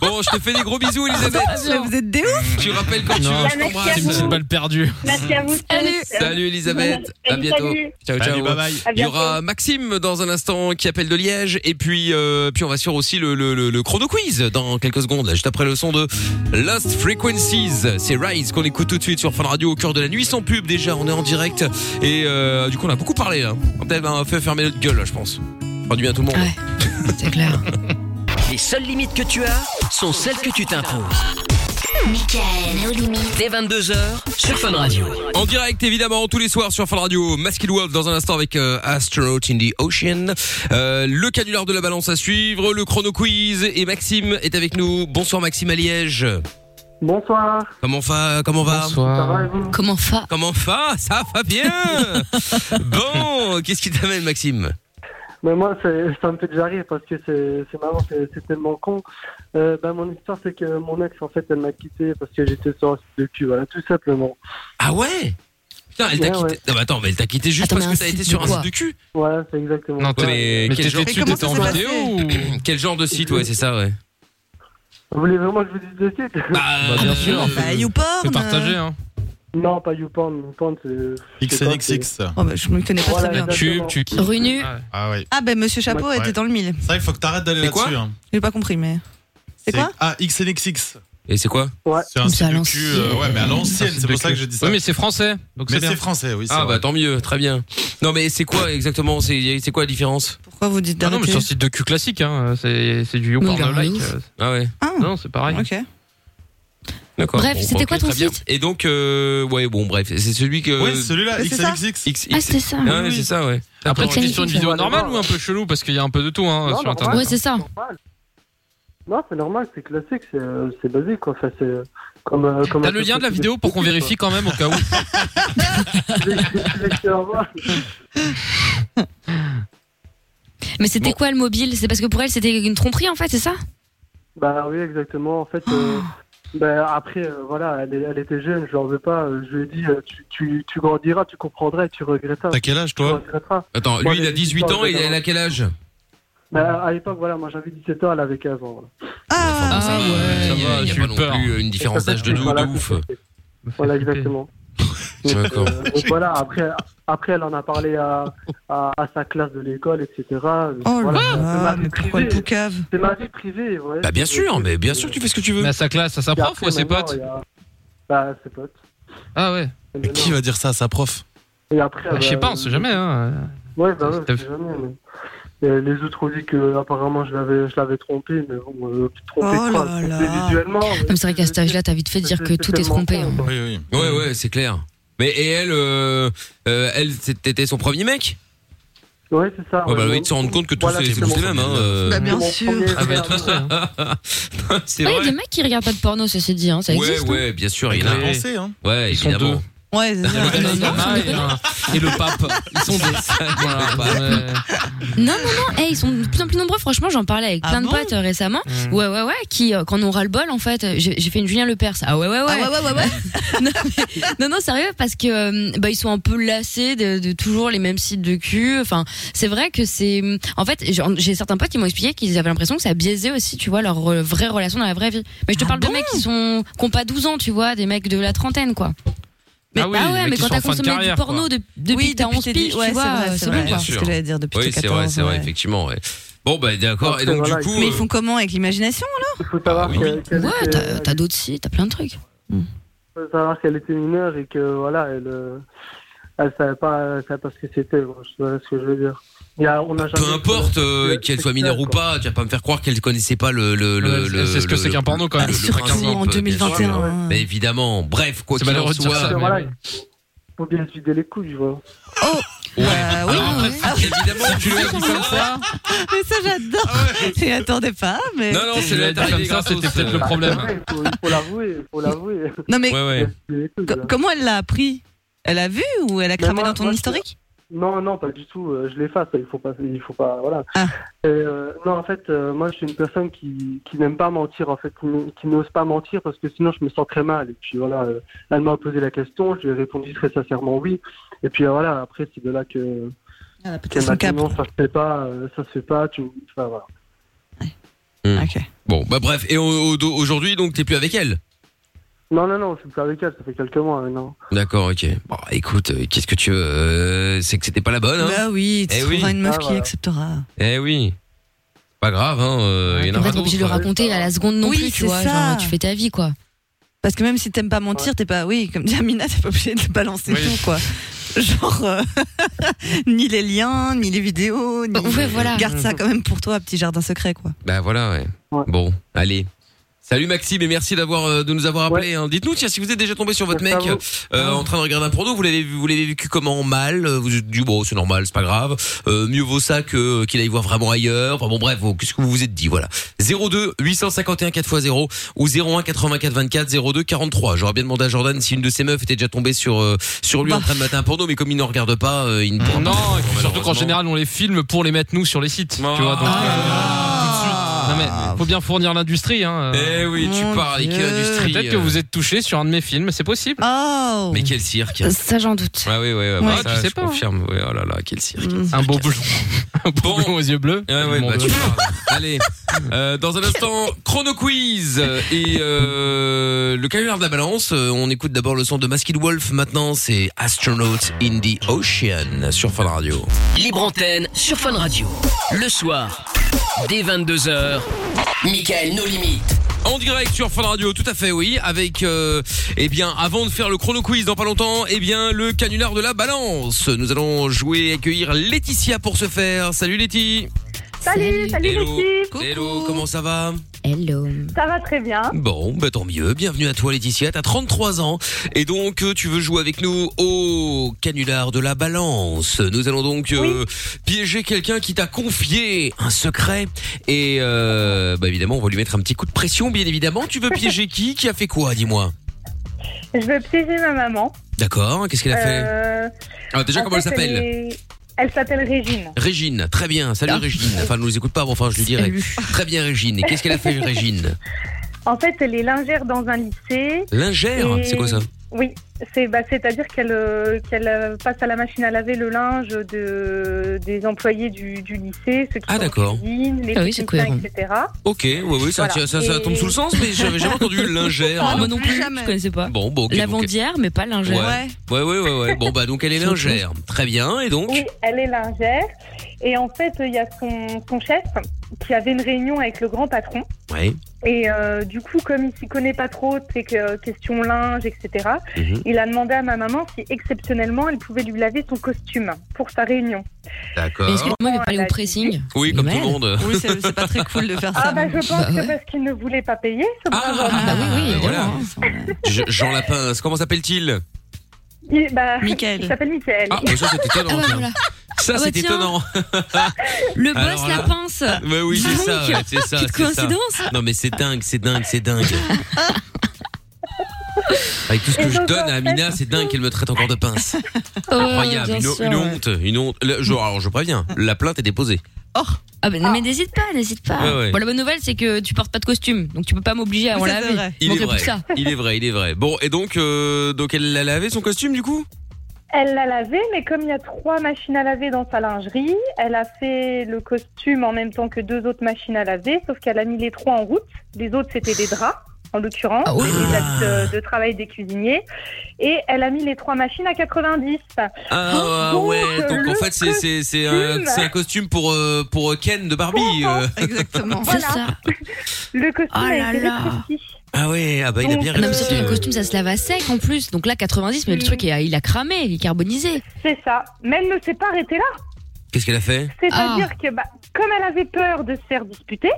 Speaker 2: Bon, je te fais des gros bisous, Elisabeth.
Speaker 3: Vous êtes des ouf
Speaker 2: Tu rappelles quand tu
Speaker 4: Non.
Speaker 2: veux, je t'embrasse.
Speaker 6: Merci à vous.
Speaker 4: C'est balle perdue.
Speaker 6: Merci à vous. tous.
Speaker 5: Salut.
Speaker 2: Salut Elisabeth, à
Speaker 6: Salut,
Speaker 2: bientôt.
Speaker 6: salut.
Speaker 2: Ciao, ciao.
Speaker 8: Allez, bye bye.
Speaker 6: À
Speaker 2: Il y
Speaker 6: bientôt.
Speaker 2: aura Maxime dans un instant qui appelle de Liège et puis euh, puis on va sur aussi le, le- le- le chrono quiz dans quelques secondes là, juste après le son de Lost Frequencies c'est Rise qu'on écoute tout de suite sur Fun Radio au cœur de la nuit sans pub déjà on est en direct et euh, du coup on a beaucoup parlé là on a peut-être un fait fermer notre gueule là, je pense ça fera du bien à tout le monde
Speaker 5: Ouais, c'est clair.
Speaker 1: Les seules limites que tu as sont celles que tu t'imposes.
Speaker 9: Michael, nos limites.
Speaker 1: Dès 22h sur Fun Radio.
Speaker 2: En direct évidemment tous les soirs sur Fun Radio, Masked World dans un instant avec euh, Astronaut in the Ocean, Euh, le canular de la balance à suivre, le chrono quiz et Maxime est avec nous. Bonsoir Maxime à Liège.
Speaker 10: Bonsoir,
Speaker 2: Comment va Comment va
Speaker 10: ça va
Speaker 4: Bonsoir.
Speaker 10: et vous
Speaker 5: Comment fa
Speaker 2: Comment va Ça
Speaker 4: <laughs>
Speaker 2: va bien. bon, qu'est-ce qui t'amène Maxime
Speaker 10: ben Moi, c'est- ça me fait déjà rire parce que c'est c'est marrant, c'est c'est tellement con. Euh, ben, mon histoire, c'est que mon ex, en fait, elle m'a quitté parce que j'étais sur un site de cul, voilà, tout simplement.
Speaker 2: Ah ouais. Putain, elle t'a
Speaker 10: Ouais,
Speaker 2: quitté.
Speaker 10: ouais.
Speaker 2: Non, mais attends, mais elle t'a quitté juste
Speaker 5: Attends, mais
Speaker 2: parce que
Speaker 5: un
Speaker 2: t'as été
Speaker 5: site
Speaker 2: sur
Speaker 5: de
Speaker 2: un
Speaker 5: quoi
Speaker 2: site de cul.
Speaker 10: Voilà, c'est exactement
Speaker 4: Non,
Speaker 10: ça.
Speaker 2: mais
Speaker 4: t'es- mais
Speaker 2: quel
Speaker 4: t'étais
Speaker 2: genre-
Speaker 4: dessus,
Speaker 3: Mais comment
Speaker 4: t'étais
Speaker 3: ça
Speaker 4: en
Speaker 3: s'est
Speaker 4: vidéo ou
Speaker 2: Quel genre de site Ouais, c'est ça, ouais.
Speaker 10: Vous voulez vraiment que je vous dise des sites
Speaker 4: Bah, bien sûr.
Speaker 2: euh,
Speaker 3: Bah, YouPorn.
Speaker 4: C'est partagé,
Speaker 3: euh,
Speaker 4: hein.
Speaker 10: Non, pas YouPorn, YouPorn, c'est...
Speaker 8: XNXX.
Speaker 3: oh, bah, je me connais pas
Speaker 10: Voilà,
Speaker 3: très bien.
Speaker 4: Cube, tu kiffes.
Speaker 5: Runu,
Speaker 4: Ah,
Speaker 8: Ah ouais.
Speaker 3: Ah, ben Monsieur Chapeau
Speaker 8: Ouais.
Speaker 3: était dans le mille.
Speaker 8: Ça, il faut que t'arrêtes d'aller
Speaker 2: C'est quoi
Speaker 8: là-dessus. hein.
Speaker 3: J'ai pas compris, mais. C'est quoi
Speaker 8: Ah, XNXX.
Speaker 2: Et c'est quoi
Speaker 8: C'est un
Speaker 5: Mais c'est à
Speaker 8: site de cul, euh,
Speaker 5: l'ancienne.
Speaker 8: Ouais, mais à l'ancienne, c'est pour ça que j'ai dit ça.
Speaker 4: Oui, mais c'est français. Donc
Speaker 8: Mais
Speaker 4: c'est bien.
Speaker 8: c'est français, oui. c'est
Speaker 2: Ah
Speaker 8: vrai.
Speaker 2: bah tant mieux, très bien. Non mais c'est quoi exactement C'est c'est quoi la différence
Speaker 3: Pourquoi vous dites
Speaker 4: Ah non, mais
Speaker 3: d'arrêter
Speaker 4: sur site de cul classique, hein. c'est c'est du YouPorn
Speaker 5: Manga,
Speaker 4: like.
Speaker 5: de ouf.
Speaker 4: euh,
Speaker 2: Ah ouais,
Speaker 3: Ah,
Speaker 4: Non, c'est pareil.
Speaker 3: ok.
Speaker 2: d'accord.
Speaker 5: Bref, c'était
Speaker 2: ok,
Speaker 5: quoi ton
Speaker 2: très bien.
Speaker 5: site
Speaker 2: Et donc euh, ouais, bon bref, c'est celui que
Speaker 8: Oui, celui-là,
Speaker 3: Mais c'est ça
Speaker 8: XNXX.
Speaker 2: X,
Speaker 5: Ah,
Speaker 2: X-
Speaker 5: c'était ça.
Speaker 2: Ah, ouais, c'est ça ouais.
Speaker 4: Après,
Speaker 5: Après,
Speaker 4: tu es
Speaker 5: c'est
Speaker 4: sur une
Speaker 5: magnifique.
Speaker 4: vidéo normale ou un peu chelou parce qu'il y a un peu de tout hein,
Speaker 10: Non,
Speaker 4: sur internet.
Speaker 10: normal.
Speaker 5: Ouais, c'est ça.
Speaker 10: Non, c'est normal, c'est classique, c'est euh, c'est basique, quoi. Enfin, c'est euh, comme... euh, comme
Speaker 4: T'as le lien de la vidéo pour qu'on vérifie quand même au cas où.
Speaker 5: Mais c'était
Speaker 2: Bon.
Speaker 5: quoi le mobile C'est parce que pour elle, c'était une tromperie en fait, c'est ça
Speaker 10: Bah oui, exactement. En fait,
Speaker 3: Oh.
Speaker 10: euh, bah, après, euh, voilà, elle, est- elle était jeune, je l'en veux pas. euh, Je lui ai dit, euh, tu, tu, tu grandiras, tu comprendras, et tu regretteras.
Speaker 8: T'as quel âge,
Speaker 10: Tu
Speaker 8: toi
Speaker 10: regretteras.
Speaker 2: Attends,
Speaker 10: Bon,
Speaker 2: lui il a
Speaker 10: les
Speaker 2: 18 ans et
Speaker 10: histoires,
Speaker 2: elle a quel âge
Speaker 10: Bah, à l'époque, voilà, moi j'avais 17 ans, elle avait 15 ans. Voilà.
Speaker 3: Ah,
Speaker 2: Ça va,
Speaker 4: ouais,
Speaker 2: ça va, il n'y a pas non
Speaker 4: super.
Speaker 2: plus une différence d'âge de, de
Speaker 10: Voilà,
Speaker 2: ouf.
Speaker 10: c'est- Voilà, exactement. Donc,
Speaker 2: <laughs> D'accord.
Speaker 10: euh, donc voilà, après, après, elle en a parlé à, à, à sa classe de l'école, etc. Euh,
Speaker 3: Oh
Speaker 10: voilà, c'est ma
Speaker 3: là là,
Speaker 10: vie
Speaker 3: mais pourquoi le
Speaker 10: privée.
Speaker 3: poucave
Speaker 10: C'est ma vie privée, ouais.
Speaker 2: Bah bien sûr, mais bien sûr que tu fais ce que tu veux.
Speaker 4: Mais à Bah, sa classe, à sa
Speaker 10: Et
Speaker 4: prof
Speaker 10: après,
Speaker 4: ou à ses
Speaker 10: maintenant,
Speaker 4: potes
Speaker 10: il y a- Bah, ses potes.
Speaker 4: Ah ouais.
Speaker 10: Et
Speaker 8: Mais Qui
Speaker 10: maintenant-
Speaker 8: va dire ça à sa prof
Speaker 10: et après,
Speaker 4: Bah, Je sais
Speaker 10: bah,
Speaker 4: pas, on sait jamais. Hein.
Speaker 10: Ouais, bah
Speaker 4: Ça,
Speaker 10: ouais,
Speaker 4: c'est
Speaker 10: c'est jamais. mais- Et les autres ont dit que apparemment je l'avais, je l'avais trompé, mais bon, euh, trompé
Speaker 3: Oh
Speaker 10: quoi
Speaker 3: là
Speaker 10: trompé
Speaker 3: là.
Speaker 10: visuellement.
Speaker 5: Non, mais c'est vrai qu'à cet âge-là, t'as vite fait de dire que tout est trompé. hein.
Speaker 8: Oui, oui.
Speaker 2: Ouais ouais, c'est clair. Mais et elle, euh, euh, elle c'était son premier mec
Speaker 10: Ouais, c'est ça.
Speaker 2: Ouais, bah,
Speaker 10: ouais.
Speaker 2: il se rendre compte que tous
Speaker 10: Voilà,
Speaker 2: c'est c'est
Speaker 10: c'est
Speaker 2: tous les
Speaker 10: mon
Speaker 2: mêmes. Hein,
Speaker 8: premier.
Speaker 2: euh.
Speaker 3: Bah,
Speaker 10: C'est
Speaker 3: bien
Speaker 10: mon
Speaker 3: sûr.
Speaker 10: premier
Speaker 4: Ah bah, de
Speaker 10: frère,
Speaker 4: toute
Speaker 10: <laughs>
Speaker 4: façon,
Speaker 10: ouais.
Speaker 4: hein.
Speaker 2: Non, c'est
Speaker 5: Ouais, il y a
Speaker 2: vrai.
Speaker 5: des mecs qui regardent pas de porno, ceci dit, hein, ça
Speaker 2: ouais,
Speaker 5: existe. hein.
Speaker 2: ouais, bien sûr, il y en
Speaker 8: Il a
Speaker 2: a.
Speaker 4: Ouais.
Speaker 8: pensé, hein.
Speaker 2: Ouais,
Speaker 4: Ils sont
Speaker 2: évidemment.
Speaker 4: deux.
Speaker 3: Ouais, c'est
Speaker 4: Il
Speaker 3: ça.
Speaker 4: y a le Dalai Lama et un- et le pape. Ils sont des. Voilà, ouais.
Speaker 5: Non, non, non, hey, ils sont de plus en plus nombreux. Franchement, j'en parlais avec
Speaker 3: Ah
Speaker 5: plein
Speaker 3: bon Mmh.
Speaker 5: de potes euh, récemment.
Speaker 4: Mm.
Speaker 5: Ouais, ouais, ouais, qui, euh, quand on ras le bol, en fait, euh, j'ai j'ai fait une Julien Lepers. Ah ouais, ouais, ouais.
Speaker 3: Ah ouais, ouais, ouais, ouais.
Speaker 5: non, mais- <laughs> non, non, sérieux, parce que euh, bah, ils sont un peu lassés de, de toujours les mêmes sites de cul. Enfin, c'est vrai que c'est. En fait, j'en- j'ai certains potes qui m'ont expliqué qu'ils avaient l'impression que ça biaisait aussi, tu vois, leur euh, vraie relation dans la vraie vie. Mais je te
Speaker 3: Ah
Speaker 5: parle
Speaker 3: bon
Speaker 5: de mecs qui sont qui ont pas 12 ans, tu vois, des mecs de la trentaine, quoi. Mais,
Speaker 4: Ah oui,
Speaker 5: bah
Speaker 4: les
Speaker 5: ouais,
Speaker 4: mecs
Speaker 5: mais
Speaker 4: qui
Speaker 5: quand
Speaker 4: sont en
Speaker 5: t'as
Speaker 4: fin de
Speaker 5: consommé
Speaker 4: carrière,
Speaker 5: du porno
Speaker 4: quoi.
Speaker 5: de- depuis
Speaker 3: Oui,
Speaker 5: que t'as
Speaker 3: depuis
Speaker 5: 11
Speaker 3: tes
Speaker 5: piges,
Speaker 3: dix- ouais,
Speaker 5: tu vois,
Speaker 3: c'est vrai,
Speaker 5: c'est
Speaker 3: c'est
Speaker 5: bon,
Speaker 3: vrai.
Speaker 5: quoi.
Speaker 3: C'est ce que j'allais dire depuis
Speaker 2: Oui,
Speaker 3: tes
Speaker 2: c'est vrai,
Speaker 3: 14,
Speaker 2: c'est vrai,
Speaker 3: ouais.
Speaker 2: effectivement. Ouais. Bon, bah d'accord. Et donc, du
Speaker 10: Voilà,
Speaker 2: coup.
Speaker 3: Mais
Speaker 2: euh,
Speaker 3: ils font comment avec l'imagination
Speaker 10: Il faut savoir
Speaker 2: Ah oui.
Speaker 10: qu'elle- qu'elle
Speaker 5: Ouais,
Speaker 10: était-
Speaker 5: t'as- t'as d'autres sites, t'as plein de trucs.
Speaker 10: il faut savoir qu'elle était mineure et que voilà, elle, euh, elle savait pas, elle savait pas ce que c'était. bon, je sais pas ce que je veux dire. Il y a- on a
Speaker 2: Peu
Speaker 10: jamais-
Speaker 2: importe euh,
Speaker 10: Ouais,
Speaker 2: qu'elle
Speaker 10: c'est
Speaker 2: soit mineure
Speaker 10: clair,
Speaker 2: ou
Speaker 10: quoi.
Speaker 2: pas, tu vas pas me faire croire qu'elle connaissait pas le. le, le, le-
Speaker 4: C'est ce que
Speaker 2: le-
Speaker 4: c'est qu'un porno quand
Speaker 3: Ah,
Speaker 4: même.
Speaker 2: le
Speaker 3: surtout
Speaker 2: principe,
Speaker 3: en
Speaker 2: bien sûr.
Speaker 3: 2021. hein.
Speaker 2: Mais évidemment, bref, quoi
Speaker 4: C'est
Speaker 2: qu'il en
Speaker 4: malheureux de dire
Speaker 2: soit.
Speaker 4: ça.
Speaker 10: Parce que
Speaker 4: mais oui.
Speaker 10: voilà, il faut bien se vider les couilles, je vois.
Speaker 3: Oh
Speaker 2: Ouais.
Speaker 3: Bah, oui,
Speaker 2: Alors,
Speaker 3: ouais.
Speaker 2: après, Évidemment, tu le dis comme ça.
Speaker 3: Mais ça, j'adore.
Speaker 10: Ah
Speaker 3: J'y attendais pas, mais.
Speaker 2: Non, non, c'est
Speaker 4: Tu l'as
Speaker 2: la
Speaker 4: dit comme ça, c'était peut-être le
Speaker 10: Bah,
Speaker 4: problème.
Speaker 10: c'est vrai, Il faut- il faut l'avouer, il faut l'avouer.
Speaker 3: Non, mais
Speaker 2: Ouais, ouais.
Speaker 10: Bien se vider les couilles,
Speaker 3: co-
Speaker 10: là.
Speaker 3: comment elle l'a appris Elle a vu ou elle a cramé
Speaker 10: moi-
Speaker 3: dans ton
Speaker 10: moi, je-
Speaker 3: historique
Speaker 10: Non, non, pas du tout. euh, Je l'efface. Il faut pas. Il faut pas. Voilà.
Speaker 3: Ah.
Speaker 10: Et, euh, non, en fait, euh, moi, je suis une personne qui, qui n'aime pas mentir, en fait, qui n- qui n'ose pas mentir parce que sinon, je me sens très mal. Et puis voilà, euh, elle m'a posé la question, je lui ai répondu très sincèrement oui. Et puis euh, voilà, après, c'est de là que
Speaker 3: Elle a
Speaker 10: qu'elle
Speaker 3: peut-être
Speaker 10: m'a
Speaker 3: son
Speaker 10: dit
Speaker 3: cap.
Speaker 10: non, ça se fait pas, euh, ça se fait pas. Tu, enfin, voilà.
Speaker 3: Ok.
Speaker 2: Bon, bah bref. Et au- au- aujourd'hui, donc, t'es plus avec elle
Speaker 10: Non, non, non, je suis plus avec elle, ça fait quelques mois hein, maintenant.
Speaker 2: D'accord, ok. Bon, écoute, euh, qu'est-ce que tu veux euh, C'est que c'était pas la bonne, hein
Speaker 3: Bah oui, tu
Speaker 2: Eh
Speaker 3: trouveras
Speaker 2: oui.
Speaker 3: une meuf
Speaker 2: Ah,
Speaker 3: qui
Speaker 2: voilà.
Speaker 3: acceptera.
Speaker 2: Eh oui. Pas grave, hein. euh, il y en
Speaker 5: En
Speaker 2: aura
Speaker 5: fait, t'es obligé de le
Speaker 2: d'autres.
Speaker 5: raconter à la seconde non
Speaker 3: Oui,
Speaker 5: plus, tu
Speaker 3: c'est
Speaker 5: vois.
Speaker 3: ça.
Speaker 5: genre, tu fais ta vie, quoi.
Speaker 3: Parce que même si t'aimes pas mentir, t'es pas. Oui, comme dit Amina, t'es pas obligé de le balancer tout, quoi. Genre, euh, <laughs> ni les liens, ni les vidéos, ni.
Speaker 5: Ouais, voilà.
Speaker 3: Garde ça quand même pour toi, petit jardin secret, quoi.
Speaker 2: Bah voilà, ouais. Bon, allez. Salut Maxime et merci d'avoir euh, de nous avoir appelé. hein. Dites-nous tiens si vous êtes déjà tombé sur votre mec
Speaker 10: Merci à
Speaker 2: euh, en train de regarder un porno, vous l'avez vous l'avez vécu comment mal euh, Vous vous êtes dit bon c'est normal, c'est pas grave. Euh, mieux vaut ça que euh, qu'il aille voir vraiment ailleurs. Enfin bon bref, vous- qu'est-ce que vous vous êtes dit voilà. 02 851 4x0 ou 01 84 24 02 43. J'aurais bien demandé à Jordan si une de ses meufs était déjà tombée sur euh, sur lui en train de mater un porno, mais comme il n'en regarde pas, euh, il ne pourra
Speaker 4: Non,
Speaker 2: pas.
Speaker 4: et puis Bah, surtout qu'en général, on les filme pour les mettre nous sur les sites. Tu vois, donc. euh, tout de suite. Non, mais faut bien fournir l'industrie. Hein.
Speaker 2: Ah. Eh oui, tu Mon parles avec Dieu. l'industrie,
Speaker 4: Peut-être que
Speaker 2: euh.
Speaker 4: vous êtes touché sur un de mes films, c'est possible.
Speaker 3: Oh
Speaker 2: Mais quel cirque
Speaker 5: Ça, j'en doute.
Speaker 2: Ah oui, oui, ouais, bah,
Speaker 4: Ouais,
Speaker 2: ça,
Speaker 4: tu sais
Speaker 2: je
Speaker 4: pas, hein.
Speaker 2: confirme. Ouais, oh là là, quel cirque.
Speaker 4: Un beau boulon. <laughs> Un beau blond aux yeux bleus.
Speaker 2: Ouais, ouais,
Speaker 4: Mon
Speaker 2: bah,
Speaker 4: Dieu.
Speaker 2: tu parles. Allez, euh, dans un instant, chrono quiz euh, et euh, le canular de la balance. Euh, on écoute d'abord le son de Masked Wolf. Maintenant, c'est Astronaut in the Ocean sur Fun Radio.
Speaker 1: Libre antenne sur Fun Radio. Le soir, dès 22h, Michael No Limites.
Speaker 2: En direct sur Fun Radio, tout à fait, oui. Avec, euh, eh bien, avant de faire le chrono quiz dans pas longtemps, eh bien, le canular de la balance. Nous allons jouer et accueillir Laetitia pour ce faire. Salut Laetitia.
Speaker 11: Salut, salut
Speaker 2: Hello.
Speaker 11: l'équipe
Speaker 2: Hello, comment ça va
Speaker 5: Hello
Speaker 11: Ça va très bien.
Speaker 2: Bon, bah tant mieux. Bienvenue à toi, Laetitia. T'as 33 ans et donc euh, tu veux jouer avec nous au canular de la balance. Nous allons donc euh, piéger quelqu'un qui t'a confié un secret et euh, bah évidemment on va lui mettre un petit coup de pression. Bien évidemment, tu veux piéger qui Qui a fait quoi Dis-moi.
Speaker 11: Je vais piéger ma maman.
Speaker 2: D'accord. Qu'est-ce qu'elle a fait
Speaker 11: Euh,
Speaker 2: Ah, Déjà,
Speaker 11: en
Speaker 2: comment elle
Speaker 11: fait,
Speaker 2: s'appelle
Speaker 11: est- Elle s'appelle Régine.
Speaker 2: Régine, très bien. Salut Régine. Enfin, elle nous écoute pas, mais enfin, je lui dirai. Très bien, Régine. Et qu'est-ce qu'elle a fait, Régine
Speaker 11: En fait, elle est lingère dans un lycée.
Speaker 2: Lingère
Speaker 11: Et-
Speaker 2: C'est quoi ça
Speaker 11: Oui, c'est bah, c'est-à-dire qu'elle euh, qu'elle euh, passe à la machine à laver le linge de, des employés du, du lycée, ceux qui
Speaker 2: Ah,
Speaker 11: sont en
Speaker 2: d'accord.
Speaker 11: cuisine, les
Speaker 2: Ah oui, c'est
Speaker 11: techniciens,
Speaker 2: cohérent.
Speaker 11: etc.
Speaker 2: Ok, oui, oui, ça,
Speaker 11: Voilà.
Speaker 2: ça, ça
Speaker 11: Et-
Speaker 2: tombe sous le sens, mais j'avais jamais entendu lingère. hein.
Speaker 5: Ah, <laughs> moi non plus, je connaissais pas.
Speaker 2: Bon, bon, ok, ok.
Speaker 5: Lavandière, mais pas lingère.
Speaker 2: Ouais. Ouais, ouais, ouais, ouais. Bon, bah, donc
Speaker 5: <laughs>
Speaker 2: elle est lingère. Très bien. Et donc,
Speaker 11: Oui, elle est lingère. Et en fait, il y a son, son chef qui avait une réunion avec le grand patron.
Speaker 2: ouais.
Speaker 11: Et euh, du coup, comme il s'y connaît pas trop, tu sais, que, euh, question linge, etc.,
Speaker 2: Mhm.
Speaker 11: il a demandé à ma maman si exceptionnellement elle pouvait lui laver son costume pour sa réunion.
Speaker 2: D'accord.
Speaker 5: Est-ce que moi, il veut pas aller au pressing
Speaker 2: Oui, comme tout le monde.
Speaker 5: Oui,
Speaker 3: c'est-
Speaker 5: pas très cool de faire
Speaker 11: Ah, bah, je pense que parce qu'il ne voulait pas payer ce brave homme.
Speaker 5: bah
Speaker 2: Ah, voilà. Je- Jean Lapin, comment s'appelle-t-il
Speaker 11: Il, bah,
Speaker 5: Michael.
Speaker 11: il s'appelle Michael.
Speaker 2: Ah, bah, ça, c'est étonnant,
Speaker 5: Ah, bah,
Speaker 2: tiens.
Speaker 5: voilà.
Speaker 2: Ça,
Speaker 5: Ah, bah,
Speaker 2: c'est
Speaker 5: tiens.
Speaker 2: étonnant.
Speaker 5: Le boss
Speaker 2: Alors là-
Speaker 5: la pince.
Speaker 2: Bah oui, c'est
Speaker 5: Dis
Speaker 2: ça,
Speaker 5: donc,
Speaker 2: ouais, c'est ça,
Speaker 5: Petite
Speaker 2: c'est ça.
Speaker 5: coïncidence.
Speaker 2: Non mais c'est dingue, c'est dingue, c'est dingue.
Speaker 5: <laughs>
Speaker 2: Avec tout ce
Speaker 5: Et
Speaker 2: que je
Speaker 5: donc,
Speaker 2: donne
Speaker 5: en
Speaker 2: à
Speaker 5: fait-
Speaker 2: Amina, c'est dingue qu'elle me traite encore de pince. Incroyable,
Speaker 5: Oh, bien
Speaker 2: une,
Speaker 5: sûr,
Speaker 2: une
Speaker 5: ouais.
Speaker 2: honte, une honte. Le- je- alors je préviens, la plainte est déposée.
Speaker 11: Oh.
Speaker 5: Ah bah, mais n'hésite pas, n'hésite pas.
Speaker 2: Ouais, ouais.
Speaker 5: Bon, la bonne nouvelle, c'est que tu portes pas de costume, donc tu peux pas m'obliger à en
Speaker 3: Oui, ça, c'est
Speaker 5: laver.
Speaker 3: vrai.
Speaker 2: Il
Speaker 5: Donc,
Speaker 2: est
Speaker 5: y a plus
Speaker 2: vrai,
Speaker 5: que ça.
Speaker 2: il est vrai, il est vrai. Bon et donc euh, donc elle a lavé son costume du coup
Speaker 11: Elle l'a lavé, mais comme il y a trois machines à laver dans sa lingerie, elle a fait le costume en même temps que deux autres machines à laver, sauf qu'elle a mis les trois en route. Les autres, c'était des draps, en l'occurrence,
Speaker 5: Ah oui.
Speaker 11: les habits euh, de, travail des cuisiniers. Et elle a mis les trois machines à 90.
Speaker 2: Ah ouais, donc en
Speaker 11: Hein Oh, le
Speaker 2: fait c'est c'est c'est un,
Speaker 11: costume.
Speaker 2: c'est un costume pour euh, pour Ken de Barbie. euh. <laughs>
Speaker 3: Exactement.
Speaker 11: Voilà. Le costume
Speaker 5: Oh
Speaker 11: a
Speaker 5: là
Speaker 11: été
Speaker 5: là.
Speaker 11: rétréci.
Speaker 2: Ah ouais, ah bah il a bien
Speaker 5: Ah Non, mais
Speaker 2: réussi.
Speaker 5: surtout, le costume, ça se lave à sec en plus. Donc là, 90,
Speaker 11: Mm.
Speaker 5: mais le truc, il a, il a cramé, il est carbonisé.
Speaker 11: C'est ça. Mais elle ne s'est pas arrêtée là.
Speaker 2: Qu'est-ce qu'elle a fait
Speaker 11: C'est-à-dire
Speaker 5: Ah.
Speaker 11: que, bah, comme elle avait peur de se faire disputer,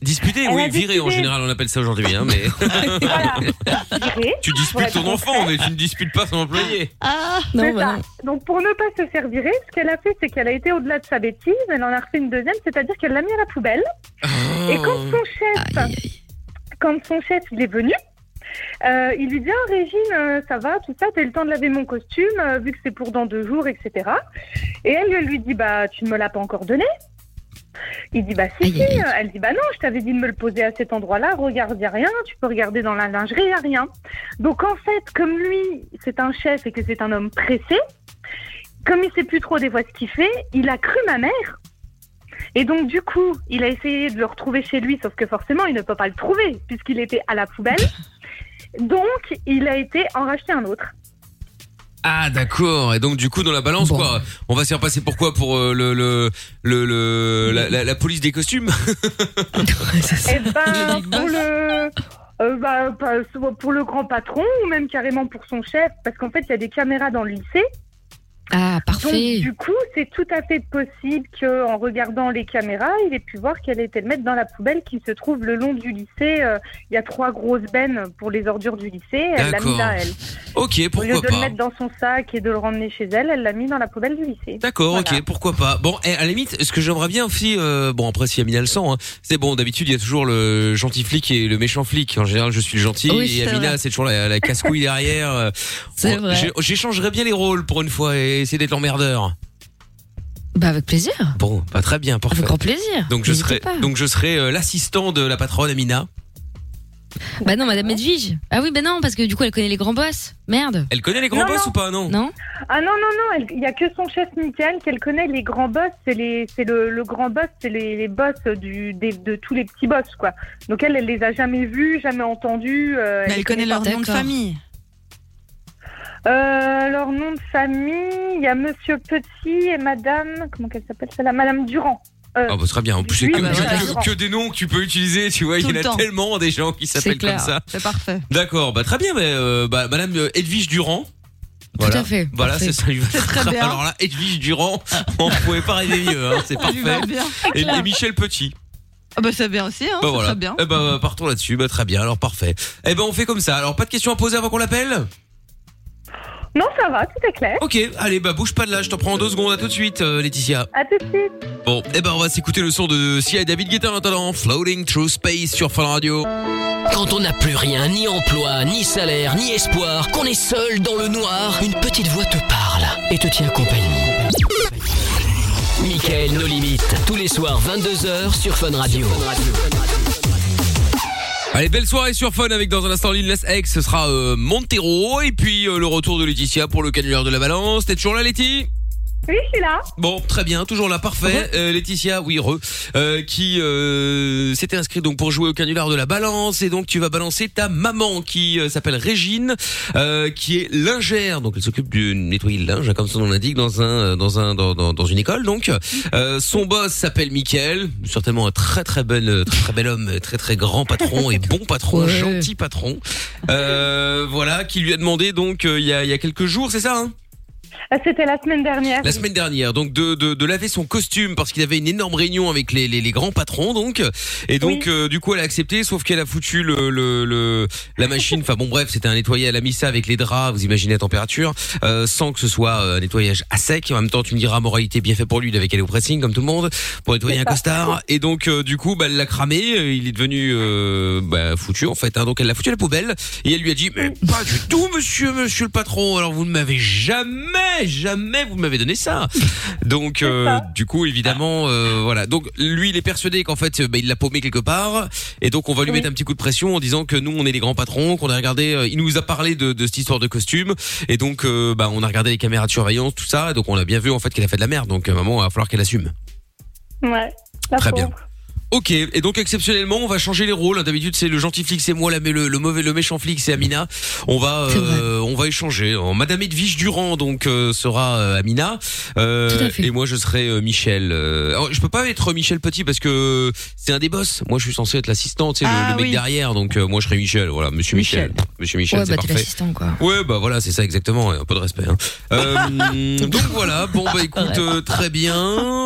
Speaker 2: Disputer,
Speaker 11: Elle
Speaker 2: oui,
Speaker 11: a
Speaker 2: virer en
Speaker 11: décidé-
Speaker 2: général on appelle ça aujourd'hui hein,
Speaker 11: <laughs>
Speaker 2: mais <laughs>
Speaker 11: virer,
Speaker 2: tu
Speaker 11: pour
Speaker 2: disputes
Speaker 11: être
Speaker 2: ton enfant mais tu ne disputes pas ton employé.
Speaker 5: Ah,
Speaker 11: C'est
Speaker 5: non, bah
Speaker 11: ça.
Speaker 5: non.
Speaker 11: Donc pour ne pas se faire virer, ce qu'elle a fait, c'est qu'elle a été au-delà de sa bêtise, elle en a refait une deuxième, c'est-à-dire qu'elle l'a mis à la poubelle. Et quand
Speaker 5: Oh.
Speaker 11: son chef, quand son chef il est venu, euh, il lui dit Ah, Régine, euh, ça va, tout ça, t'as eu le temps de laver mon costume, euh, vu que c'est pour dans deux jours, etc. Et elle elle lui dit Bah, tu ne me l'as pas encore donné Il dit Bah, si, si. Elle dit Bah, non, je t'avais dit de me le poser à cet endroit-là, regarde, y a rien, tu peux regarder dans la lingerie, y a rien. Donc en fait, comme lui, c'est un chef et que c'est un homme pressé, comme il sait plus trop des fois ce qu'il fait, il a cru ma mère. Et donc, du coup, il a essayé de le retrouver chez lui, sauf que forcément, il ne peut pas le trouver, puisqu'il était à la poubelle. Donc, il a été en racheter un autre.
Speaker 2: Ah d'accord et donc du coup dans la balance quoi on va se faire passer pour quoi pour euh, le le le, le- la, la- la police des costumes <laughs>
Speaker 11: Eh ben, pour le, euh, bah, pas- soit pour le grand patron ou même carrément pour son chef, parce qu'en fait, il y a des caméras dans le lycée.
Speaker 5: Ah, parfait.
Speaker 11: Donc, du coup, c'est tout à fait possible qu'en regardant les caméras, il ait pu voir qu'elle était le mettre dans la poubelle qui se trouve le long du lycée. Euh, Il y a trois grosses bennes pour les ordures du lycée. Elle l'a mis
Speaker 2: D'accord.
Speaker 11: là, elle.
Speaker 2: ok
Speaker 11: Au lieu
Speaker 2: pourquoi
Speaker 11: de le
Speaker 2: pas
Speaker 11: mettre dans son sac et de le ramener chez elle, elle l'a mis dans la poubelle du lycée.
Speaker 2: D'accord, ok, pourquoi pas. Bon, et à la limite, ce que j'aimerais bien aussi, euh, bon après si Amina le sent, hein, c'est bon, d'habitude il y a toujours le gentil flic et le méchant flic. En général, je suis le gentil
Speaker 7: Oui,
Speaker 2: et
Speaker 7: c'est
Speaker 2: Amina
Speaker 7: vrai.
Speaker 2: c'est toujours la, la casse-couille derrière. Euh,
Speaker 5: <laughs> C'est
Speaker 2: bon,
Speaker 5: vrai.
Speaker 2: j'ai- J'échangerais bien les rôles pour une fois et essayer d'être l'emmerdeur.
Speaker 5: Bah, avec plaisir.
Speaker 2: Bon, bah, très bien, parfait.
Speaker 5: Avec grand plaisir.
Speaker 2: Donc je
Speaker 5: N'hésitez
Speaker 2: serai,
Speaker 5: pas.
Speaker 2: donc je serai euh, l'assistant de la patronne Amina.
Speaker 5: Bah non, Madame Edwige. Ah oui, bah non, parce que du coup, elle connaît les grands boss. Merde.
Speaker 2: Elle connaît les grands
Speaker 11: Non,
Speaker 2: boss
Speaker 11: non.
Speaker 2: ou pas Non.
Speaker 5: Non.
Speaker 11: Ah non, non, non, il n'y a que son chef Michael qu'elle connaît. Les grands boss, c'est les- c'est le, le grand boss, c'est les, les boss du, des- de tous les petits boss, quoi. Donc elle, elle les a jamais vus, jamais entendus. euh,
Speaker 3: Mais elle
Speaker 11: les
Speaker 3: connaît leur
Speaker 11: pas.
Speaker 3: nom de famille.
Speaker 11: Euh, leur nom de famille, il y a Monsieur Petit et Madame, comment qu'elle s'appelle celle-là Madame Durand. Euh,
Speaker 2: Ah bah ce serait bien. En plus c'est
Speaker 11: Oui,
Speaker 2: que,
Speaker 11: bah,
Speaker 2: que-
Speaker 11: voilà.
Speaker 2: que- que des noms que tu peux utiliser, tu vois.
Speaker 11: Tout
Speaker 2: il y
Speaker 11: le
Speaker 2: en a
Speaker 11: temps.
Speaker 2: tellement des gens qui s'appellent comme ça.
Speaker 3: C'est parfait.
Speaker 2: D'accord, bah très bien, mais, euh, bah, Madame euh, Edwige Durand. Voilà.
Speaker 3: à fait,
Speaker 2: Voilà,
Speaker 3: parfait.
Speaker 2: c'est ça lui va
Speaker 3: <laughs> C'est très
Speaker 2: faire.
Speaker 3: bien.
Speaker 2: Alors là, Edwige Durand, <laughs> on pouvait pas rêver mieux,
Speaker 3: <laughs>
Speaker 2: hein, c'est
Speaker 3: Ça lui va
Speaker 2: parfait.
Speaker 3: bien.
Speaker 2: Et,
Speaker 3: Claire.
Speaker 2: et Michel Petit.
Speaker 3: Ah bah c'est bien aussi, hein,
Speaker 2: bah
Speaker 3: c'est
Speaker 2: voilà.
Speaker 3: très bien.
Speaker 2: Eh ben, partons là-dessus, bah très bien, alors parfait. Eh ben on fait comme ça. Alors pas de questions à poser avant qu'on l'appelle
Speaker 11: Non, ça va, tout est clair.
Speaker 2: Ok, allez, bah bouge pas de là, je t'en prends en deux secondes, à tout de suite, euh, Laetitia.
Speaker 11: À tout de suite.
Speaker 2: Bon, eh ben on va s'écouter le son de Sia et David Guetta en attendant, Floating Through Space sur Fun Radio.
Speaker 1: Quand on n'a plus rien, ni emploi, ni salaire, ni espoir, qu'on est seul dans le
Speaker 5: Ah,
Speaker 1: noir, une petite voix te parle et te tient compagnie. Michael, nos limites, tous les soirs 22h sur Fun Radio.
Speaker 2: Allez, belle soirée sur Fun avec dans un instant Lil Nas X, ce sera euh, Montero et puis euh, le retour de Laetitia pour le canular de la balance. T'es toujours là, Letty
Speaker 11: Oui, je suis là.
Speaker 2: Bon, très bien, toujours là, parfait. Euh, Laetitia, oui, re, euh, qui euh, s'était inscrite donc pour jouer au canular de la balance et donc tu vas balancer ta maman qui euh, s'appelle Régine, euh, qui est lingère, donc elle s'occupe du nettoyer le linge, hein, comme son nom l'indique, dans un euh, dans un dans, dans, dans une école. Donc Euh, son boss s'appelle Michael, certainement un très très bel très très bel homme, euh, très très grand patron et bon patron, gentil patron. Euh, voilà, qui lui a demandé donc euh, il y a il y a quelques jours, c'est ça. Hein
Speaker 11: Euh, C'était la semaine dernière.
Speaker 2: la semaine dernière, donc de, de, de laver son costume parce qu'il avait une énorme réunion avec les, les, les grands patrons, donc et donc euh, du coup elle a accepté, sauf qu'elle a foutu le, le, le- la machine. Enfin bon bref, c'était un nettoyage, elle a mis ça avec les draps, vous imaginez la température, euh, sans que ce soit euh, un nettoyage à sec. Et en même temps, tu me diras moralité bien fait pour lui, il avait qu'à aller au pressing comme tout le monde pour nettoyer un costard. Et donc euh, du coup, bah, elle l'a cramé, euh, il est devenu euh, bah, foutu en fait. hein. Donc elle l'a foutu à la poubelle et elle lui a dit mais pas du tout monsieur monsieur le patron. Alors vous ne m'avez jamais jamais vous m'avez donné ça. Donc euh, du coup évidemment euh, voilà. Donc lui il est persuadé qu'en fait euh, bah, il l'a paumé quelque part et donc on va lui mettre un petit coup de pression en disant que nous on est les grands patrons qu'on a regardé euh, il nous a parlé de, de cette histoire de costume et donc euh, bah, on a regardé les caméras de surveillance tout ça et donc on a bien vu en fait qu'elle a fait de la merde donc euh, maman il va falloir qu'elle assume.
Speaker 11: Ouais. la
Speaker 2: Très
Speaker 11: pauvre.
Speaker 2: bien. Ok, et donc exceptionnellement, on va changer les rôles. D'habitude, c'est le gentil flic, c'est moi, là, mais le, le mauvais, le méchant flic, c'est Amina. On va, euh, on va échanger. En Madame Edwige Durand donc euh, sera euh, Amina, Euh,
Speaker 7: Tout à fait.
Speaker 2: et moi je serai euh, Michel. Euh, alors, je peux pas être Michel Petit parce que c'est un des boss. Moi, je suis censé être l'assistante, c'est
Speaker 7: Ah
Speaker 2: le, mec
Speaker 7: oui.
Speaker 2: derrière. Donc euh, moi, je serai Michel. Voilà, Monsieur Michel,
Speaker 7: Michel.
Speaker 2: Monsieur Michel,
Speaker 7: Ouais,
Speaker 2: c'est
Speaker 7: bah, t'es
Speaker 2: parfait.
Speaker 7: l'assistant, quoi.
Speaker 2: Ouais, bah voilà, c'est ça exactement. et Un peu de respect. hein. Euh, donc voilà. Bon
Speaker 5: <laughs>
Speaker 2: bah écoute, euh, très bien.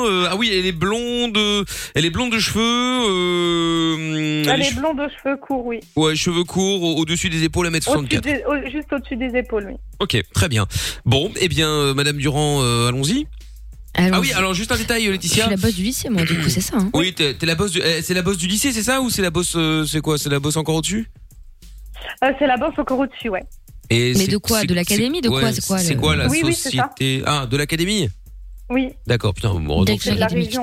Speaker 2: Euh, ah oui, elle est blonde. euh, Elle est blonde de cheveux. euh,
Speaker 11: Elle
Speaker 2: les
Speaker 11: est
Speaker 2: cheveux-
Speaker 11: blonde aux cheveux courts, oui.
Speaker 2: Ouais, cheveux courts, au- au-dessus des épaules, 1m64.
Speaker 11: Au-dessus des- au- juste au-dessus des épaules, oui.
Speaker 2: Ok, très bien. Bon, eh bien, euh, Madame Durand, euh, allons-y. Ah oui, alors juste un détail,
Speaker 5: Je
Speaker 2: Laetitia.
Speaker 5: suis la boss du lycée, moi, du coup, c'est ça. Hein.
Speaker 2: Oui, t'es t'es la boss. du- eh, C'est la boss du lycée, c'est ça, ou c'est la boss, euh, c'est quoi, c'est la boss encore au-dessus
Speaker 11: Euh, c'est la bosse encore au-dessus, ouais.
Speaker 2: Et
Speaker 5: Mais
Speaker 2: c'est-
Speaker 5: de quoi
Speaker 2: c'est-
Speaker 5: De l'académie De quoi
Speaker 2: ouais,
Speaker 5: C'est quoi,
Speaker 2: C'est
Speaker 5: le-
Speaker 2: quoi la
Speaker 11: Oui, oui, c'est ça.
Speaker 2: société Ah, de l'académie.
Speaker 11: Oui.
Speaker 2: D'accord, putain, vous me redonnez.
Speaker 11: C'est de la région.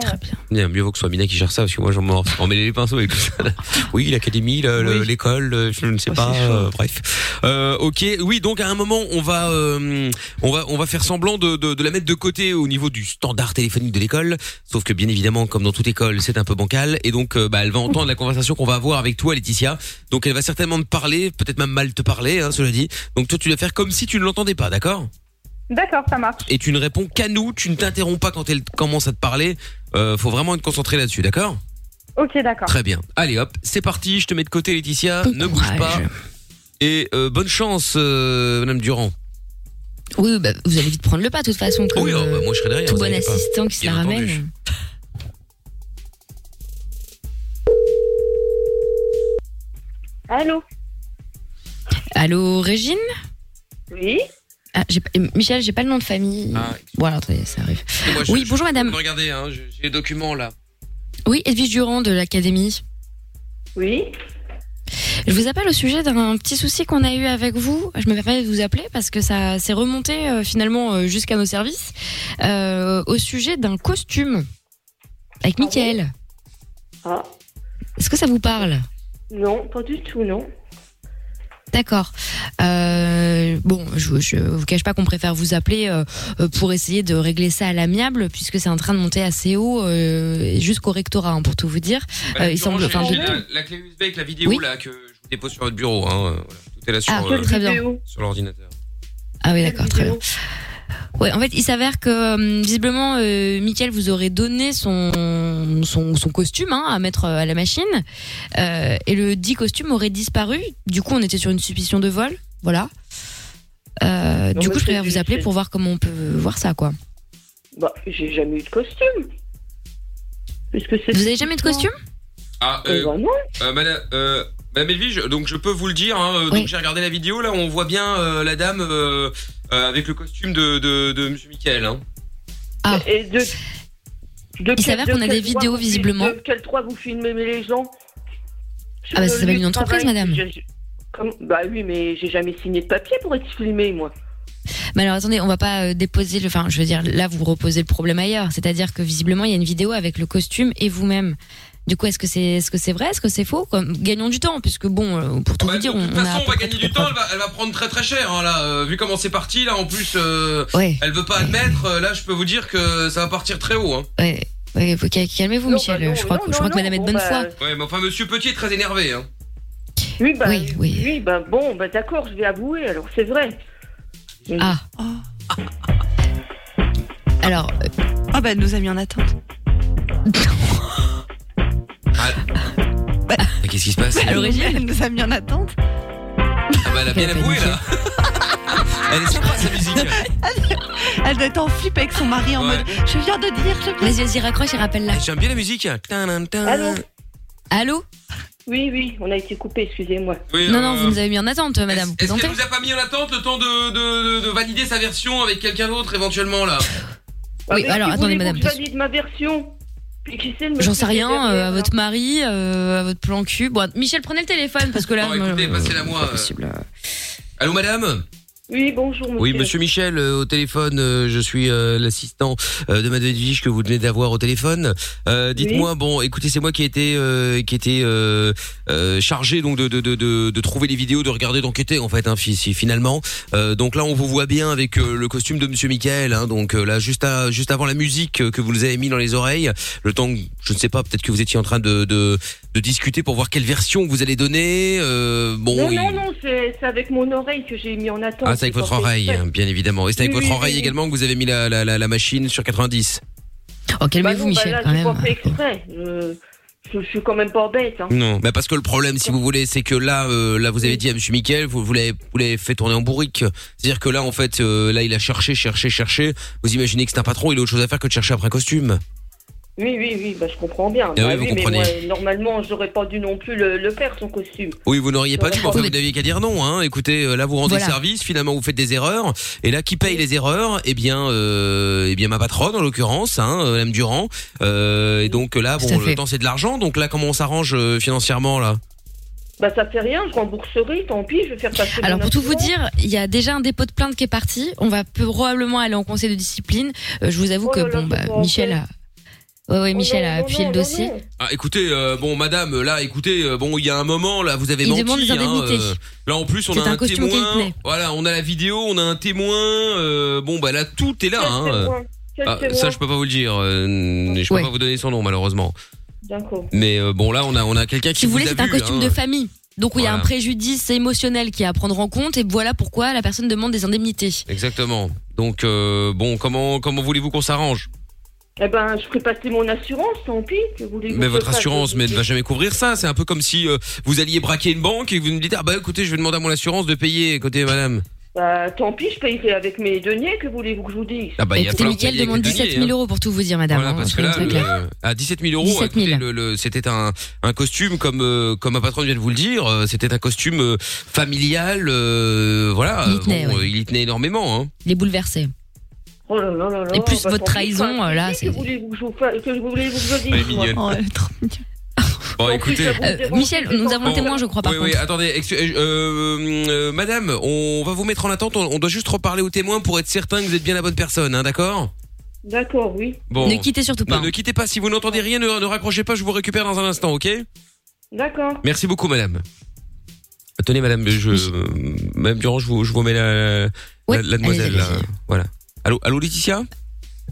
Speaker 2: Bien, Mieux vaut que ce soit Mina qui cherche ça, parce que moi, j'en m'en m'en mêle les pinceaux et tout ça. Oui, l'académie, le- le- l'école, le- je ne sais pas, euh, bref. Euh, ok, oui, donc à un moment, on va, euh, on va, on va faire semblant de, de, de la mettre de côté au niveau du standard téléphonique de l'école. Sauf que bien évidemment, comme dans toute école, c'est un peu bancal, et donc euh, bah, elle va entendre la conversation qu'on va avoir avec toi, Laetitia. Donc elle va certainement te parler, peut-être même mal te parler, hein, cela dit. Donc toi, tu dois faire comme si tu ne l'entendais pas, d'accord
Speaker 11: D'accord, ça marche.
Speaker 2: et tu ne réponds qu'à nous, tu ne t'interromps pas quand elle commence à te parler. Euh, faut vraiment être concentré là-dessus, d'accord
Speaker 11: Ok, d'accord.
Speaker 2: Très bien. Allez hop, c'est parti, je te mets de côté Laetitia, ne bouge pas. Et euh, bonne chance, euh, Madame Durand.
Speaker 5: Oui, bah, vous allez vite prendre le pas, de toute façon. comme,
Speaker 2: Oui, oh,
Speaker 5: euh,
Speaker 2: bah, moi je serai derrière.
Speaker 5: Tout
Speaker 2: vous
Speaker 5: bon
Speaker 2: inquiétez pas.
Speaker 5: assistant qui se la
Speaker 2: Bien entendu.
Speaker 5: ramène.
Speaker 11: Allô
Speaker 5: Allô, Régine
Speaker 11: Oui
Speaker 5: ah, j'ai pas- euh, Michel, j'ai pas le nom de famille.
Speaker 2: Ah,
Speaker 5: Bon, alors attendez, ça arrive.
Speaker 2: Moi, je-
Speaker 5: oui,
Speaker 2: je-
Speaker 5: bonjour madame.
Speaker 2: Regardez, hein, j'ai j'ai les documents là.
Speaker 5: Oui, Edwige Durand de l'Académie.
Speaker 11: Oui.
Speaker 5: Je vous appelle au sujet d'un petit souci qu'on a eu avec vous. Je me permets de vous appeler parce que ça s'est remonté euh, finalement euh, jusqu'à nos services euh, au sujet d'un costume avec Mickaël.
Speaker 11: Ah.
Speaker 5: Est-ce que ça vous parle
Speaker 11: Non, pas du tout, non.
Speaker 5: D'accord. Euh, bon, je, je vous cache pas qu'on préfère vous appeler euh, euh, pour essayer de régler ça à l'amiable, puisque c'est en train de monter assez haut euh, jusqu'au rectorat, hein, pour tout vous dire.
Speaker 2: Bah,
Speaker 5: Euh, il semble. enfin,
Speaker 2: J'ai
Speaker 5: bon,
Speaker 2: la, la clé USB avec la vidéo là que je vous dépose sur votre bureau. Hein, euh, voilà. Tout est là sur,
Speaker 5: Ah, très bien.
Speaker 2: sur l'ordinateur.
Speaker 5: Ah oui, d'accord, très bien. Ouais, en fait, il s'avère que hum, visiblement, euh, Mickaël vous aurait donné son son, son costume hein, à mettre euh, à la machine, euh, et le dit costume aurait disparu. Du coup, on était sur une suspicion de vol, voilà. Euh,
Speaker 7: Non,
Speaker 5: du
Speaker 7: mais
Speaker 5: coup, je
Speaker 7: c'est
Speaker 5: préfère vous appeler
Speaker 7: difficile.
Speaker 5: pour voir comment on peut voir ça, quoi.
Speaker 7: Bah, j'ai jamais eu de costume. Puisque c'est.
Speaker 5: Vous avez jamais eu de costume
Speaker 7: Eh
Speaker 2: Ah, euh,
Speaker 7: ben,
Speaker 2: euh, madame, euh, madame Elvige, donc je peux vous le dire, hein, euh, donc j'ai regardé la vidéo, là on voit bien euh, la dame euh, euh, avec le costume de, de, de monsieur Michael. Hein.
Speaker 7: Et de. de
Speaker 5: Ah. Il
Speaker 7: quel-
Speaker 5: s'avère
Speaker 7: de
Speaker 5: qu'on a
Speaker 7: quel
Speaker 5: des
Speaker 7: droit
Speaker 5: vidéos,
Speaker 7: vous-
Speaker 5: visiblement.
Speaker 7: De quel droit vous filmez mais les gens
Speaker 5: Ah bah, ça
Speaker 7: Le
Speaker 5: s'appelle
Speaker 7: lieu
Speaker 5: une
Speaker 7: de
Speaker 5: entreprise,
Speaker 7: travail,
Speaker 5: madame.
Speaker 7: j'ai- comme- Bah oui, mais j'ai jamais signé de papier pour être filmé, moi.
Speaker 5: Mais alors attendez, on va pas euh, déposer le. Enfin, je veux dire, là vous reposez le problème ailleurs. C'est-à-dire que visiblement il y a une vidéo avec le costume et vous-même. Du coup, est-ce que c'est est-ce que c'est vrai, est-ce que c'est faux Comme, Gagnons du temps, puisque bon, euh, pour
Speaker 7: Bah,
Speaker 5: tout vous dire, on,
Speaker 2: De
Speaker 5: on
Speaker 2: toute
Speaker 5: a.
Speaker 2: façon, on va gagner du temps, elle va, elle va prendre très très cher, hein, là, euh, vu comment c'est parti, là en plus, euh, elle veut pas admettre, euh, là je peux vous dire que ça va partir très haut. Hein.
Speaker 5: Ouais, ouais, faut- cal- calmez-vous,
Speaker 7: bah
Speaker 5: Michel. je crois, que, je crois que Madame est de bonne foi.
Speaker 2: Ouais, mais enfin, monsieur Petit est très énervé. Hein.
Speaker 7: Oui, bah, oui, bah bon, bah d'accord, je vais avouer, alors c'est vrai.
Speaker 5: Ah. <laughs> Alors.
Speaker 3: Oh.
Speaker 5: euh,
Speaker 3: Ah bah, elle nous a mis en attente.
Speaker 2: Mais ah. qu'est-ce qui
Speaker 5: Bah,
Speaker 2: se passe
Speaker 3: À l'origine, elle nous a mis en attente.
Speaker 2: Ah bah, Elle a bien avoué là. elle est sympa sa musique.
Speaker 3: Elle doit être en flip avec son mari en
Speaker 2: Ouais.
Speaker 3: mode Je viens de dire, je viens
Speaker 5: Vas-y, vas-y, raccroche et rappelle-la.
Speaker 2: J'aime bien la musique. Tin, tin, tin.
Speaker 7: Allô
Speaker 5: Allô
Speaker 7: Oui, oui, on a été coupé, excusez-moi.
Speaker 2: Oui,
Speaker 5: non,
Speaker 2: euh,
Speaker 5: non, vous nous avez mis en attente, euh, Madame.
Speaker 2: Est-ce qu'elle vous a pas mis en attente le temps de, de, de, de valider sa version avec quelqu'un d'autre éventuellement là
Speaker 7: Ah,
Speaker 5: Oui,
Speaker 7: mais
Speaker 5: alors
Speaker 7: si vous
Speaker 5: attendez,
Speaker 7: voulez
Speaker 5: Madame.
Speaker 7: que Je valide ma version. Puis qui sait, le
Speaker 5: J'en
Speaker 7: monsieur
Speaker 5: sais
Speaker 7: qui est
Speaker 5: rien,
Speaker 7: derrière, hein.
Speaker 5: euh, à
Speaker 7: là.
Speaker 5: votre mari, euh, à votre plan cul. Bon, Michel, prenez le téléphone parce que là.
Speaker 2: Non,
Speaker 5: moi,
Speaker 2: Bah, écoutez,
Speaker 5: euh,
Speaker 2: passez-la moi. Allô madame
Speaker 7: Oui, bonjour, monsieur.
Speaker 2: euh. Oui, monsieur Michel, euh, au téléphone, euh, je suis euh, l'assistant euh, de Madame Edwige que vous venez d'avoir au téléphone. Euh, Dites-moi, bon, écoutez, c'est moi qui ai été, euh, qui était euh, euh, chargé donc de, de, de, de, de trouver les vidéos, de regarder, d'enquêter en fait, hein, fi- si- finalement. Euh, donc là, on vous voit bien avec euh, le costume de Monsieur Michael, hein, donc euh, là, juste, à, juste avant la musique euh, que vous nous avez mis dans les oreilles, le temps, que- je ne sais pas, peut-être que vous étiez en train de, de, de discuter pour voir quelle version vous allez donner. Euh, bon,
Speaker 7: non,
Speaker 2: il-
Speaker 7: non, non, c'est c'est avec mon oreille que j'ai mis en attente.
Speaker 2: ah, c'est avec
Speaker 7: pas
Speaker 2: votre
Speaker 7: fait
Speaker 2: oreille,
Speaker 7: exprès.
Speaker 2: hein, bien évidemment. Et c'est avec
Speaker 7: Oui,
Speaker 2: votre
Speaker 7: oui,
Speaker 2: oreille
Speaker 7: oui, oui.
Speaker 2: également que vous avez mis la, la, la, la machine sur 90.
Speaker 5: Oh,
Speaker 7: Bah
Speaker 5: calmez-vous,
Speaker 7: non, bah
Speaker 5: Michel,
Speaker 7: là,
Speaker 5: quand
Speaker 7: j'ai
Speaker 5: même.
Speaker 7: pas fait exprès. Je, je suis quand même pas bête. Hein.
Speaker 2: Non, mais Bah, parce que le problème, si vous voulez, c'est que là, euh, là, vous avez dit à Monsieur Michael, vous, vous l'avez, vous l'avez fait tourner en bourrique. C'est-à-dire que là, en fait, euh, là, il a cherché, cherché, cherché. Vous imaginez que c'est un patron, il a autre chose à faire que de chercher après un costume.
Speaker 7: Oui, oui, oui, bah, je comprends bien.
Speaker 2: Ah
Speaker 7: Bah
Speaker 2: oui, vous
Speaker 7: mais
Speaker 2: comprenez.
Speaker 7: moi, normalement, j'aurais pas dû non plus le, le faire, son costume.
Speaker 2: Oui, vous n'auriez pas dû, mais enfin,
Speaker 7: Oui.
Speaker 2: vous n'aviez qu'à dire non. Hein. Écoutez, euh, là, vous rendez
Speaker 7: Voilà.
Speaker 2: service, finalement, vous faites des erreurs. Et là, qui paye les erreurs Eh bien, euh, eh bien, ma patronne, en l'occurrence, hein, euh, Madame Durand. Euh, et donc là,
Speaker 5: Tout à
Speaker 2: bon,
Speaker 5: fait.
Speaker 2: le temps, c'est de l'argent. Donc là, comment on s'arrange euh, financièrement là
Speaker 7: Bah, ça fait rien, je rembourserai, tant pis, je vais faire passer.
Speaker 5: Alors
Speaker 7: mon
Speaker 5: pour tout vous
Speaker 7: assurance.
Speaker 5: dire, il y a déjà un dépôt de plainte qui est parti. On va probablement aller en conseil de discipline. Euh, je vous
Speaker 7: Oh
Speaker 5: avoue que bon, bah, Michel a. Ouais, ouais, Michel a appuyé le dossier.
Speaker 2: Ah, écoutez, euh, bon, madame, là, écoutez, euh, bon, il y a un moment, là, vous avez
Speaker 5: Il
Speaker 2: menti.
Speaker 5: demande des
Speaker 2: hein,
Speaker 5: indemnités.
Speaker 2: euh, là, en plus, on
Speaker 5: C'est
Speaker 2: a
Speaker 5: un
Speaker 2: un,
Speaker 5: costume qui
Speaker 2: témoin.
Speaker 5: lui plaît.
Speaker 2: Voilà, on a la vidéo, on a un témoin. euh, bon, bah là, tout est là.
Speaker 7: Quel
Speaker 2: hein.
Speaker 7: témoin Quel
Speaker 2: Ah,
Speaker 7: témoin
Speaker 2: ça, je peux pas vous le dire. euh, je peux
Speaker 5: Ouais.
Speaker 2: pas vous donner son nom, malheureusement.
Speaker 7: D'accord.
Speaker 2: Mais euh, bon, là, on a, on a quelqu'un qui
Speaker 5: Si vous voulez,
Speaker 2: a
Speaker 5: c'est un
Speaker 2: vu,
Speaker 5: costume
Speaker 2: hein.
Speaker 5: de famille. Donc, où il y a un
Speaker 2: Voilà.
Speaker 5: préjudice émotionnel qui est à prendre en compte. Et voilà pourquoi la personne demande des indemnités.
Speaker 2: Exactement. Donc, euh, bon, comment, comment voulez-vous qu'on s'arrange
Speaker 7: Eh ben, je ferai passer mon assurance, tant pis. Que voulez-vous
Speaker 2: Mais
Speaker 7: que
Speaker 2: votre
Speaker 7: je fasse
Speaker 2: assurance mais, ne va jamais couvrir ça. C'est un peu comme si euh, vous alliez braquer une banque et que vous me dites Ah bah écoutez, je vais demander à mon assurance de payer. Écoutez, madame.
Speaker 7: Bah, tant pis, je payerai avec mes deniers, que voulez-vous que je vous dise
Speaker 2: Ah bah, il y a
Speaker 5: Écoutez,
Speaker 2: plein de
Speaker 5: Mickaël
Speaker 2: payer avec
Speaker 5: demande
Speaker 2: le denier,
Speaker 5: 17 000
Speaker 2: hein.
Speaker 5: euros pour tout vous dire, madame. hein,
Speaker 2: Voilà, parce que
Speaker 5: soyons
Speaker 2: là,
Speaker 5: très clairs.
Speaker 2: le- à 17 000 euros,
Speaker 5: 17 000.
Speaker 2: écoutez, le- le- c'était un, un costume, comme, euh, comme ma patronne vient de vous le dire, euh, c'était un costume euh, familial, euh, voilà.
Speaker 5: Il y tenait,
Speaker 2: Bon,
Speaker 5: ouais.
Speaker 2: euh, Il y tenait énormément. Hein.
Speaker 5: Il est bouleversé.
Speaker 7: Oh là là là là,
Speaker 5: Et plus
Speaker 7: bah,
Speaker 5: votre
Speaker 7: tant pis,
Speaker 5: trahison,
Speaker 7: enfin,
Speaker 5: euh, là,
Speaker 7: qui
Speaker 5: c'est-
Speaker 7: Que voulez-vous que je vous fasse- que voulez-vous que je dise
Speaker 2: Elle est
Speaker 7: moi
Speaker 2: mignonne. <laughs> Oh, elle Bon, écoutez.
Speaker 5: Euh, Michel, nous avons le témoin, je crois, par
Speaker 2: oui,
Speaker 5: contre.
Speaker 2: oui, attendez, excu- euh, euh, euh, madame, on va vous mettre en attente, on, on doit juste reparler au témoin pour être certain que vous êtes bien la bonne personne, hein, d'accord
Speaker 7: D'accord, oui.
Speaker 2: Bon.
Speaker 5: Ne quittez surtout pas.
Speaker 2: Ne, ne quittez pas, si vous n'entendez rien, ne, ne raccrochez pas, je vous récupère dans un instant, ok
Speaker 7: D'accord.
Speaker 2: Merci beaucoup, madame. Tenez, madame, je, euh, madame Durand, je vous, je vous remets la, la-
Speaker 7: Oui,
Speaker 2: la demoiselle.
Speaker 7: allez-y,
Speaker 2: là. Voilà. Allô, allô, Laetitia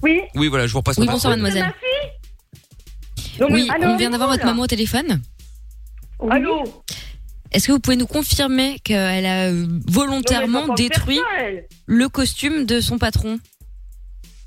Speaker 7: Oui.
Speaker 2: Oui, voilà, je vous repasse.
Speaker 5: Oui,
Speaker 2: la
Speaker 5: bonsoir,
Speaker 2: parole.
Speaker 5: mademoiselle.
Speaker 7: Non, mais
Speaker 5: Oui,
Speaker 7: allô,
Speaker 5: on vient d'avoir votre
Speaker 7: Nicole
Speaker 5: maman au téléphone.
Speaker 7: Allô
Speaker 5: Est-ce que vous pouvez nous confirmer qu'elle a euh, volontairement
Speaker 11: Non, mais elle s'en
Speaker 5: détruit
Speaker 11: porte bien, elle.
Speaker 5: le costume de son patron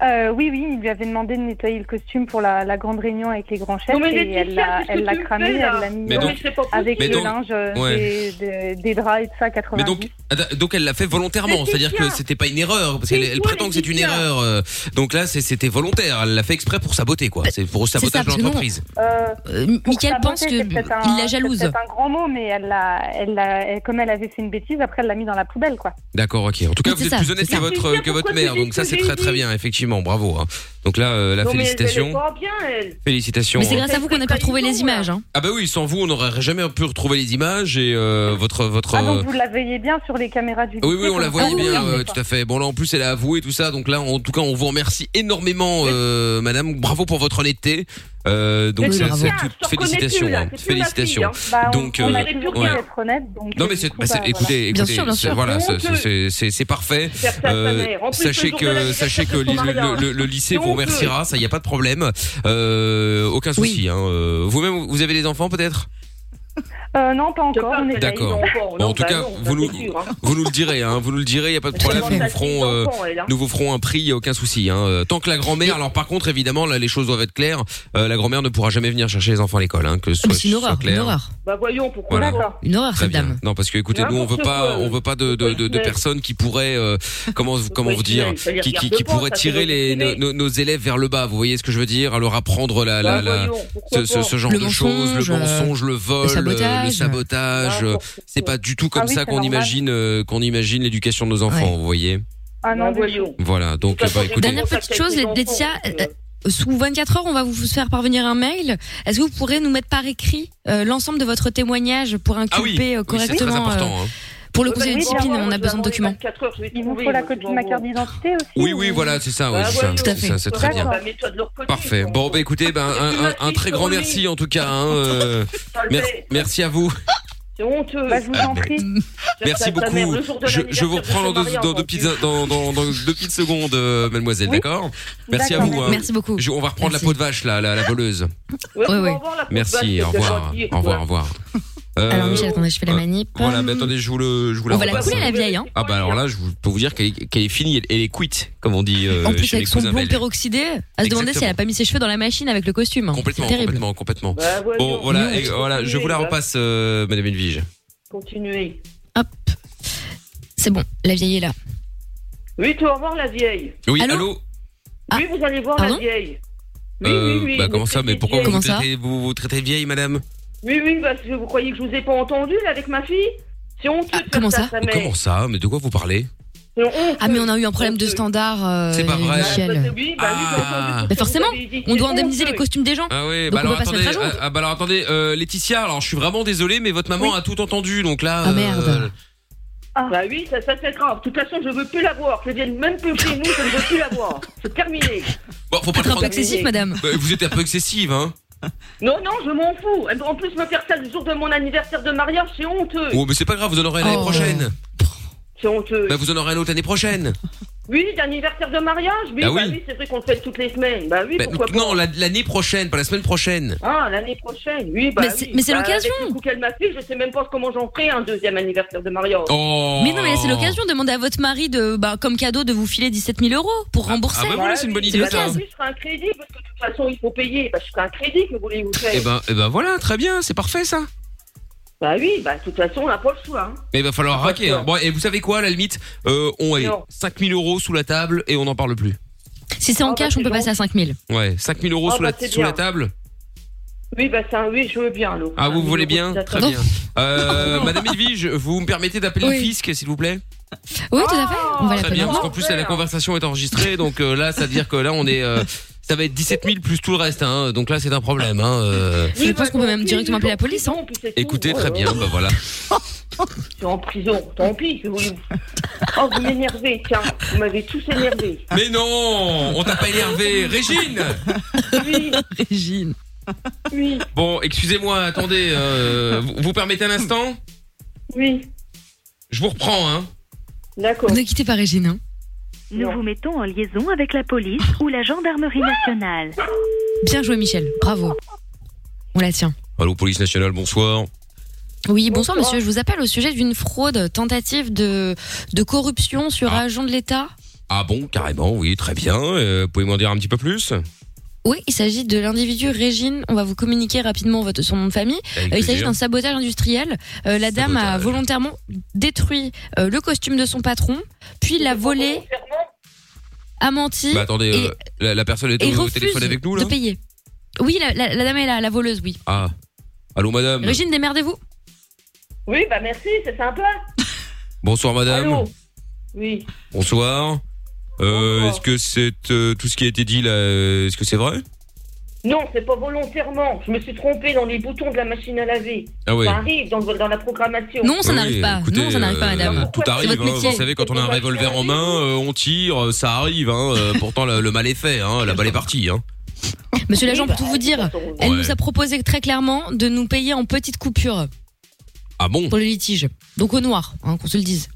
Speaker 11: Euh, oui, oui, il lui avait demandé de nettoyer le costume pour la, la grande réunion avec les grands chefs
Speaker 7: Non, mais
Speaker 11: et
Speaker 7: Laetitia,
Speaker 11: elle l'a
Speaker 7: qu'est-ce que
Speaker 11: elle l'a
Speaker 7: tu me
Speaker 11: cramé,
Speaker 7: fais,
Speaker 11: elle
Speaker 7: là
Speaker 11: l'a mis
Speaker 2: Mais
Speaker 11: euh,
Speaker 2: donc-
Speaker 11: avec
Speaker 2: Mais
Speaker 11: le
Speaker 2: donc-
Speaker 11: linge, euh,
Speaker 2: ouais.
Speaker 11: des, des- des draps et tout ça, 90.
Speaker 2: Mais donc, attends, Ah, donc elle l'a fait volontairement,
Speaker 11: Mais c'est
Speaker 2: c'est-à-dire que
Speaker 11: bien.
Speaker 2: c'était pas une erreur, parce qu'elle elle prétend que c'est une erreur. euh, donc là, c'est- c'était volontaire, elle l'a fait exprès pour saboter, quoi. C'est pour
Speaker 5: c'est ça,
Speaker 2: sabotage de
Speaker 5: parce que non,
Speaker 2: l'entreprise.
Speaker 11: Euh,
Speaker 5: Euh,
Speaker 11: pour
Speaker 5: Mickaël
Speaker 11: saboter,
Speaker 5: pense que
Speaker 11: c'est peut-être un-
Speaker 5: il la
Speaker 11: c'est
Speaker 5: jalouse.
Speaker 11: peut-être un grand mot, mais elle l'a, elle l'a- elle- comme elle avait fait une bêtise, après elle l'a mis dans la poubelle, quoi.
Speaker 2: D'accord, ok. En tout cas,
Speaker 11: Mais
Speaker 2: vous
Speaker 11: c'est
Speaker 2: êtes
Speaker 11: ça,
Speaker 2: plus honnête que
Speaker 11: c'est ça.
Speaker 2: votre, que votre
Speaker 7: Pourquoi tu
Speaker 2: mère,
Speaker 7: dis
Speaker 2: donc ça
Speaker 7: que
Speaker 2: c'est
Speaker 7: j'ai
Speaker 2: très
Speaker 7: dit
Speaker 2: très bien, effectivement, bravo. hein. Donc là, euh, la
Speaker 7: Non, mais elle-
Speaker 2: félicitation.
Speaker 7: Elle est pas bien, elle.
Speaker 2: Félicitations.
Speaker 5: Mais c'est grâce à vous qu'on a pu retrouver les images. hein.
Speaker 2: Ah bah oui, sans vous, on n'aurait jamais pu retrouver les images et euh, votre votre.
Speaker 11: Ah, donc
Speaker 2: euh,
Speaker 11: vous la veillez bien sur les caméras du
Speaker 2: Ah Oui,
Speaker 11: lycée,
Speaker 2: oui, on la
Speaker 11: comme
Speaker 2: voyait
Speaker 11: ça,
Speaker 2: bien,
Speaker 11: vous
Speaker 2: euh,
Speaker 11: savez,
Speaker 2: tout à fait. Bon, là, en plus, elle a avoué tout ça. Donc là, en tout cas, on vous remercie énormément, euh, madame. Bravo pour votre honnêteté. Euh, donc,
Speaker 11: Oui,
Speaker 2: c'est
Speaker 11: bravo.
Speaker 2: c'est
Speaker 11: Ah,
Speaker 2: tout-
Speaker 11: je te reconnais
Speaker 2: félicitations.
Speaker 11: plus, là.
Speaker 2: hein.
Speaker 11: C'est plus ma fille,
Speaker 2: félicitations.
Speaker 11: hein. Bah, on-
Speaker 2: donc, euh,
Speaker 11: on a toujours
Speaker 2: ouais.
Speaker 11: bien être honnête, donc,
Speaker 2: Non
Speaker 11: euh,
Speaker 2: mais
Speaker 11: du
Speaker 2: c'est,
Speaker 11: coup,
Speaker 2: bah, c'est-
Speaker 11: bah, voilà.
Speaker 2: écoutez, écoutez, c'est- voilà, c'est,
Speaker 11: Honteux.
Speaker 2: c'est- c'est- c'est parfait. Euh,
Speaker 11: Faire ça à sa mère. En plus,
Speaker 2: sachez
Speaker 11: le jour de
Speaker 2: que
Speaker 11: l'anniversaire
Speaker 2: sachez
Speaker 11: de
Speaker 2: que
Speaker 11: son
Speaker 2: le,
Speaker 11: mariage.
Speaker 2: le- le- le lycée vous
Speaker 11: Honteux.
Speaker 2: remerciera, ça y a pas de problème, Euh, aucun souci. hein. Euh, Vous-même, vous avez des enfants peut-être
Speaker 11: Euh, non, pas encore. bah on est
Speaker 2: D'accord.
Speaker 11: laïcs.
Speaker 2: Bon, en tout cas, vous nous, vous nous le direz, hein, vous nous le direz, il n'y a pas de problème. Nous vous, ferons, euh,
Speaker 11: enfants, elle, hein.
Speaker 2: nous vous ferons un prix, y a aucun souci. hein. Euh, Tant que la grand-mère, alors par contre, évidemment, là, les choses doivent être claires. Euh, la grand-mère ne pourra jamais venir chercher les enfants à l'école, hein, que ce soit,
Speaker 5: Ah, C'est une
Speaker 2: soit
Speaker 5: horreur, une
Speaker 2: clair.
Speaker 5: horreur.
Speaker 7: Bah voyons, pourquoi
Speaker 2: Voilà.
Speaker 7: pas
Speaker 5: Une horreur,
Speaker 2: Très
Speaker 5: cette
Speaker 2: bien.
Speaker 5: dame.
Speaker 2: Non, parce que écoutez, nous on veut
Speaker 7: N'importe
Speaker 2: pas,
Speaker 7: quoi,
Speaker 2: on veut pas de de, de, de
Speaker 7: Ouais.
Speaker 2: personnes qui pourraient, euh, comment comment vous dire,
Speaker 7: ça les
Speaker 2: qui qui,
Speaker 7: regarde
Speaker 2: qui
Speaker 7: pas,
Speaker 2: pourraient
Speaker 7: ça fait
Speaker 2: tirer les nos,
Speaker 7: reculer.
Speaker 2: nos- nos élèves vers le bas. Vous voyez ce que je veux dire, à leur apprendre la, la,
Speaker 7: Bah,
Speaker 2: la-
Speaker 7: voyons,
Speaker 2: ce,
Speaker 7: pourquoi
Speaker 2: ce, ce genre
Speaker 7: pas.
Speaker 2: de
Speaker 7: Le
Speaker 2: choses,
Speaker 7: mensonge,
Speaker 2: le
Speaker 7: euh,
Speaker 2: mensonge, le
Speaker 7: le
Speaker 2: vol, euh, le
Speaker 7: sabotage.
Speaker 2: sabotage. euh, C'est pas du tout comme
Speaker 7: Ah oui,
Speaker 2: ça
Speaker 7: c'est
Speaker 2: qu'on
Speaker 7: normal.
Speaker 2: imagine euh, qu'on imagine l'éducation de nos enfants. Vous voyez.
Speaker 11: Ah
Speaker 7: non, voyons.
Speaker 2: Voilà. Donc bah, écoutez.
Speaker 5: Dernière petite chose, les- Laetitia, euh, euh, sous 24 heures, on va vous faire parvenir un mail. Est-ce que vous pourrez nous mettre par écrit euh, l'ensemble de votre témoignage pour inculper euh,
Speaker 2: Ah oui, c'est très
Speaker 5: correctement
Speaker 2: important, hein.
Speaker 5: Pour le
Speaker 7: Bah,
Speaker 5: conseil de
Speaker 11: Oui,
Speaker 5: discipline,
Speaker 11: bien,
Speaker 5: on a besoin de documents.
Speaker 11: Il vous faut la copie de ma carte d'identité aussi.
Speaker 2: Oui, oui, voilà, c'est
Speaker 7: Bah,
Speaker 2: ça. ouais, c'est ça. C'est ça, c'est très bien. Parfait. Bon, bah écoutez, ben un, un- un très grand merci en tout cas. hein,
Speaker 7: <laughs>
Speaker 2: euh, mer- merci à vous.
Speaker 7: C'est honteux.
Speaker 11: Bah, je vous en prie.
Speaker 2: Merci beaucoup. Je, je vous reprends dans deux, dans deux petites, dans, dans- dans deux petites secondes, euh, mademoiselle, d'accord Merci à
Speaker 5: D'accord.
Speaker 2: vous. hein.
Speaker 5: Merci beaucoup.
Speaker 2: Je- on va reprendre la peau de vache, là, la, la voleuse.
Speaker 5: Ouais, ouais.
Speaker 2: Merci, au revoir. Au revoir, au revoir. Euh,
Speaker 5: <laughs> Alors, Michel, attendez, je fais la manip.
Speaker 2: Voilà, mais attendez, je vous, le, je vous la
Speaker 5: On va la
Speaker 2: repasse,
Speaker 5: couler,
Speaker 2: hein.
Speaker 5: la vieille, hein.
Speaker 2: Ah bah alors là, je vous- peux vous dire qu'elle est, qu'elle est finie, elle, elle est quitte, comme on dit euh,
Speaker 5: en plus,
Speaker 2: chez
Speaker 5: avec
Speaker 2: les
Speaker 5: son
Speaker 2: cousins
Speaker 5: blond
Speaker 2: belges.
Speaker 5: péroxydé, à se demander si elle a pas mis ses cheveux dans la machine avec le costume. hein. C'est
Speaker 2: Complètement,
Speaker 5: terrible.
Speaker 2: complètement, complètement.
Speaker 7: Bah, voyons.
Speaker 2: bon, voilà,
Speaker 7: Mais
Speaker 2: et- voilà, je vous la
Speaker 7: bah.
Speaker 2: repasse, euh, Madame Edwige.
Speaker 7: Continuez.
Speaker 5: C'est bon, la vieille est là.
Speaker 7: Oui, tu vas voir la vieille.
Speaker 2: Oui, allô,
Speaker 5: Ah,
Speaker 7: Oui, vous allez voir la vieille. Oui,
Speaker 2: Euh,
Speaker 7: oui, oui.
Speaker 2: Bah comment ça Mais pourquoi
Speaker 7: vieille.
Speaker 2: vous vous,
Speaker 7: Comment ça
Speaker 2: traitez, vous vous traitez vieille, Madame
Speaker 7: Oui, oui, parce que vous croyez que je vous ai pas entendu, là, avec ma fille C'est honteux de faire
Speaker 5: Ah, comment
Speaker 7: ça,
Speaker 5: ça
Speaker 7: sa mère.
Speaker 2: Comment ça Mais de quoi vous parlez
Speaker 5: Ah mais on a eu un problème de standard, euh,
Speaker 2: C'est pas vrai.
Speaker 5: Michel.
Speaker 7: Oui,
Speaker 2: bah oui, Ah.
Speaker 5: Mais forcément, on doit indemniser
Speaker 7: honteux.
Speaker 5: les costumes des gens.
Speaker 2: Ah oui,
Speaker 5: Donc
Speaker 2: bah
Speaker 5: on
Speaker 2: alors
Speaker 5: peut pas se
Speaker 2: attendez,
Speaker 5: mettre à jour.
Speaker 2: euh, ah, bah alors attendez, euh, Laetitia, alors je suis vraiment désolé, mais votre maman a tout entendu, donc là.
Speaker 5: Ah, merde.
Speaker 2: euh,
Speaker 11: Ah.
Speaker 7: Bah oui, ça, ça c'est grave. De toute façon, je veux plus la voir. Je viens même plus chez nous, je ne veux plus la voir.
Speaker 2: <laughs>
Speaker 7: C'est terminé.
Speaker 2: Bon, faut pas
Speaker 7: Être un
Speaker 2: prendre-
Speaker 7: peu excessif, madame.
Speaker 2: Bah, Vous êtes un peu excessive, hein.
Speaker 7: Non, non, je m'en fous. En plus, me faire ça le jour de mon anniversaire de mariage, c'est honteux.
Speaker 2: Oh, mais c'est pas grave, vous en aurez l'année
Speaker 7: Oh.
Speaker 2: prochaine.
Speaker 7: C'est honteux.
Speaker 2: Bah, vous en aurez un autre l'année prochaine.
Speaker 7: Oui, d'anniversaire de mariage. Oui,
Speaker 2: Bah
Speaker 7: bah
Speaker 2: oui.
Speaker 7: oui, c'est vrai qu'on le fait toutes les semaines. Bah oui,
Speaker 2: Bah,
Speaker 7: pourquoi pas.
Speaker 2: non, la- l'année prochaine, pas la semaine prochaine.
Speaker 7: Ah, l'année prochaine, oui, bah
Speaker 5: Mais
Speaker 7: oui.
Speaker 5: c'est- mais c'est
Speaker 7: Bah,
Speaker 5: l'occasion.
Speaker 7: avec le coup qu'elle m'a fait, je sais même pas comment j'en ferai un deuxième anniversaire de mariage.
Speaker 2: Oh.
Speaker 5: Mais non, mais là, c'est l'occasion. Demandez à votre mari de, bah, comme cadeau, de vous filer 17 000 euros pour rembourser.
Speaker 2: ah bah voilà, c'est une bonne idée, ça. hein.
Speaker 7: En plus, je ferai un crédit, parce que de toute façon, il faut payer. Bah, je ferai un crédit, que voulez-vous faire
Speaker 2: Et ben, eh ben voilà, très bien, c'est parfait ça.
Speaker 7: Bah oui, bah de toute façon, on n'a pas le choix. hein.
Speaker 2: Mais il va falloir raquer. hein. Bon, et vous savez quoi, à la limite, euh, on est
Speaker 7: Non.
Speaker 2: 5000 euros sous la table et on n'en parle plus.
Speaker 5: Si
Speaker 12: Oh, bah,
Speaker 5: c'est en cash, on peut passer à 5 000.
Speaker 2: Ouais, 5000 euros
Speaker 7: Ah
Speaker 2: sous,
Speaker 7: bah,
Speaker 2: la,
Speaker 7: c'est
Speaker 2: sous la
Speaker 7: bien.
Speaker 2: table.
Speaker 7: Oui, bah c'est un oui, je veux bien, l'eau.
Speaker 2: Ah, vous vous voulez bien
Speaker 7: euros,
Speaker 2: Très
Speaker 7: d'accord.
Speaker 2: bien. Euh, Madame Edwige, vous me permettez d'appeler le fisc, s'il vous plaît
Speaker 5: Oui, tout à fait. On
Speaker 7: Ah,
Speaker 5: va
Speaker 2: Très
Speaker 5: l'appeler.
Speaker 2: bien, parce qu'en
Speaker 5: maintenant.
Speaker 2: plus, la conversation est enregistrée, donc euh, là, ça veut dire que là, on est. euh, ça va être 17 000 plus tout le reste, hein, donc là, c'est un problème. Hein, euh.
Speaker 5: Je
Speaker 7: bah,
Speaker 5: pense qu'on peut même directement appeler la police. hein.
Speaker 2: Écoutez, très bien,
Speaker 7: Oh,
Speaker 5: Oh.
Speaker 2: bah voilà.
Speaker 7: Tu es en prison, tant pis, que voulez-vous Oh, vous m'énervez, tiens, vous m'avez tous énervé.
Speaker 2: Mais non, on t'a pas énervé, Régine.
Speaker 7: Oui,
Speaker 5: Régine.
Speaker 7: oui,
Speaker 2: Bon, excusez-moi, attendez, euh, vous, vous permettez un instant
Speaker 7: oui,
Speaker 2: Je vous reprends, hein.
Speaker 7: d'accord.
Speaker 5: Ne quittez pas Régine. hein.
Speaker 12: Nous vous mettons en liaison avec la police ou la gendarmerie
Speaker 2: Ah.
Speaker 12: nationale.
Speaker 5: Bien joué, Michel. Bravo. On la tient.
Speaker 2: Allô, police nationale, bonsoir.
Speaker 5: Oui, bonsoir monsieur, je vous appelle au sujet d'une fraude, tentative de, de corruption sur agent de l'État.
Speaker 2: Ah bon, carrément, oui, très bien. Euh, Pouvez-vous m'en dire un petit peu plus
Speaker 5: Oui, il s'agit de l'individu Régine, on va vous communiquer rapidement votre, son nom de famille.
Speaker 2: Avec
Speaker 5: Euh, il s'agit
Speaker 2: plaisir.
Speaker 5: d'un sabotage industriel. Euh, la dame a volontairement détruit euh, le costume de son patron, puis l'a volé, a menti
Speaker 2: Bah attendez,
Speaker 5: et,
Speaker 2: euh, la, la personne est
Speaker 5: et
Speaker 2: au
Speaker 5: refuse
Speaker 2: téléphone avec nous, là
Speaker 5: de payer. Oui, la, la- la dame est là, la voleuse, oui.
Speaker 2: Ah. Allô, madame
Speaker 5: Régine, démerdez-vous.
Speaker 7: Oui, bah merci, c'est sympa.
Speaker 2: Bonsoir, madame.
Speaker 7: Allô Oui.
Speaker 2: Bonsoir. Euh, Est-ce que c'est euh, tout ce qui a été dit là euh, Est-ce que c'est vrai
Speaker 7: Non, c'est pas volontairement. Je me suis trompée dans les boutons de la machine à laver.
Speaker 2: Ah ouais.
Speaker 7: Ça arrive dans, dans la programmation.
Speaker 2: Oui, écoutez, euh, Tout arrive,
Speaker 7: C'est votre
Speaker 2: hein,
Speaker 7: métier.
Speaker 2: vous savez, quand on a un revolver en main, euh, on tire, euh, ça arrive. Hein, euh, pourtant, le, le mal est fait, hein, la balle est partie. Hein.
Speaker 5: Monsieur l'agent,
Speaker 7: bah,
Speaker 5: pour tout vous dire, elle
Speaker 2: Ouais.
Speaker 5: nous a proposé très clairement de nous payer en petites coupures.
Speaker 2: Ah bon
Speaker 5: Pour le litige. Donc au noir, hein, qu'on se le dise.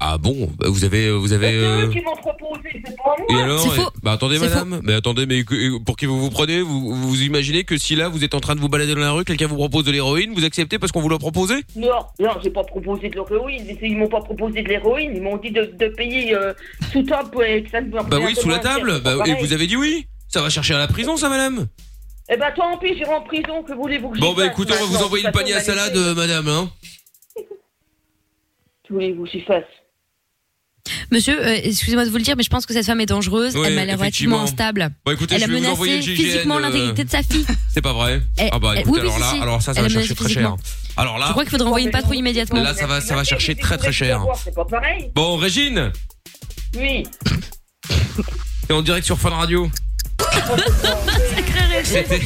Speaker 2: Ah bon Bah, Vous avez... Vous avez euh,
Speaker 7: m'ont proposé, c'est pas
Speaker 2: Et alors
Speaker 5: C'est
Speaker 2: et-
Speaker 5: faux.
Speaker 2: Bah attendez
Speaker 5: C'est
Speaker 2: madame, mais attendez, mais que- euh, pour qui vous vous prenez vous, vous imaginez que si là vous êtes en train de vous balader dans la rue, quelqu'un vous propose de l'héroïne, vous acceptez parce qu'on vous l'a proposé
Speaker 7: Non, non, j'ai pas proposé de l'héroïne. Ils- Ils m'ont pas proposé de l'héroïne. Ils m'ont dit de, de payer euh, sous top et que ça ne me
Speaker 2: Bah
Speaker 7: revient
Speaker 2: oui, sous
Speaker 7: demain,
Speaker 2: la
Speaker 7: c'est
Speaker 2: table Bah
Speaker 7: pas
Speaker 2: et
Speaker 7: pareil.
Speaker 2: vous avez dit oui Ça va chercher à la prison ça madame
Speaker 7: Eh ben tant pis, j'irai en prison. Que voulez-vous que je
Speaker 2: Bon bah
Speaker 7: fasse,
Speaker 2: écoutez, on va
Speaker 7: maintenant,
Speaker 2: vous envoyer
Speaker 7: de
Speaker 2: le
Speaker 7: toute
Speaker 2: panier à
Speaker 7: façon,
Speaker 2: salade
Speaker 7: on a
Speaker 2: euh, madame hein.
Speaker 7: laissé. Que voulez-vous que je fasse
Speaker 5: Monsieur, euh, excusez-moi de vous le dire, mais je pense que cette femme est dangereuse.
Speaker 2: Ouais,
Speaker 5: elle m'a l'air relativement
Speaker 2: effectivement.
Speaker 5: instable.
Speaker 2: Bon, écoutez,
Speaker 5: elle
Speaker 2: je
Speaker 5: a
Speaker 2: vais vous
Speaker 5: menacé
Speaker 2: envoyer le GIGN,
Speaker 5: physiquement
Speaker 2: euh,
Speaker 5: l'intégrité de sa fille.
Speaker 2: C'est pas vrai
Speaker 5: Eh,
Speaker 2: Ah bah
Speaker 5: eh,
Speaker 2: écoutez
Speaker 5: oui, oui,
Speaker 2: alors
Speaker 5: si,
Speaker 2: là,
Speaker 5: si.
Speaker 2: alors ça ça
Speaker 5: Elle
Speaker 2: va
Speaker 5: a
Speaker 2: chercher
Speaker 5: menacé
Speaker 2: très cher.
Speaker 5: physiquement.
Speaker 2: Alors
Speaker 5: Je
Speaker 2: là,
Speaker 5: crois qu'il faudrait envoyer une patrouille immédiatement.
Speaker 2: là ça va ça va chercher très très cher.
Speaker 7: C'est pas pareil.
Speaker 2: Bon Régine,
Speaker 7: Oui.
Speaker 2: t'es en direct sur Fun Radio.
Speaker 5: Sacré
Speaker 2: C'était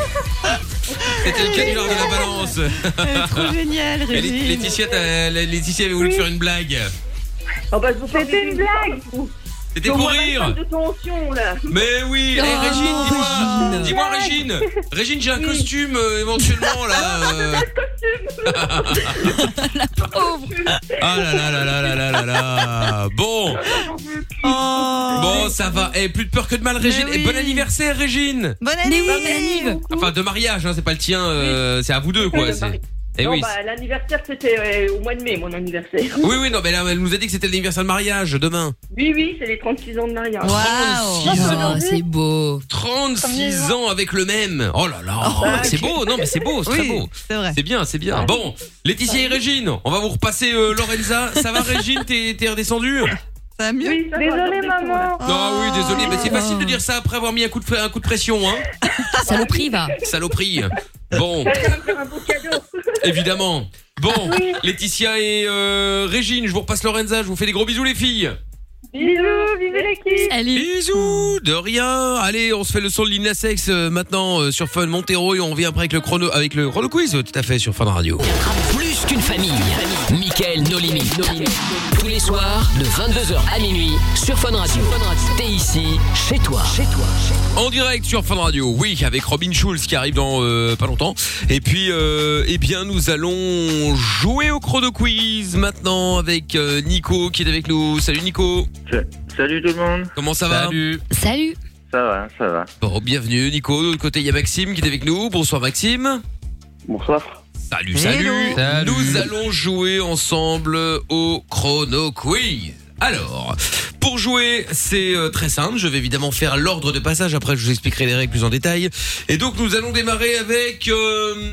Speaker 2: c'était le canular de la balance.
Speaker 3: Elle est trop géniale,
Speaker 2: Et
Speaker 3: Régine.
Speaker 2: Lé- Laetitia, t'as- Lé- Laetitia avait voulu te faire une blague.
Speaker 7: Oh bah je vous C'était une blague.
Speaker 2: C'était pour rire.
Speaker 7: de tension là.
Speaker 2: Mais oui, Eh,
Speaker 7: Oh,
Speaker 2: Régine, dis-moi,
Speaker 7: Régine.
Speaker 2: dis-moi Régine, Régine, j'ai un costume euh, éventuellement
Speaker 7: <laughs>
Speaker 2: là. euh. <laughs> Ah là là là là là là là là. Bon,
Speaker 7: Oh.
Speaker 2: bon, ça va. Eh, plus de peur que de mal, Régine. Et bon anniversaire, Régine.
Speaker 3: Bonne année.
Speaker 2: Enfin, de mariage, hein, c'est pas le tien, euh, c'est à vous deux quoi.
Speaker 7: Le
Speaker 2: c'est-
Speaker 7: mari.
Speaker 2: Eh
Speaker 7: non,
Speaker 2: oui.
Speaker 7: bah, l'anniversaire c'était euh, au mois de mai, mon anniversaire.
Speaker 2: Oui, oui, non, mais là, elle nous a dit que c'était l'anniversaire de mariage demain.
Speaker 7: Oui, oui, c'est les 36 ans de mariage.
Speaker 2: Waouh.
Speaker 5: c'est beau.
Speaker 2: 36 ans avec le même. Oh là là,
Speaker 5: Ah,
Speaker 2: c'est
Speaker 5: ok.
Speaker 2: beau. Non, mais c'est beau, c'est très beau.
Speaker 3: C'est vrai.
Speaker 2: C'est bien, c'est bien. Bon, Laetitia et Régine, on va vous repasser euh, Lorenza. Ça va, Régine T'es t'es redescendue
Speaker 3: Ça va mieux
Speaker 11: Désolée, maman.
Speaker 2: Ah oui, désolé, mais c'est facile de dire ça après avoir mis un coup de, fre- un coup de pression, hein
Speaker 5: Saloperie, va.
Speaker 2: Saloperie. Bon,
Speaker 7: Ça va me faire un beau cadeau.
Speaker 2: évidemment. Bon, Laetitia et euh, Régine, je vous repasse Lorenza. Je vous fais des gros bisous, les filles.
Speaker 11: Bisous, bisous l'équipe.
Speaker 2: Bisous De rien Allez, on se fait le son de Lina Sex euh, maintenant euh, sur Fun Montero et on revient après avec le chrono, avec le chrono quiz, euh, tout à fait, sur Fun Radio.
Speaker 1: Plus qu'une famille. Michael No Limit. Tous les soirs de 22h à minuit sur Fun Radio. T'es ici, chez toi. Chez toi.
Speaker 2: En direct sur Fun Radio, oui, avec Robin Schulz qui arrive dans euh, pas longtemps. Et puis, euh, eh bien, nous allons jouer au chrono quiz maintenant avec euh, Nico qui est avec nous. Salut Nico
Speaker 13: Salut tout le monde.
Speaker 2: Comment ça va Salut
Speaker 5: Salut.
Speaker 13: Ça va, ça va.
Speaker 2: Bon, bienvenue Nico. De l'autre côté, il y a Maxime qui est avec nous. Bonsoir Maxime.
Speaker 13: Bonsoir.
Speaker 2: Salut, salut.
Speaker 13: Salut.
Speaker 2: Nous allons jouer ensemble au Chrono Quiz. Alors, pour jouer, c'est euh, très simple. Je vais évidemment faire l'ordre de passage. Après, je vous expliquerai les règles plus en détail. Et donc, nous allons démarrer avec euh,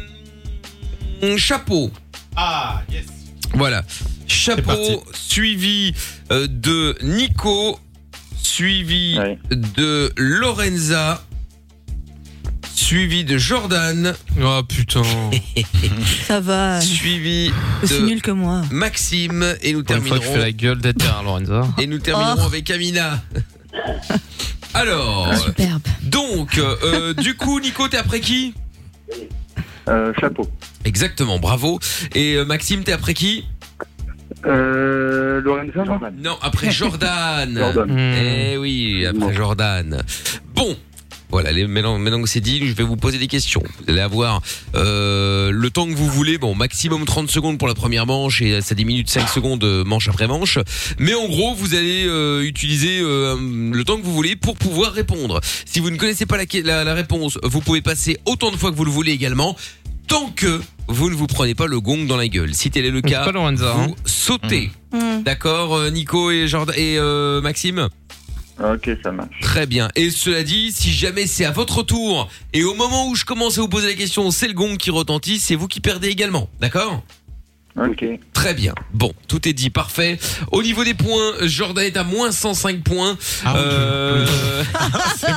Speaker 2: un chapeau.
Speaker 8: Ah, yes.
Speaker 2: Voilà. Chapeau suivi euh, de Nico, suivi de Lorenza, suivi de Jordan.
Speaker 4: Ah,
Speaker 2: Oh putain.
Speaker 3: Ça va.
Speaker 2: suivi
Speaker 3: Aussi
Speaker 2: de
Speaker 3: nul que moi.
Speaker 2: <laughs> Maxime et nous
Speaker 4: Pour une fois,
Speaker 2: terminerons.
Speaker 4: tu fais la gueule d'être derrière Lorenza.
Speaker 2: <laughs> Et nous terminerons
Speaker 4: Oh.
Speaker 2: avec Amina. <laughs> Alors.
Speaker 5: Superbe.
Speaker 2: Donc, euh, du coup, Nico, t'es après qui
Speaker 13: Chapeau.
Speaker 2: Exactement, bravo. Et euh, Maxime, t'es après qui
Speaker 13: Euh, Lorenzo
Speaker 2: Non,
Speaker 10: <laughs>
Speaker 2: après Jordan.
Speaker 13: Jordan.
Speaker 4: Hmm.
Speaker 2: Eh oui, après Jordan. Bon. Voilà, les- maintenant, maintenant que c'est dit, je vais vous poser des questions. Vous allez avoir euh, le temps que vous voulez. Bon, maximum 30 secondes pour la première manche et ça diminue de 5 secondes euh, manche après manche. Mais en gros, vous allez euh, utiliser euh, le temps que vous voulez pour pouvoir répondre. Si vous ne connaissez pas la, que- la- la réponse, vous pouvez passer autant de fois que vous le voulez également, tant que vous ne vous prenez pas le gong dans la gueule. Si tel est le
Speaker 4: C'est
Speaker 2: cas,
Speaker 4: pas Lorenza,
Speaker 2: vous
Speaker 4: hein.
Speaker 2: sautez.
Speaker 13: Hmm.
Speaker 3: Mm.
Speaker 2: D'accord, euh, Nico et Jordan et euh, Maxime
Speaker 10: Ah,
Speaker 13: Ok, ça marche.
Speaker 2: Très bien. Et cela dit, si jamais c'est à votre tour et au moment où je commence à vous poser la question, c'est le gong qui retentit, c'est vous qui perdez également. D'accord
Speaker 13: Ok.
Speaker 2: Très bien. Bon, tout est dit, parfait. Au niveau des points, Jordan est à moins 105 points. Euh, <laughs>
Speaker 4: Ça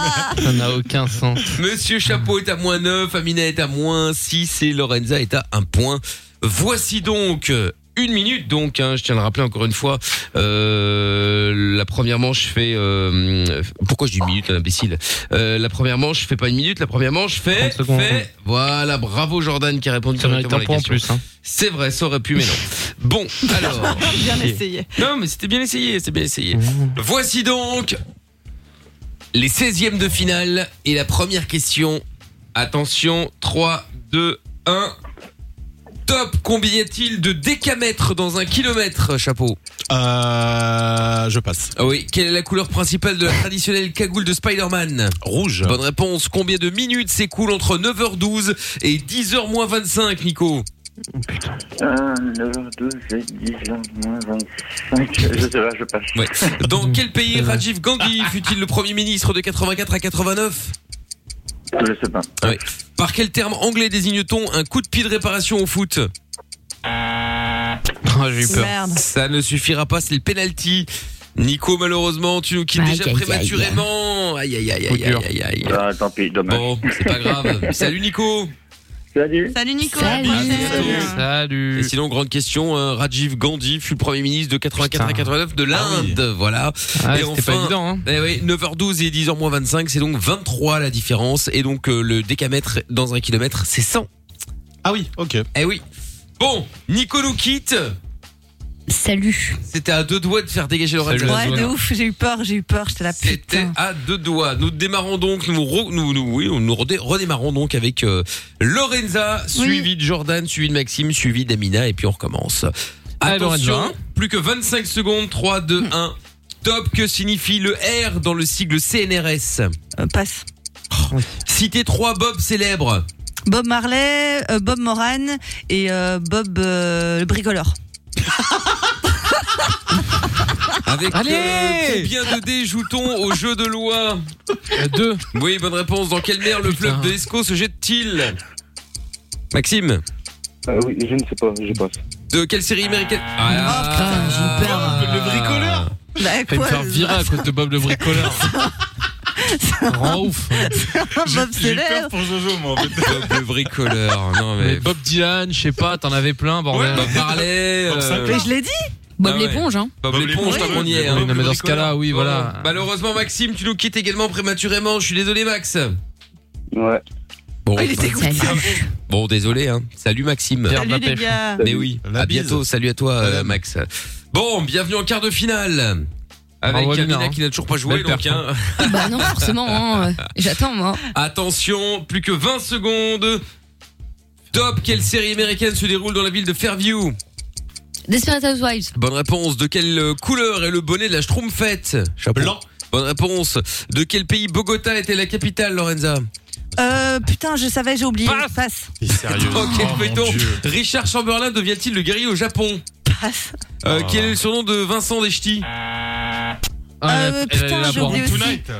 Speaker 4: n'a aucun sens.
Speaker 2: Monsieur Chapeau est à moins 9, Amina est à moins 6 et Lorenza est à 1 point. Voici donc euh, une minute. Donc, hein, je tiens à le rappeler encore une fois, euh, la première manche fait... euh, pourquoi je dis une minute, imbécile Euh, La première manche fait pas une minute, la première manche fait...
Speaker 4: 30 secondes.
Speaker 2: fait voilà, bravo Jordan qui a répondu
Speaker 4: Ça mérite
Speaker 2: correctement à
Speaker 4: un
Speaker 2: la
Speaker 4: point en plus,
Speaker 2: question.
Speaker 4: hein.
Speaker 2: C'est vrai, ça aurait pu, mais non.
Speaker 4: <laughs>
Speaker 2: Bon, alors...
Speaker 3: Bien essayé.
Speaker 2: Non, mais c'était bien essayé, c'était bien essayé. Voici donc les 16e de finale et la première question. Attention, 3, 2, 1. Top, combien y a-t-il de décamètres dans un kilomètre, chapeau
Speaker 8: Euh, je passe.
Speaker 2: Ah oui, quelle est la couleur principale de la traditionnelle cagoule de Spider-Man Rouge. Bonne réponse. Combien de minutes s'écoulent entre 9h12 et 10h 25, Nico
Speaker 13: Euh, 9h12, j'ai 10h moins 25. <laughs> Je sais pas, je passe.
Speaker 2: Dans quel pays Rajiv Gandhi fut-il le premier ministre de 84 à 89
Speaker 13: Je sais pas.
Speaker 2: Ah oui. Par quel terme anglais désigne-t-on un coup de pied de réparation au foot
Speaker 13: Euh,
Speaker 2: Ah, J'ai
Speaker 4: eu peur. Merde.
Speaker 2: Ça ne suffira pas, c'est le penalty. Nico, malheureusement, tu nous quittes
Speaker 13: Aïe,
Speaker 2: déjà
Speaker 13: aïe, aïe.
Speaker 2: prématurément. Aïe aïe aïe aïe aïe aïe aïe.
Speaker 13: Ah, tant pis, dommage.
Speaker 2: Bon, c'est pas
Speaker 13: <laughs>
Speaker 2: grave. Salut Nico.
Speaker 13: Salut.
Speaker 3: Salut Nico.
Speaker 2: Salut. Et sinon, grande question, hein, Rajiv Gandhi fut premier ministre de 84 à 89 de l'Inde, voilà.
Speaker 4: Ah,
Speaker 2: et
Speaker 4: c'était pas évident, hein.
Speaker 2: eh oui, 9h12 et 10h moins 25, c'est donc 23 la différence. Et donc, euh, le décamètre dans un kilomètre, c'est 100.
Speaker 8: Ah oui, ok.
Speaker 2: Eh oui. Bon, Nico nous quitte.
Speaker 5: Salut.
Speaker 2: C'était à deux doigts de faire dégager le
Speaker 3: Ouais, de ouf, j'ai eu peur, j'ai eu peur, j'étais là
Speaker 2: C'était
Speaker 3: putain.
Speaker 2: à deux doigts. Nous démarrons donc, nous, re- nous, nous- oui, nous redé- redémarrons donc avec euh, Lorenza, suivi de Jordan, suivi de Maxime, suivi d'Amina, et puis on recommence.
Speaker 4: Allez,
Speaker 2: Attention,
Speaker 4: Lorenza.
Speaker 2: plus que 25 secondes, 3, 2, 1. Top, que signifie le R dans le sigle CNRS
Speaker 3: Euh, Passe.
Speaker 2: Citez trois Bob célèbres.
Speaker 3: Bob Marley, euh, Bob Moran et euh, Bob euh, le bricoleur.
Speaker 2: Avec
Speaker 3: Allez
Speaker 2: euh, combien de dés joue-t-on au jeu de loi
Speaker 4: Euh,
Speaker 2: Deux. Oui, bonne réponse. Dans quelle mer le fleuve de l'Escaut se jette-t-il Maxime
Speaker 13: Euh, oui, je ne sais pas, je passe.
Speaker 2: De quelle série américaine <laughs> Ah,
Speaker 3: j'ai peur.
Speaker 2: le bricoleur
Speaker 3: Bah,
Speaker 4: Fait me
Speaker 3: quoi,
Speaker 4: faire virer à cause de Bob
Speaker 3: <laughs>
Speaker 4: le bricoleur. Rends ouf.
Speaker 3: Bob Seller.
Speaker 2: Bob le bricoleur. Non mais.
Speaker 4: Bob Dylan, je sais pas, t'en avais plein, bordel.
Speaker 2: Bob Marley.
Speaker 4: Bob
Speaker 2: euh,
Speaker 4: Sinclair.
Speaker 3: Mais je l'ai dit
Speaker 2: Ah
Speaker 5: Bob
Speaker 4: Ah
Speaker 5: l'éponge, hein.
Speaker 2: Bob l'éponge, tant qu'on y est.
Speaker 4: Oui,
Speaker 2: hein.
Speaker 4: non, mais dans ce cas-là, oui,
Speaker 2: Bon,
Speaker 4: voilà.
Speaker 2: Malheureusement, Maxime, tu nous quittes également prématurément. Je suis désolé, Max.
Speaker 13: Ouais.
Speaker 2: Bon,
Speaker 3: Ah,
Speaker 13: Oh, il était
Speaker 2: bah, bon, désolé. Hein. Salut, Maxime.
Speaker 4: Pierre Salut, Mbappé. les gars.
Speaker 2: Mais oui.
Speaker 4: La
Speaker 2: à
Speaker 4: bise.
Speaker 2: bientôt. Salut à toi, euh, Max. Bon, bienvenue en quart de finale. Avec
Speaker 4: Bravo,
Speaker 2: Amina
Speaker 4: Amina, hein.
Speaker 2: qui n'a toujours pas joué.
Speaker 4: Belle
Speaker 2: Donc,
Speaker 4: perf,
Speaker 2: hein. <laughs>
Speaker 5: Bah non, forcément, hein. euh, J'attends, moi.
Speaker 2: Attention, plus que 20 secondes. Top, quelle série américaine se déroule dans la ville de Fairview
Speaker 5: Desperate Housewives.
Speaker 2: Bonne réponse. De quelle euh, couleur est le bonnet de la Schtroumpfette Chapeau. Blanc. Bonne réponse. De quel pays Bogota était la capitale, Lorenza
Speaker 3: Euh, putain, je savais, j'ai oublié. Passe.
Speaker 2: Sérieux Dans quel
Speaker 3: Oh, mon
Speaker 2: feuilleton
Speaker 3: Dieu.
Speaker 2: Richard Chamberlain devient-il le guerrier au Japon
Speaker 3: Passe.
Speaker 2: Euh, Quel est le surnom de Vincent Ah, Deschty
Speaker 3: Euh, putain, j'ai oublié aussi.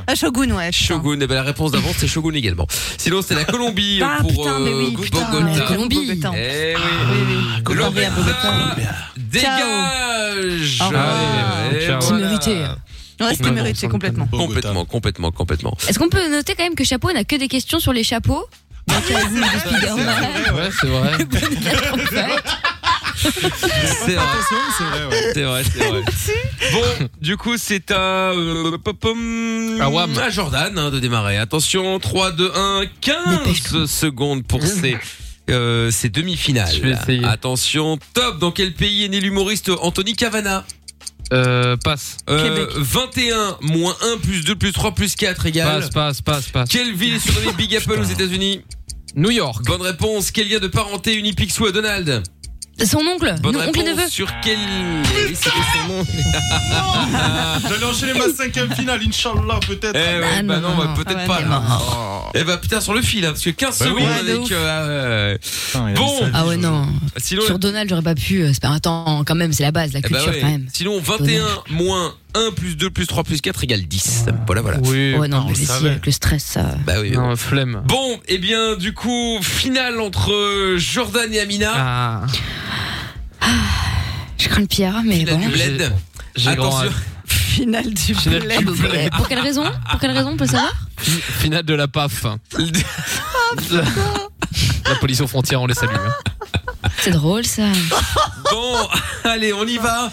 Speaker 3: Ah, Shogun, ouais. putain.
Speaker 2: Shogun, eh ben, la réponse d'avance c'est Shogun également. Sinon
Speaker 3: <laughs>
Speaker 2: c'est la Colombie
Speaker 3: Ah,
Speaker 2: pour
Speaker 3: putain, mais oui,
Speaker 2: euh,
Speaker 3: putain,
Speaker 2: Bogota.
Speaker 3: la Colombie. Bogota.
Speaker 2: Eh oui.
Speaker 3: Comparé à Bogota.
Speaker 2: Dégage.
Speaker 3: Ciao. Au revoir.
Speaker 2: Ah, et
Speaker 3: C'est
Speaker 2: voilà.
Speaker 5: mérité.
Speaker 3: Ouais, c'était mérité complètement.
Speaker 2: Complètement, complètement, complètement.
Speaker 5: Est-ce qu'on peut noter quand même que Chapeau n'a que des questions sur les chapeaux Donc, vas-y, le Spider-Man.
Speaker 2: Ouais,
Speaker 5: <laughs>
Speaker 2: c'est vrai. C'est vrai, <laughs> c'est vrai, c'est vrai, Bon, du coup, c'est à euh, pom, pom, à Jordan hein, de démarrer. Attention, 3 2 1 15 secondes
Speaker 4: <laughs>
Speaker 2: pour ces euh, ces
Speaker 4: Je vais
Speaker 2: demi-finales.
Speaker 4: essayer.
Speaker 2: Attention, top. Dans quel pays est né l'humoriste Anthony Cavana
Speaker 4: Euh, passe.
Speaker 2: Euh, 21 moins 1 plus 2 plus 3 plus 4 égale.
Speaker 4: Passe, passe, passe, passe.
Speaker 2: Quelle ville est surnommée Big Apple aux États-Unis New York. Bonne réponse. Quel lien de parenté unit Picsou à Donald
Speaker 5: Son oncle,
Speaker 2: Bonne
Speaker 5: non, oncle et
Speaker 2: réponse.
Speaker 5: neveu.
Speaker 2: Sur quel. Oui, c'était son nom.
Speaker 8: <laughs> J'allais enchaîner ma cinquième finale, Inch'Allah, peut-être.
Speaker 2: Eh ouais,
Speaker 5: Ah
Speaker 2: bah non, bah peut-être pas. là. Eh bah putain, sur le fil, hein, parce que 15
Speaker 8: Bah oui.
Speaker 2: secondes
Speaker 8: Ouais, de
Speaker 2: avec.
Speaker 8: ouf.
Speaker 2: euh,
Speaker 8: il y a
Speaker 2: bon. euh,
Speaker 5: Ah ouais, non.
Speaker 2: Sinon,
Speaker 5: Sur Donald, j'aurais pas pu. euh, c'est pas- Attends, quand même, c'est la base, la
Speaker 2: eh bah
Speaker 5: culture,
Speaker 2: ouais.
Speaker 5: quand même.
Speaker 2: Sinon, 21 moins 1 plus 2 plus 3 plus 4 égale 10. Voilà, voilà.
Speaker 5: ouais, non, mais si, avec le stress, euh. ça.
Speaker 2: Bah oui.
Speaker 4: Non, flemme.
Speaker 2: Bon, eh bien, du coup, finale entre euh, Jordan et Amina.
Speaker 5: Ah. Je crains le pire, mais
Speaker 2: Finale
Speaker 5: bon.
Speaker 2: du bled.
Speaker 4: j'ai grand
Speaker 2: Attention.
Speaker 3: Finale du
Speaker 4: Finale
Speaker 5: Ah,
Speaker 4: du
Speaker 5: bah,
Speaker 4: bled.
Speaker 5: Pour quelle raison Pour quelle raison, on peut le savoir
Speaker 4: Fi- Finale de la PAF.
Speaker 2: Ah,
Speaker 4: la police aux frontières, on les salue. hein.
Speaker 5: C'est drôle, ça.
Speaker 2: Bon, allez, on y va.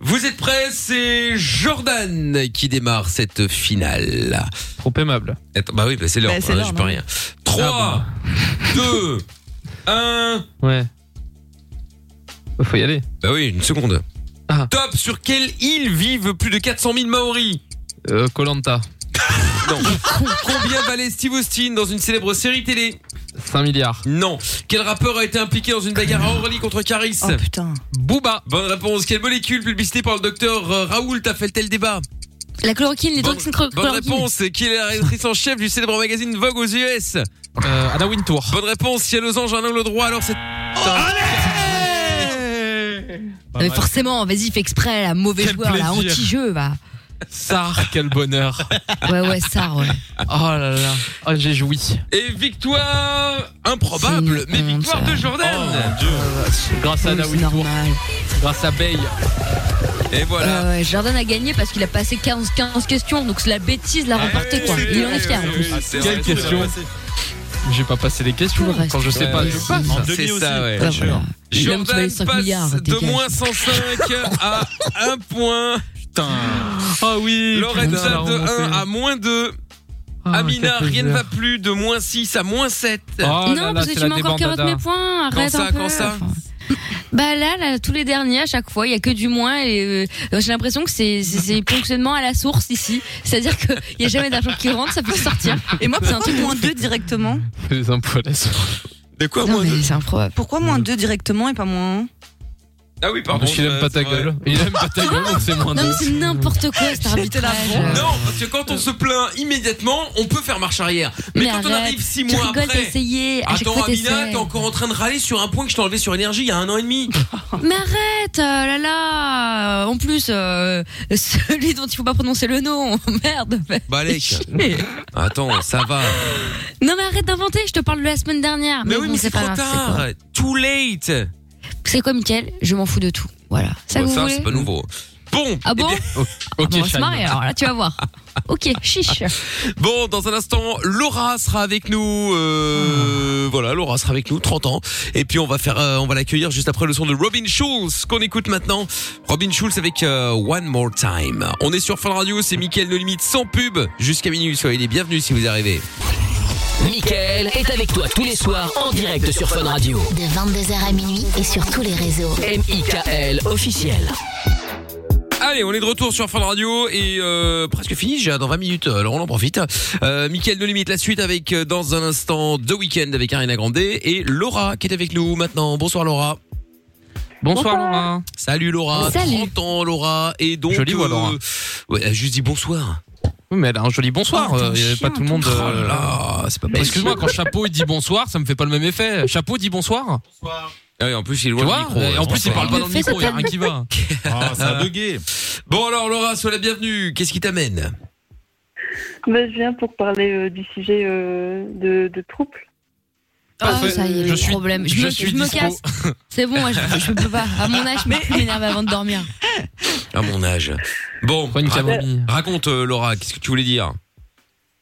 Speaker 2: Vous êtes prêts C'est Jordan qui démarre cette finale.
Speaker 4: Trop aimable.
Speaker 2: Attends, bah oui, bah c'est l'heure.
Speaker 4: Bah, c'est
Speaker 2: hein,
Speaker 4: l'heure,
Speaker 2: je peux
Speaker 4: non
Speaker 2: rien. 3, 2, 1.
Speaker 4: Oh. Ouais. Faut y aller.
Speaker 2: Bah oui, une seconde.
Speaker 4: Ah.
Speaker 2: Top, sur quelle île vivent plus de 400 000 Maoris
Speaker 4: Euh, Colanta.
Speaker 2: <laughs> Non. Combien valait Steve Austin dans une célèbre série télé
Speaker 4: 5 milliards.
Speaker 2: Non. Quel rappeur a été impliqué dans une bagarre à Orly contre Caris
Speaker 3: Oh putain.
Speaker 2: Booba. Bonne réponse. Quelle molécule publicitée par le docteur euh, Raoul t'a fait tel débat
Speaker 5: La chloroquine, les toxines chlo-
Speaker 2: Bonne
Speaker 5: chloroquine.
Speaker 2: réponse. Qui est la rédactrice en chef du célèbre magazine Vogue aux US
Speaker 4: Euh, Anna Wintour.
Speaker 2: Bonne réponse. Si elle aux anges, un angle droit, alors c'est.
Speaker 5: Non, mais forcément, vas-y, fais exprès, la mauvais
Speaker 4: Quel
Speaker 5: joueur, la
Speaker 4: plaisir.
Speaker 5: anti-jeu, va.
Speaker 4: Sar, quel bonheur.
Speaker 5: Ouais, ouais, ça, ouais.
Speaker 4: Oh là là. Oh, j'ai joui.
Speaker 2: Et victoire improbable, mais victoire de Jordan.
Speaker 4: Oh, Grâce à Anna Wintour. Grâce à Bay.
Speaker 2: Et <laughs> voilà.
Speaker 5: Ouais, ouais, Jordan a gagné parce qu'il a passé 15, 15 questions, donc c'est la bêtise
Speaker 2: Ah,
Speaker 5: l'a remporté, quoi. Il en est fier. en plus.
Speaker 4: Quelle question <laughs> J'ai pas passé les questions. Quand je sais
Speaker 2: Ouais,
Speaker 4: pas,
Speaker 2: ouais,
Speaker 4: je
Speaker 2: si,
Speaker 4: passe.
Speaker 2: en demi C'est aussi. ça, ouais. Ouais, voilà.
Speaker 5: L'homme qui
Speaker 2: Jordan
Speaker 5: valait 5
Speaker 2: passe
Speaker 5: milliards,
Speaker 2: de
Speaker 5: dégage.
Speaker 2: moins 105 <laughs> à 1 point. Putain.
Speaker 4: Ah oui. putain, la
Speaker 2: Lorenza de
Speaker 4: remontée.
Speaker 2: 1 à moins 2.
Speaker 4: Ah,
Speaker 2: Amina,
Speaker 4: quel
Speaker 2: rien ne va
Speaker 4: plaisir.
Speaker 2: plus de moins 6 à moins 7.
Speaker 4: Oh
Speaker 5: non, parce que tu m'as encore carotte mes points,
Speaker 2: Quand
Speaker 5: arrête
Speaker 2: ça,
Speaker 5: un peu.
Speaker 2: quand ça
Speaker 5: Bah là, là, tous les derniers, à chaque fois, il y a que du moins. Et euh, j'ai l'impression que c'est c'est- c'est ponctionnement à la source ici. C'est-à-dire qu'il y a jamais d'argent qui rentre, ça peut sortir.
Speaker 3: Et moi,
Speaker 5: c'est un truc
Speaker 3: moins 2 directement.
Speaker 4: Les impôts à la source.
Speaker 2: De quoi
Speaker 3: moins
Speaker 5: 2 C'est improbable.
Speaker 3: Pourquoi moins 2 directement et pas moins 1
Speaker 2: Ah oui, pardon.
Speaker 4: Parce qu'il aime
Speaker 2: euh,
Speaker 4: pas ta
Speaker 2: c'est vrai.
Speaker 4: gueule. Il aime pas ta gueule, donc c'est moins
Speaker 5: Ah, Non,
Speaker 4: deux.
Speaker 5: mais c'est n'importe quoi, cet arbitrage.
Speaker 2: Non, parce que quand on se plaint immédiatement, on peut faire marche arrière. Mais,
Speaker 5: Mais
Speaker 2: quand on
Speaker 5: arrête,
Speaker 2: arrive 6
Speaker 5: tu
Speaker 2: mois
Speaker 5: rigoles,
Speaker 2: après.
Speaker 5: t'as essayé, à chaque
Speaker 2: Attends,
Speaker 5: fois,
Speaker 2: Amina,
Speaker 5: t'essaies.
Speaker 2: t'es encore en train de râler sur un point que je t'ai enlevé sur énergie il y a un an et
Speaker 5: <laughs>
Speaker 2: demi.
Speaker 5: Mais arrête, euh, là là. En plus, euh, celui dont il faut pas prononcer le nom, <laughs> merde. <laughs>
Speaker 2: Balek.
Speaker 5: Mais-
Speaker 2: Attends, ça va.
Speaker 5: Non mais arrête d'inventer, je te parle de la semaine dernière.
Speaker 2: Mais oui,
Speaker 5: Ah, bon,
Speaker 2: mais c'est
Speaker 5: pas
Speaker 2: trop
Speaker 5: grave, c'est quoi.
Speaker 2: tard. Too late.
Speaker 5: C'est quoi, Mickaël Je m'en fous de tout. Voilà. Ça,
Speaker 2: Bon,
Speaker 5: vous
Speaker 2: ça
Speaker 5: voulez
Speaker 2: c'est pas nouveau. Bon.
Speaker 5: Ah
Speaker 2: eh
Speaker 5: bon
Speaker 2: bien-
Speaker 5: Ah bon, on va se marrer, alors là, tu vas voir. Ok, chiche.
Speaker 2: Bon, dans un instant, Laura sera avec nous. euh, euh, voilà, Laura sera avec nous, 30 ans. Et puis on va faire, euh, on va l'accueillir juste après le son de Robin Schulz qu'on écoute maintenant. Robin Schulz avec euh, One More Time. On est sur Fun Radio, c'est Mickaël No Limite sans pub jusqu'à minuit. Soyez les bienvenus si vous arrivez.
Speaker 1: Michael est avec toi tous les soirs en direct sur Fun Radio.
Speaker 9: De 22h à minuit et sur tous les réseaux.
Speaker 1: M.I.K.L. officiel.
Speaker 2: Allez, on est de retour sur Fun Radio et euh, presque fini. J'ai dans 20 minutes, alors on en profite. Euh, Mickaël de limite la suite avec euh, dans un instant The Weeknd avec Ariana Grande et Laura qui est avec nous maintenant. Bonsoir Laura.
Speaker 4: Bonsoir, Laura.
Speaker 2: Salut Laura.
Speaker 4: Salut.
Speaker 2: 30 ans Laura et donc. euh,
Speaker 4: Jolie voix, Laura.
Speaker 2: ouais, elle a juste dit bonsoir.
Speaker 4: hein Oui, mais elle a un joli bonsoir.
Speaker 2: Oh, t'es un
Speaker 4: euh, il y avait
Speaker 2: chien,
Speaker 4: pas tout le monde. euh,
Speaker 2: toi. Oh là là, c'est pas possible.
Speaker 4: Excuse-moi, quand Chapeau il dit bonsoir, ça me fait pas le même effet. Chapeau dit bonsoir.
Speaker 2: Ah oui, en plus il
Speaker 4: Tu
Speaker 2: est loin
Speaker 4: vois
Speaker 2: du micro.
Speaker 4: Et En plus, il parle pas dans le micro, il y a rien qui
Speaker 5: <laughs>
Speaker 4: va.
Speaker 2: Ah, ça a bugué. Bon alors Laura, sois la bienvenue. Qu'est-ce qui t'amène
Speaker 14: Mais je viens pour parler euh, du sujet euh, de, de trouble.
Speaker 5: Ah, ça y est, le problème. Je,
Speaker 14: je
Speaker 5: me,
Speaker 14: suis
Speaker 5: je me
Speaker 14: dispo.
Speaker 5: casse. C'est bon, moi, je, je peux pas. À mon âge, je peux plus m'énerver avant de dormir.
Speaker 2: À mon âge. Bon, raconte,
Speaker 14: camomille.
Speaker 2: raconte, euh, Laura, qu'est-ce que tu voulais dire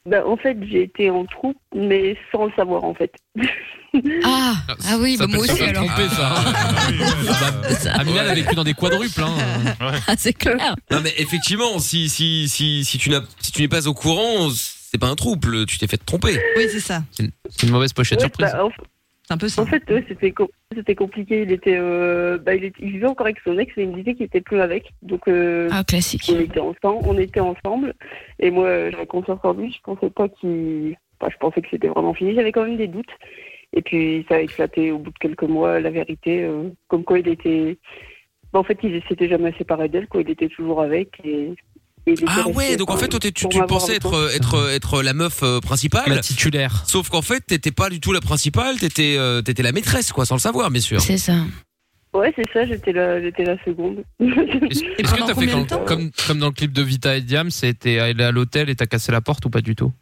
Speaker 14: Bah, en fait, j'ai été en trouble, mais sans le savoir, en fait.
Speaker 5: Ah, ah oui, bah,
Speaker 4: Ça
Speaker 5: moi
Speaker 4: peut
Speaker 5: aussi
Speaker 4: se
Speaker 5: alors.
Speaker 4: tromper, ça.
Speaker 2: Ah
Speaker 4: Amina, elle a vécu dans des quadruples. Hein.
Speaker 5: Ah, c'est clair.
Speaker 2: Non mais effectivement, si si si si tu n'as si tu n'es pas au courant, c'est pas un trouble, tu t'es fait tromper.
Speaker 3: Oui, c'est ça.
Speaker 2: C'est une mauvaise pochette
Speaker 14: Ouais, bah, en, f-
Speaker 3: C'est un peu ça.
Speaker 14: en fait, ouais, c'était com- c'était compliqué. Il était, euh, bah, il, était- il vivait encore avec son ex, mais il me disait qu'il était plus avec. Donc, euh,
Speaker 5: Ah, classique.
Speaker 14: On était ensemble, on était ensemble, et moi, euh, j'avais confiance en lui. Je pensais pas qu'il, enfin, je pensais que c'était vraiment fini. J'avais quand même des doutes. Et puis, ça a éclaté au bout de quelques mois. La vérité, euh, comme quoi il était, bah, en fait, il s'était jamais séparé d'elle, quoi. Il était toujours avec. Et, et il était
Speaker 2: Ah
Speaker 14: resté,
Speaker 2: ouais, donc en
Speaker 14: enfin,
Speaker 2: fait toi t'es- tu,
Speaker 14: pour
Speaker 2: tu
Speaker 14: m'avoir
Speaker 2: pensais
Speaker 14: avec moi.
Speaker 2: être être être la meuf euh, principale,
Speaker 4: La
Speaker 2: titulaire. Sauf qu'en fait t'étais pas du tout la principale, t'étais euh, t'étais la maîtresse quoi, sans le savoir bien sûr.
Speaker 5: C'est ça.
Speaker 14: Ouais, c'est ça. J'étais la, j'étais la seconde. <laughs>
Speaker 4: Est-ce que t'as fait comme, comme, comme dans le clip de Vita et Diam, c'était aller à l'hôtel et t'as cassé la porte ou pas du tout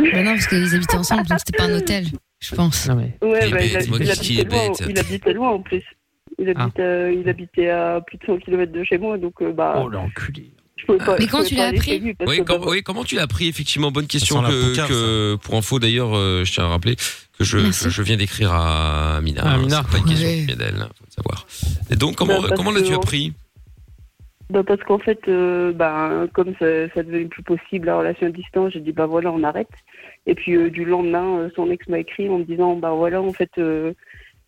Speaker 5: Bah non, parce qu'ils habitaient ensemble, donc c'était pas un hôtel, je pense.
Speaker 14: Ouais, bah, il,
Speaker 4: bête,
Speaker 14: a-
Speaker 4: dis-moi
Speaker 14: il
Speaker 4: qu'est-ce qu'il est
Speaker 14: habitait loin,
Speaker 4: bête.
Speaker 14: il habitait loin en plus. Il,
Speaker 4: Ah.
Speaker 14: habite, euh, il habitait à plus de 100 km de chez moi, donc euh, bah.
Speaker 2: Oh l'enculé.
Speaker 14: Je pouvais pas,
Speaker 5: Mais
Speaker 14: je
Speaker 5: quand
Speaker 14: pouvais
Speaker 5: tu
Speaker 14: pas
Speaker 5: l'as
Speaker 14: aller
Speaker 5: appris
Speaker 14: chez lui parce
Speaker 2: Oui,
Speaker 14: que,
Speaker 2: com-
Speaker 14: bah,
Speaker 2: oui, comment tu l'as appris Effectivement, bonne question
Speaker 8: Ça sent la
Speaker 2: que,
Speaker 8: poucave,
Speaker 2: que- pour info d'ailleurs, euh, je tiens à rappeler que je, que je viens d'écrire à Mina.
Speaker 8: Ah,
Speaker 2: hein, c'est pas une question qui vient d'elle, hein, faut le savoir. Et donc comment
Speaker 14: Bah, parce
Speaker 2: comment l'as-tu
Speaker 14: que-
Speaker 2: appris
Speaker 14: bah, parce qu'en fait, euh, bah, comme ça, ça devenait plus possible la relation à distance, j'ai dit bah voilà, on arrête. Et puis euh, du lendemain, euh, son ex m'a écrit en me disant bah voilà, en fait, euh,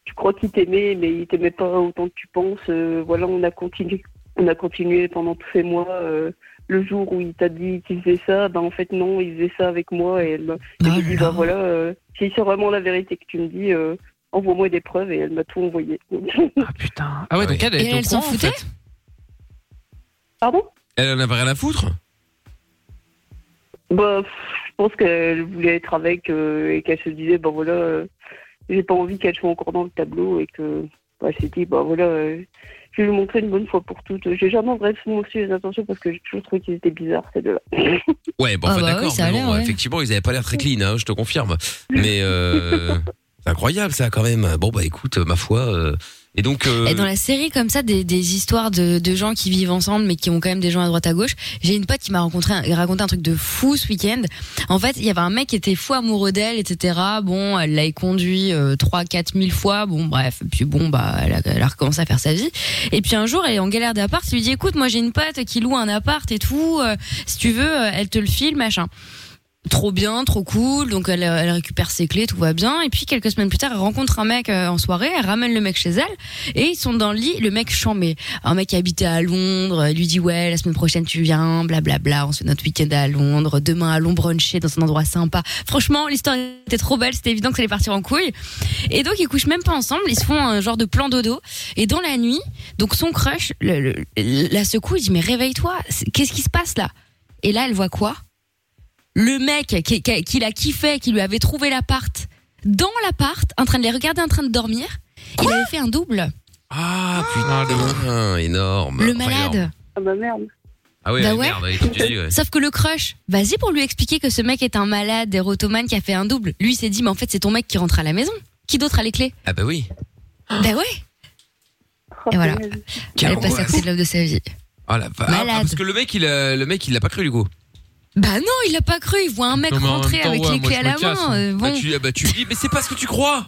Speaker 14: tu crois qu'il t'aimait, mais il t'aimait pas autant que tu penses. euh, voilà, on a continué, on a continué pendant tous ces mois. euh, le jour où il t'a dit qu'il faisait ça, bah en fait non, il faisait ça avec moi et elle m'a et j'ai dit bah voilà, euh, si c'est vraiment la vérité que tu me dis, euh, envoie-moi des preuves et elle m'a tout envoyé. <laughs>
Speaker 4: Ah ouais, donc elle, elle
Speaker 14: Et
Speaker 4: était au
Speaker 14: elle s'en
Speaker 4: courant, en
Speaker 14: foutait
Speaker 4: fait.
Speaker 14: Pardon
Speaker 2: Elle en avait rien à foutre
Speaker 14: Bah, pff, je pense qu'elle voulait être avec euh, et qu'elle se disait, bah voilà, euh, j'ai pas envie qu'elle soit encore dans le tableau et que, bah, elle s'est dit, bah voilà, euh, je vais lui montrer une bonne fois pour toutes. J'ai jamais en vrai montré les intentions parce que j'ai toujours trouvé qu'ils étaient bizarres, ces deux-là.
Speaker 2: Ouais, bon,
Speaker 14: Ah
Speaker 2: enfin,
Speaker 14: bah oui,
Speaker 2: d'accord.
Speaker 14: ça a
Speaker 2: mais
Speaker 14: l'air,
Speaker 2: bon,
Speaker 14: ouais.
Speaker 2: Effectivement, ils avaient pas l'air très clean, hein, je te confirme. Mais euh, c'est incroyable ça quand même. Bon bah écoute, euh, ma foi. euh, et donc euh,
Speaker 5: Et dans la série comme ça, des, des histoires de, de gens qui vivent ensemble mais qui ont quand même des gens à droite à gauche. J'ai une pote qui m'a rencontré un- raconté un truc de fou ce week-end. En fait, il y avait un mec qui était fou amoureux d'elle, etc. Bon, elle l'a conduit euh, 3 4 000 fois. Bon, bref. Puis bon, bah, elle a, elle a recommencé à faire sa vie. Et puis un jour, elle est en galère d'appart. Il lui dit, écoute, moi j'ai une pote qui loue un appart et tout. euh, si tu veux, euh, elle te le file, machin trop bien, trop cool. Donc elle, elle récupère ses clés, tout va bien. Et puis quelques semaines plus tard, elle rencontre un mec euh, en soirée, elle ramène le mec chez elle et ils sont dans le lit. Le mec chambé, un mec qui habitait à Londres, il lui dit ouais la semaine prochaine tu viens, blablabla. On se fait notre week-end à Londres, demain allons bruncher dans un endroit sympa. Franchement, l'histoire était trop belle, c'était évident que ça allait partir en couille. Et donc ils couchent même pas ensemble, ils se font un genre de plan dodo. Et dans la nuit, donc son crush le- le- la secoue, il dit mais réveille-toi, C'est- qu'est-ce qui se passe là Et là elle voit quoi le mec qui, qui, qui l'a kiffé, qui lui avait trouvé l'appart, dans l'appart, en train de les regarder, en train de dormir, il avait fait un double.
Speaker 2: ah putain, ah, énorme. Enfin,
Speaker 5: le
Speaker 2: énorme.
Speaker 5: malade.
Speaker 14: Ah bah merde.
Speaker 2: Ah ouais,
Speaker 5: Bah
Speaker 2: ouais,
Speaker 5: ouais.
Speaker 2: merde, ouais, comme
Speaker 5: <laughs>
Speaker 2: tu dis, ouais.
Speaker 5: Sauf que le crush, vas-y pour lui expliquer que ce mec est un malade, érotomane, qui a fait un double. Lui il s'est dit, mais en fait c'est ton mec qui rentre à la maison. Qui d'autre a les clés
Speaker 2: Ah bah oui.
Speaker 5: Bah ouais.
Speaker 14: Oh,
Speaker 5: Et voilà.
Speaker 2: Quelle
Speaker 5: Elle est passée à côté de l'homme de sa vie.
Speaker 2: Ah la va- ah,
Speaker 5: Malade.
Speaker 2: parce que le mec il a, le mec il l'a pas cru du coup.
Speaker 5: Bah non, il l'a pas cru. Il voit un mec
Speaker 2: Non, mais en
Speaker 5: rentrer
Speaker 2: même temps,
Speaker 5: avec
Speaker 2: ouais,
Speaker 5: les
Speaker 2: moi,
Speaker 5: clés
Speaker 2: je
Speaker 5: à
Speaker 2: me
Speaker 5: la
Speaker 2: casse,
Speaker 5: main.
Speaker 2: hein.
Speaker 5: euh,
Speaker 2: Bah,
Speaker 5: bon.
Speaker 2: tu, ah, bah, tu dis, mais c'est pas ce que tu crois.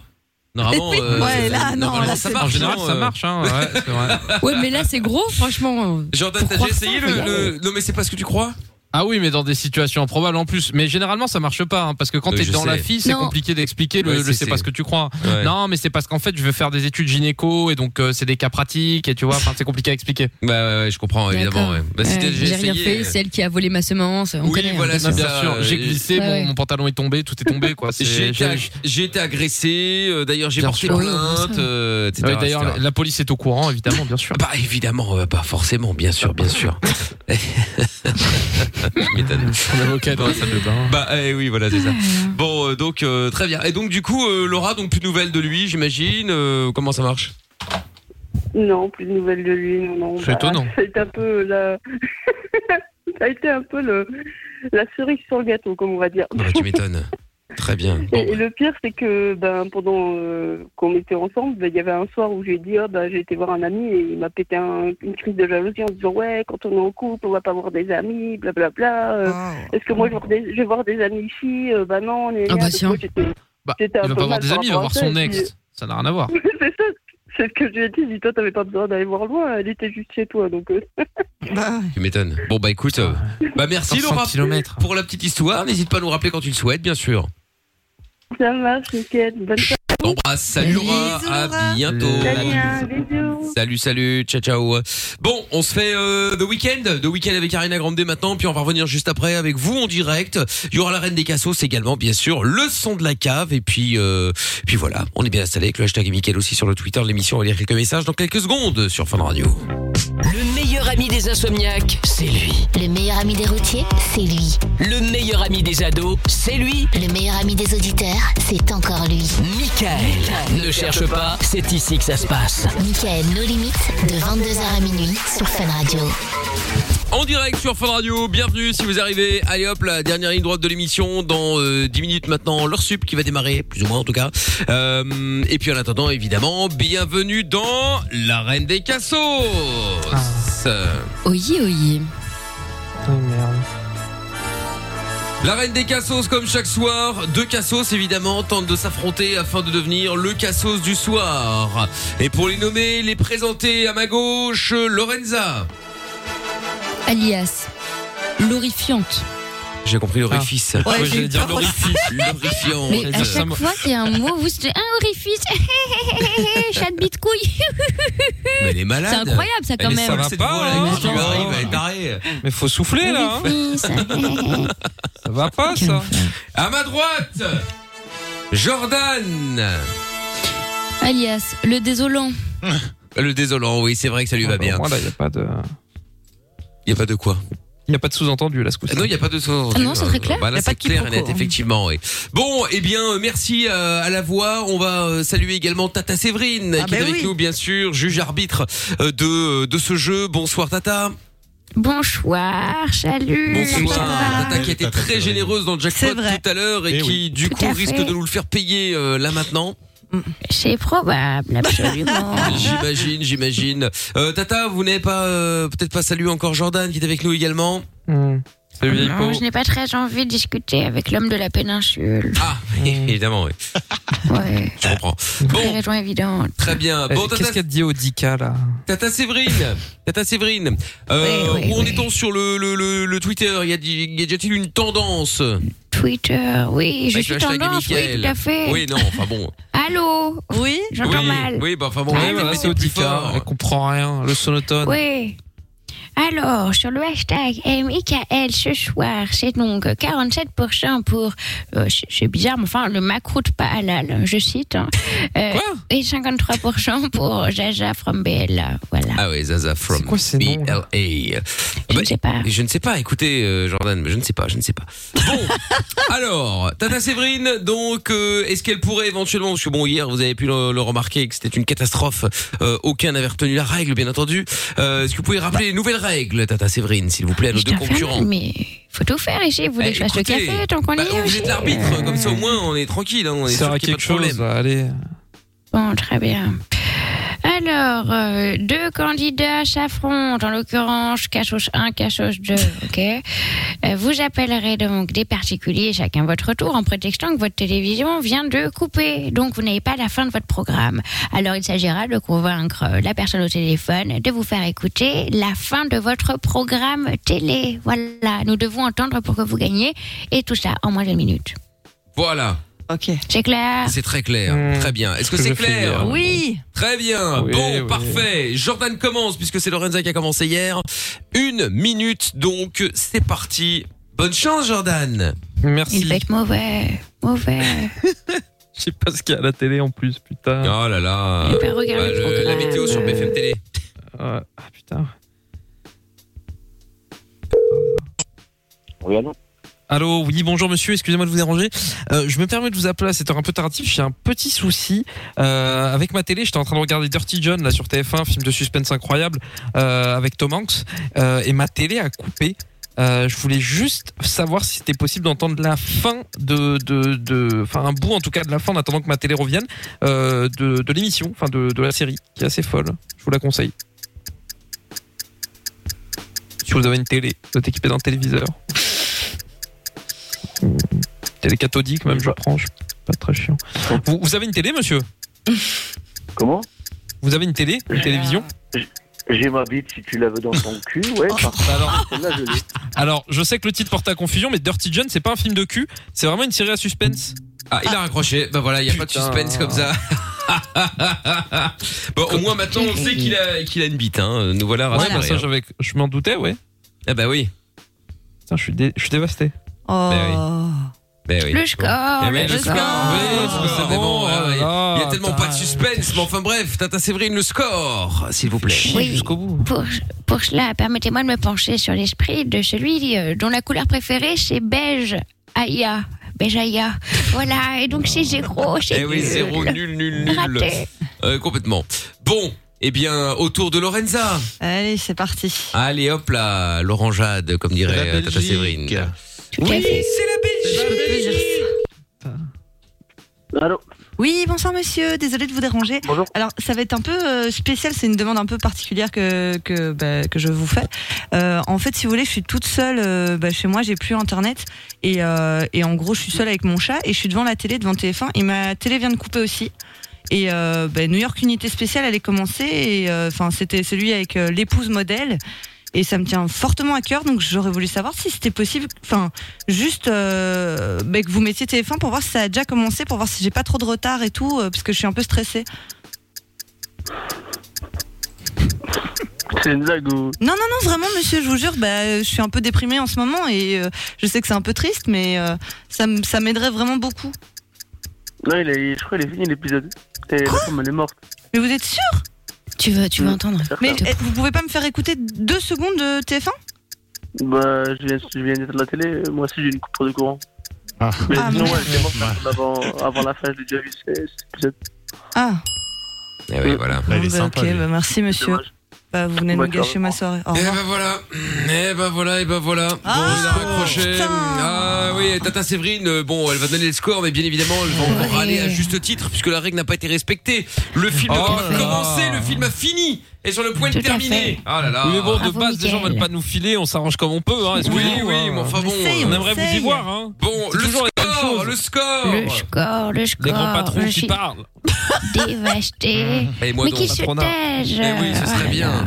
Speaker 2: Normalement, euh,
Speaker 5: Oui. Ouais, là, non,
Speaker 2: normalement,
Speaker 5: là,
Speaker 2: ça
Speaker 5: c'est
Speaker 2: marche. euh,
Speaker 5: En général,
Speaker 4: ça
Speaker 2: marche,
Speaker 4: hein. Ouais, c'est vrai.
Speaker 5: <laughs> Ouais, mais là c'est gros, franchement.
Speaker 2: <laughs> Jordan, t'as déjà essayé le, le- Non, mais c'est pas ce que tu crois
Speaker 4: Ah oui, mais dans des situations improbables en plus. Mais généralement, ça marche pas, hein, parce que quand
Speaker 2: Oui,
Speaker 4: t'es
Speaker 2: je
Speaker 4: dans
Speaker 2: sais.
Speaker 4: la fille, c'est
Speaker 2: Non.
Speaker 4: compliqué d'expliquer le,
Speaker 2: Ouais,
Speaker 4: le
Speaker 2: c'est-
Speaker 4: c'est pas
Speaker 2: c'est-
Speaker 4: ce que tu crois.
Speaker 2: Ouais.
Speaker 4: Non, mais c'est parce qu'en fait, je veux faire des études gynéco et donc euh, c'est des cas pratiques et tu vois, enfin, c'est compliqué à expliquer.
Speaker 2: Bah ouais, je comprends
Speaker 5: évidemment,
Speaker 2: ouais. Bah, si
Speaker 5: Ouais,
Speaker 2: t'as déjà
Speaker 5: J'ai rien
Speaker 2: essayé,
Speaker 5: fait.
Speaker 2: euh,
Speaker 5: C'est elle qui a volé ma semence. On connaît. hein,
Speaker 2: voilà,
Speaker 5: bien
Speaker 2: c'est
Speaker 5: sûr.
Speaker 2: ça.
Speaker 4: Sûr, j'ai
Speaker 2: Euh,
Speaker 4: glissé,
Speaker 5: Ouais,
Speaker 4: mon,
Speaker 5: ouais.
Speaker 4: mon pantalon est tombé, tout est tombé, quoi. C'est-
Speaker 2: <laughs> J'ai été,
Speaker 4: j'ai-
Speaker 2: ag- j'ai été agressé, euh, d'ailleurs j'ai porté
Speaker 4: sûr.
Speaker 2: plainte, euh, etc.
Speaker 4: Ouais, d'ailleurs,
Speaker 2: etc. <laughs>
Speaker 4: la- la police est au courant, évidemment, bien <laughs> sûr.
Speaker 2: Bah évidemment, euh, bah forcément, bien sûr, bien sûr.
Speaker 4: <laughs> Son avocat dans la salle de bain.
Speaker 2: Bah eh oui, voilà, c'est ça. Bon, euh, donc euh, très bien. Et donc du coup, euh, Laura, donc plus de nouvelles de lui, j'imagine. euh, comment ça marche
Speaker 14: Non, plus de nouvelles de lui, non, Bah, non.
Speaker 2: C'est étonnant.
Speaker 14: C'est un peu la. <laughs> Ça a été un peu le... la cerise sur le gâteau, comme on va dire.
Speaker 2: Ah, Tu m'étonnes. très bien.
Speaker 14: Et, et le pire, c'est que ben, pendant euh, qu'on était ensemble, ben, il y avait un soir où j'ai dit, Ah, ben, j'ai été voir un ami et il m'a pété un- une crise de jalousie en disant, ouais, quand on est en couple, on va pas voir des amis, blablabla. euh, Est-ce que moi, je, vais voir des- je vais voir des amis ici euh, Ben non,
Speaker 4: Ah, bah, si, hein.
Speaker 14: j'étais
Speaker 4: Il va pas voir des amis, il va voir son ex.
Speaker 14: ex.
Speaker 4: Ça n'a rien à voir.
Speaker 14: <laughs> c'est ça. C'est ce que je lui ai dit. Je dis, toi, t'avais pas besoin d'aller voir loin. Elle était juste chez toi. Donc, euh, <laughs>
Speaker 2: Tu m'étonnes. Bon bah écoute, euh, bah merci
Speaker 4: 500
Speaker 2: Laura
Speaker 4: kilomètres.
Speaker 2: pour la petite histoire. N'hésite pas à nous rappeler quand tu le souhaites, bien sûr.
Speaker 14: ça marche, nickel. Bonne soirée.
Speaker 2: T'embrasse, salut Laura, à bientôt.
Speaker 14: Salut, hein, bisous.
Speaker 2: Salut, salut, ciao, ciao. Bon, on se fait euh, The Weeknd, The Weeknd avec Arena Grande maintenant, puis on va revenir juste après avec vous en direct. Il y aura la reine des cassos également, bien sûr, le son de la cave, et puis euh, puis voilà, on est bien installé avec le hashtag Mickaël aussi sur le Twitter de l'émission. On va lire quelques messages dans quelques secondes sur Fun Radio.
Speaker 1: Le meilleur ami des insomniaques, c'est lui.
Speaker 9: Le meilleur ami des routiers, c'est lui.
Speaker 1: Le meilleur ami des ados, c'est lui.
Speaker 9: Le meilleur ami des auditeurs, c'est encore lui.
Speaker 1: Michael. Ne cherche pas, c'est ici que ça se passe.
Speaker 9: Michael, nos limites, de 22h à minuit sur Fun Radio.
Speaker 2: En direct sur Fun Radio, bienvenue si vous arrivez. Allez hop, la dernière ligne droite de l'émission dans euh, 10 minutes maintenant, leur sup qui va démarrer, plus ou moins en tout cas. Euh, et puis en attendant, évidemment, bienvenue dans la reine des cassos.
Speaker 5: Ah. Oyez, oyez.
Speaker 2: La reine des cassos comme chaque soir, deux cassos évidemment tentent de s'affronter afin de devenir le cassos du soir. Et pour les nommer, les présenter à ma gauche, Lorenza.
Speaker 5: Alias. L'horrifiante.
Speaker 2: J'ai compris l'orifice.
Speaker 5: Ah. Ouais, Ouais, j'ai j'allais eu
Speaker 2: dire
Speaker 5: dire peur. <laughs> l'orifice.
Speaker 2: L'orifiant.
Speaker 5: Mais à chaque fois qu'il y a un mot, vous dites un orifice, <laughs> chat de bite couille.
Speaker 2: Mais elle est malade.
Speaker 5: C'est incroyable, ça, quand
Speaker 2: Elle est
Speaker 5: même.
Speaker 2: seule,
Speaker 5: Ça va
Speaker 2: cette
Speaker 5: pas,
Speaker 2: voix-là,
Speaker 5: hein.
Speaker 2: qui lui arrive, elle est tarée.
Speaker 4: Mais faut souffler là. hein. Ça va pas ça.
Speaker 2: À ma droite, Jordan.
Speaker 5: Alias, le désolant.
Speaker 2: Le désolant, oui, c'est vrai que ça lui va bien.
Speaker 4: Ah bah, Moi là, y a pas de.
Speaker 2: Y a pas de quoi
Speaker 4: Y a pas de sous-entendu là ce coup-ci.
Speaker 2: Non, il n'y a pas de sous
Speaker 4: Ah non, c'est très clair.
Speaker 2: Bah, là,
Speaker 4: Y a pas
Speaker 2: c'est
Speaker 4: de
Speaker 2: clair et net,
Speaker 4: quiproquo. hein.
Speaker 2: effectivement. oui. Bon, eh bien, euh, merci euh, à la voix. On va euh, saluer également Tata Séverine,
Speaker 4: Ah
Speaker 2: qui
Speaker 4: bah
Speaker 2: est avec nous, bien sûr, juge arbitre euh, de, euh, de ce jeu. Bonsoir, Tata.
Speaker 5: Bonsoir, salut.
Speaker 2: Bonsoir, Tata qui a été très généreuse dans le jackpot tout à l'heure
Speaker 4: Eh
Speaker 2: et, qui, du coup,
Speaker 5: à
Speaker 2: risque
Speaker 5: fait.
Speaker 2: de nous le faire payer euh, là maintenant.
Speaker 5: C'est probable, absolument.
Speaker 4: <laughs>
Speaker 2: <laughs> J'imagine, j'imagine. Euh, tata, vous n'avez pas euh, peut-être pas salué encore Jordan qui est avec nous également.
Speaker 4: Hmm.
Speaker 2: Salut
Speaker 5: Non, je n'ai pas très envie de discuter avec l'homme de la péninsule.
Speaker 2: Ah, évidemment, oui.
Speaker 5: <laughs> Ouais.
Speaker 2: Je comprends.
Speaker 5: Pour des raisons évidentes.
Speaker 2: Très bien. Bon,
Speaker 4: Euh, Qu'est-ce
Speaker 2: Tata,
Speaker 4: qu'il y a de dit au Dika là
Speaker 2: Tata Séverine, Tata Séverine, euh, où en est-on sur le, le, le, le Twitter Y a- y a t il une tendance
Speaker 5: Twitter, oui, je
Speaker 2: Avec
Speaker 5: suis
Speaker 2: le hashtag
Speaker 5: tendance, oui,
Speaker 2: Mickaël.
Speaker 5: tout à fait.
Speaker 2: Oui, non, enfin bon.
Speaker 5: Allô Oui, <laughs> j'entends
Speaker 2: oui,
Speaker 5: mal. Ah,
Speaker 2: Oui, bah, enfin bon,
Speaker 4: Oui,
Speaker 2: oui,
Speaker 4: voilà,
Speaker 2: mais
Speaker 4: c'est
Speaker 2: c'est
Speaker 4: au
Speaker 2: plus
Speaker 4: Dika,
Speaker 2: fort.
Speaker 4: elle comprend rien, le sonotone.
Speaker 5: Oui. Alors, sur le hashtag MIKL ce soir, c'est donc 47% pour, euh, c'est- c'est bizarre, mais enfin, le macroute pas halal, je cite. hein. Euh, et 53% pour Jaja from BL. Voilà.
Speaker 2: Ah oui, Zaza from BLA. Je ne sais
Speaker 5: pas.
Speaker 2: Ah bah, Je ne sais pas, écoutez, euh, Jordan, mais je ne sais pas, je ne sais pas.
Speaker 5: <laughs>
Speaker 2: Bon, alors, Tata Séverine, donc, euh, est-ce qu'elle pourrait éventuellement, parce que bon, hier, vous avez pu le, le remarquer que c'était une catastrophe, euh, aucun n'avait retenu la règle, bien entendu. Euh, est-ce que vous pouvez rappeler les nouvelles règles, Tata Séverine, s'il vous plaît, à nos deux
Speaker 5: Putain,
Speaker 2: concurrents
Speaker 5: Mais faut tout faire ici. Vous voulez
Speaker 2: Eh,
Speaker 5: que je fasse le
Speaker 2: écoutez,
Speaker 5: café tant qu'on
Speaker 2: bah,
Speaker 5: y est
Speaker 2: Vous
Speaker 5: aussi
Speaker 2: êtes l'arbitre, comme ça au moins on est tranquille, hein, on est
Speaker 4: Sert
Speaker 2: sûr
Speaker 4: à bah,
Speaker 2: qu'il n'y a pas de
Speaker 4: quelque chose,
Speaker 2: problème.
Speaker 4: allez.
Speaker 5: Bon, très bien.
Speaker 15: Alors, euh, deux candidats s'affrontent, en l'occurrence Cassos 1, Cassos 2, ok Euh, Vous appellerez donc des particuliers, chacun votre tour, en prétextant que votre télévision vient de couper. Donc, vous n'avez pas la fin de votre programme. Alors, il s'agira de convaincre euh, la personne au téléphone de vous faire écouter la fin de votre programme télé. Voilà, nous devons entendre pour que vous gagnez, et tout ça en moins d'une minute.
Speaker 2: Voilà.
Speaker 3: Ok.
Speaker 15: C'est clair
Speaker 2: C'est très clair.
Speaker 4: Mmh.
Speaker 2: Très bien. Est-ce que
Speaker 15: ce
Speaker 2: c'est
Speaker 15: que je fais
Speaker 2: clair
Speaker 15: hier. Ah. Oui.
Speaker 2: Très
Speaker 4: Ah
Speaker 2: bien.
Speaker 15: Oui,
Speaker 2: bon,
Speaker 15: oui.
Speaker 2: parfait. Jordan commence puisque c'est Lorenza qui a commencé hier. Une minute donc. C'est parti. Bonne chance, Jordan.
Speaker 4: Merci.
Speaker 15: Il va être mauvais, mauvais.
Speaker 4: Je sais pas ce qu'il y a à la télé en plus, putain.
Speaker 2: Oh là là.
Speaker 15: Eh ben, regarde
Speaker 2: Bah,
Speaker 15: le
Speaker 2: le- la météo
Speaker 15: euh,
Speaker 2: sur BFM Télé.
Speaker 4: Ah putain.
Speaker 13: Oui, allô
Speaker 4: Allô, oui, bonjour monsieur, excusez-moi de vous déranger. Euh, je me permets de vous appeler à cette heure un peu tardive, j'ai un petit souci. Euh, avec ma télé, j'étais en train de regarder Dirty John là sur TF1, film de suspense incroyable, euh, avec Tom Hanks, euh, et ma télé a coupé. Euh, je voulais juste savoir si c'était possible d'entendre la fin de, de, de, enfin un bout en tout cas de la fin, en attendant que ma télé revienne, euh, de, de l'émission, enfin de, de la série, qui est assez folle. Je vous la conseille. Si vous avez une télé, vous êtes équipé d'un téléviseur. Télé cathodique, même, je prends. je- Pas très chiant. Vous, vous avez une télé, monsieur
Speaker 13: Comment
Speaker 4: Vous avez une télé Une télévision
Speaker 13: J'ai ma bite si tu la veux dans ton cul,
Speaker 2: Oh.
Speaker 13: ouais. par-
Speaker 4: Bah
Speaker 13: Celle-là, Ah, je l'ai.
Speaker 4: Alors, je sais que le titre porte à confusion, mais Dirty John, c'est pas un film de cul, c'est vraiment une série à suspense.
Speaker 2: Ah, il a raccroché. Bah voilà, il y a pas de suspense comme ça. <laughs> bon, au moins maintenant on sait qu'il a qu'il a une bite. Hein. Nous voilà
Speaker 4: Ouais,
Speaker 2: rassurés.
Speaker 4: bah ça,
Speaker 2: hein.
Speaker 4: j'avais- je m'en doutais, ouais.
Speaker 2: Ah bah oui.
Speaker 4: Putain, je suis, dé- je suis dévasté.
Speaker 3: Oh.
Speaker 2: Ben oui.
Speaker 15: Le score,
Speaker 2: Eh oui,
Speaker 15: le
Speaker 2: le score.
Speaker 15: score.
Speaker 2: Oui, le score, mais bon,
Speaker 4: Oh là
Speaker 2: ouais, ouais.
Speaker 4: là,
Speaker 2: Il y a tellement pas de suspense, mais enfin bref, Tata Séverine, le score, s'il vous plaît.
Speaker 15: Oui. Jusqu'au
Speaker 4: bout.
Speaker 15: Pour, pour cela, permettez-moi de me pencher sur l'esprit de celui euh, dont la couleur préférée c'est beige Aya. Beige Aya. Voilà, et donc
Speaker 2: <laughs>
Speaker 15: c'est zéro. c'est
Speaker 2: Eh oui,
Speaker 15: nul.
Speaker 2: zéro, nul, nul, nul.
Speaker 15: Oh, Raté.
Speaker 2: Euh, complètement. Bon, eh bien, autour de Lorenza.
Speaker 3: Allez, c'est parti.
Speaker 2: Allez hop là, Laurent Jade, comme dirait euh, Tata Séverine. Oui, c'est la Belgique.
Speaker 13: Allô
Speaker 3: Oui, bonsoir monsieur, désolé de vous déranger. Bonjour. Alors, ça va être un peu euh, spécial, c'est une demande un peu particulière que, que, bah, que je vous fais. Euh, en fait, si vous voulez, je suis toute seule euh, bah, chez moi, j'ai plus internet. Et, euh, et en gros, je suis seule avec mon chat et je suis devant la télé, devant TF1, et ma télé vient de couper aussi. Et euh, bah, New York Unité Spéciale, elle est commencée, et euh, enfin, c'était celui avec euh, l'épouse modèle. Et ça me tient fortement à cœur, donc j'aurais voulu savoir si c'était possible, enfin, juste euh, bah, que vous mettiez TF1 pour voir si ça a déjà commencé, pour voir si j'ai pas trop de retard et tout, euh, parce que je suis un peu stressée.
Speaker 13: C'est une blague ou.
Speaker 3: Non, non, non, vraiment, monsieur, je vous jure, bah, euh, je suis un peu déprimée en ce moment et euh, je sais que c'est un peu triste, mais euh, ça, m- ça m'aiderait vraiment beaucoup.
Speaker 13: Non, il est, je crois qu'il est fini l'épisode. Et la femme, elle est morte.
Speaker 3: Mais vous êtes sûr
Speaker 15: Tu veux, tu veux entendre
Speaker 3: Mais eh, vous pouvez pas me faire écouter deux secondes de TF1
Speaker 13: Bah, je viens, je viens d'être à la télé, moi aussi j'ai une coupure de courant.
Speaker 16: Ah.
Speaker 13: Mais sinon, ouais, elle est morte avant, avant la fin, je l'ai déjà vu, c'est c'est épisode.
Speaker 3: Ah,
Speaker 2: Eh
Speaker 4: Euh,
Speaker 2: oui, voilà.
Speaker 16: Là, il est
Speaker 3: bah,
Speaker 16: sympa.
Speaker 3: ok,
Speaker 16: lui.
Speaker 3: bah, merci, monsieur. Bah, vous venez de me
Speaker 2: D'accord.
Speaker 3: gâcher ma soirée. Au
Speaker 2: Eh
Speaker 3: revoir.
Speaker 2: ben voilà, eh ben voilà, eh ben voilà. Bon, il a raccroché. Ah oui, et Tata Séverine, euh, bon, elle va donner le score, mais bien évidemment, elle va encore aller à juste titre, puisque la règle n'a pas été respectée. Le film n'a
Speaker 4: Oh
Speaker 2: pas
Speaker 4: là là.
Speaker 2: commencé, le film a fini, et sur le point de
Speaker 4: Tout à
Speaker 2: terminer.
Speaker 4: fait.
Speaker 2: Ah là là.
Speaker 4: Oui, mais bon, de base, les gens veulent pas nous filer, on s'arrange comme on peut. Hein,
Speaker 2: Oui, oui, mais enfin bon. euh,
Speaker 4: on aimerait vous y voir. Hein.
Speaker 2: Bon,
Speaker 4: C'est
Speaker 2: Oh, le
Speaker 4: toujours la même
Speaker 2: score,
Speaker 4: chose.
Speaker 2: le score.
Speaker 15: Le score, le score.
Speaker 4: Les grands patrons
Speaker 15: je
Speaker 4: qui
Speaker 15: suis
Speaker 4: parlent.
Speaker 15: Dévasté.
Speaker 2: <laughs> Et moi
Speaker 15: Mais
Speaker 2: donc,
Speaker 15: qui se
Speaker 2: patronat.
Speaker 15: taise.
Speaker 2: Eh oui, ce serait bien.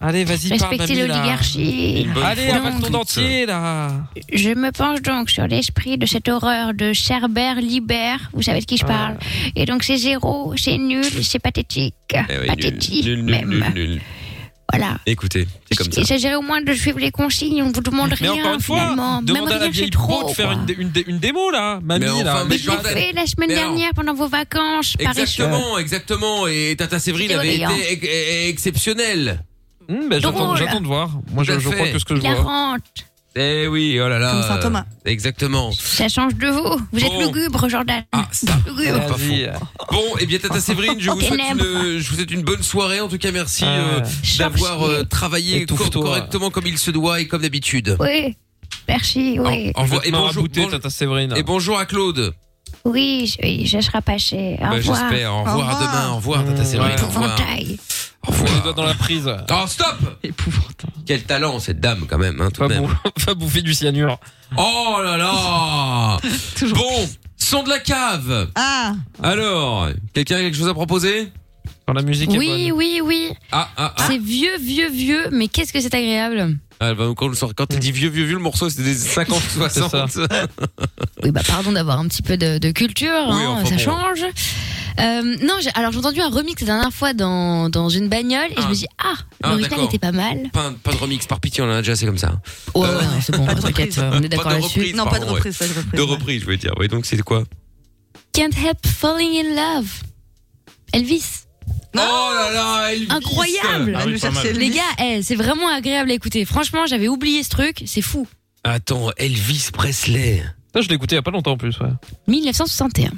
Speaker 4: Allez, vas-y, parle,
Speaker 15: Respectez
Speaker 4: mamie, là.
Speaker 15: l'oligarchie.
Speaker 4: Une bonne Allez,
Speaker 15: fois
Speaker 4: avale
Speaker 15: pour
Speaker 4: ton
Speaker 15: toutes.
Speaker 4: dentier, là.
Speaker 15: Je me penche donc sur l'esprit de cette horreur de Cerbère Libère, vous savez de
Speaker 4: Ah.
Speaker 15: qui je parle. Et donc c'est zéro, c'est nul, c'est pathétique.
Speaker 4: Eh
Speaker 15: pathétique
Speaker 2: nul, nul,
Speaker 15: même.
Speaker 2: nul, nul.
Speaker 15: Voilà.
Speaker 2: Écoutez, c'est comme ça.
Speaker 15: Il s'agirait au moins de suivre les consignes, on vous demande
Speaker 4: Mais
Speaker 15: rien
Speaker 4: encore une fois,
Speaker 15: finalement. Même
Speaker 4: demande à la
Speaker 15: rien, c'est
Speaker 4: vieille pro
Speaker 15: trop.
Speaker 4: de faire
Speaker 15: quoi.
Speaker 4: une, dé- une, dé- une démo, là. Mamie,
Speaker 2: enfin,
Speaker 4: là.
Speaker 2: mais
Speaker 4: je-
Speaker 15: Je l'ai fait la semaine
Speaker 2: Mais alors-
Speaker 15: dernière pendant vos vacances, paresseux.
Speaker 2: Exactement, exactement. Et Tata Séverine
Speaker 15: C'était
Speaker 2: avait
Speaker 15: brillant.
Speaker 2: été ex- ex- exceptionnelle.
Speaker 4: ben, j'attends-
Speaker 15: Drôle.
Speaker 4: j'attends de voir. Moi, je,
Speaker 2: Tout à
Speaker 4: je
Speaker 2: fait.
Speaker 4: crois que ce que je vois.
Speaker 15: Hilarante.
Speaker 2: Eh oui, oh là là.
Speaker 15: Comme Saint Thomas.
Speaker 2: Exactement.
Speaker 15: Ça change de vous. Vous êtes
Speaker 2: Bon.
Speaker 15: lugubre, Jordan.
Speaker 4: Ah,
Speaker 15: lugubre.
Speaker 2: Ah, Pas faux. Bon, et bien Tata Séverine,
Speaker 15: <laughs>
Speaker 2: je vous, souhaite
Speaker 15: Ténèbres.
Speaker 2: une, euh, je vous souhaite une bonne soirée. En tout cas, merci
Speaker 4: Ah.
Speaker 2: euh, d'avoir euh, travaillé
Speaker 4: Étouffe-toi.
Speaker 2: cor- correctement comme il se doit et comme d'habitude.
Speaker 15: Oui. Merci, oui.
Speaker 2: Au revoir. Et
Speaker 4: Complètement
Speaker 2: bonjour,
Speaker 4: rabouté,
Speaker 2: bonjour-
Speaker 4: Tata Séverine.
Speaker 2: et bonjour à Claude.
Speaker 15: Oui, je, oui, je serai passé. Au
Speaker 2: Bah,
Speaker 15: revoir.
Speaker 2: J'espère. Au revoir à demain. Au revoir Tata Séverine. Au revoir.
Speaker 15: Épouvantail.
Speaker 4: Enfoiré Mmh. les doigts dans la prise.
Speaker 2: Oh, stop
Speaker 4: Épouvantable.
Speaker 2: Quel talent cette dame quand même. Hein, tout
Speaker 4: Va,
Speaker 2: de même.
Speaker 4: bou- <laughs> va bouffer du cyanure.
Speaker 2: Oh là
Speaker 5: <laughs>
Speaker 2: là Bon, son de la cave.
Speaker 3: Ah
Speaker 2: Alors, quelqu'un a quelque chose à proposer
Speaker 4: Quand la musique
Speaker 5: Oui, oui, oui.
Speaker 2: Ah, ah, ah.
Speaker 5: C'est vieux, vieux, vieux, mais qu'est-ce que c'est agréable.
Speaker 2: Ah, elle va nous- quand le sort- quand t'as dit vieux, vieux, vieux, le morceau
Speaker 4: <laughs>
Speaker 2: c'était des Ah, 50, 60.
Speaker 5: Oui, bah pardon d'avoir un petit peu de, de culture,
Speaker 2: Oui,
Speaker 5: hein,
Speaker 2: enfin
Speaker 5: ça
Speaker 2: bon.
Speaker 5: change. Euh, non, j'ai- alors j'ai entendu un remix la dernière fois dans, dans une bagnole et je me dis ah,
Speaker 2: Ah,
Speaker 5: l'original
Speaker 2: d'accord.
Speaker 5: était pas mal.
Speaker 2: pas, pas de remix, par pitié, on en a déjà assez comme ça.
Speaker 5: Ouais, ouais, non, c'est bon, t'inquiète, euh, on est d'accord
Speaker 2: Pas de
Speaker 5: là-dessus.
Speaker 2: reprise,
Speaker 5: Non, pas de
Speaker 2: pardon,
Speaker 5: reprise,
Speaker 2: ouais.
Speaker 5: pas de reprise,
Speaker 2: De
Speaker 5: ouais.
Speaker 2: reprise, je veux dire. Oui, donc c'est quoi
Speaker 5: Can't help falling in love. Elvis.
Speaker 2: Oh là là, Elvis
Speaker 5: Incroyable.
Speaker 2: Ah oui, pas mal.
Speaker 5: Les gars, eh, c'est vraiment agréable à écouter. Franchement, j'avais oublié ce truc, c'est fou.
Speaker 2: Attends, Elvis Presley.
Speaker 4: Ça, je l'ai écouté il y a pas longtemps en plus, ouais.
Speaker 5: 1961.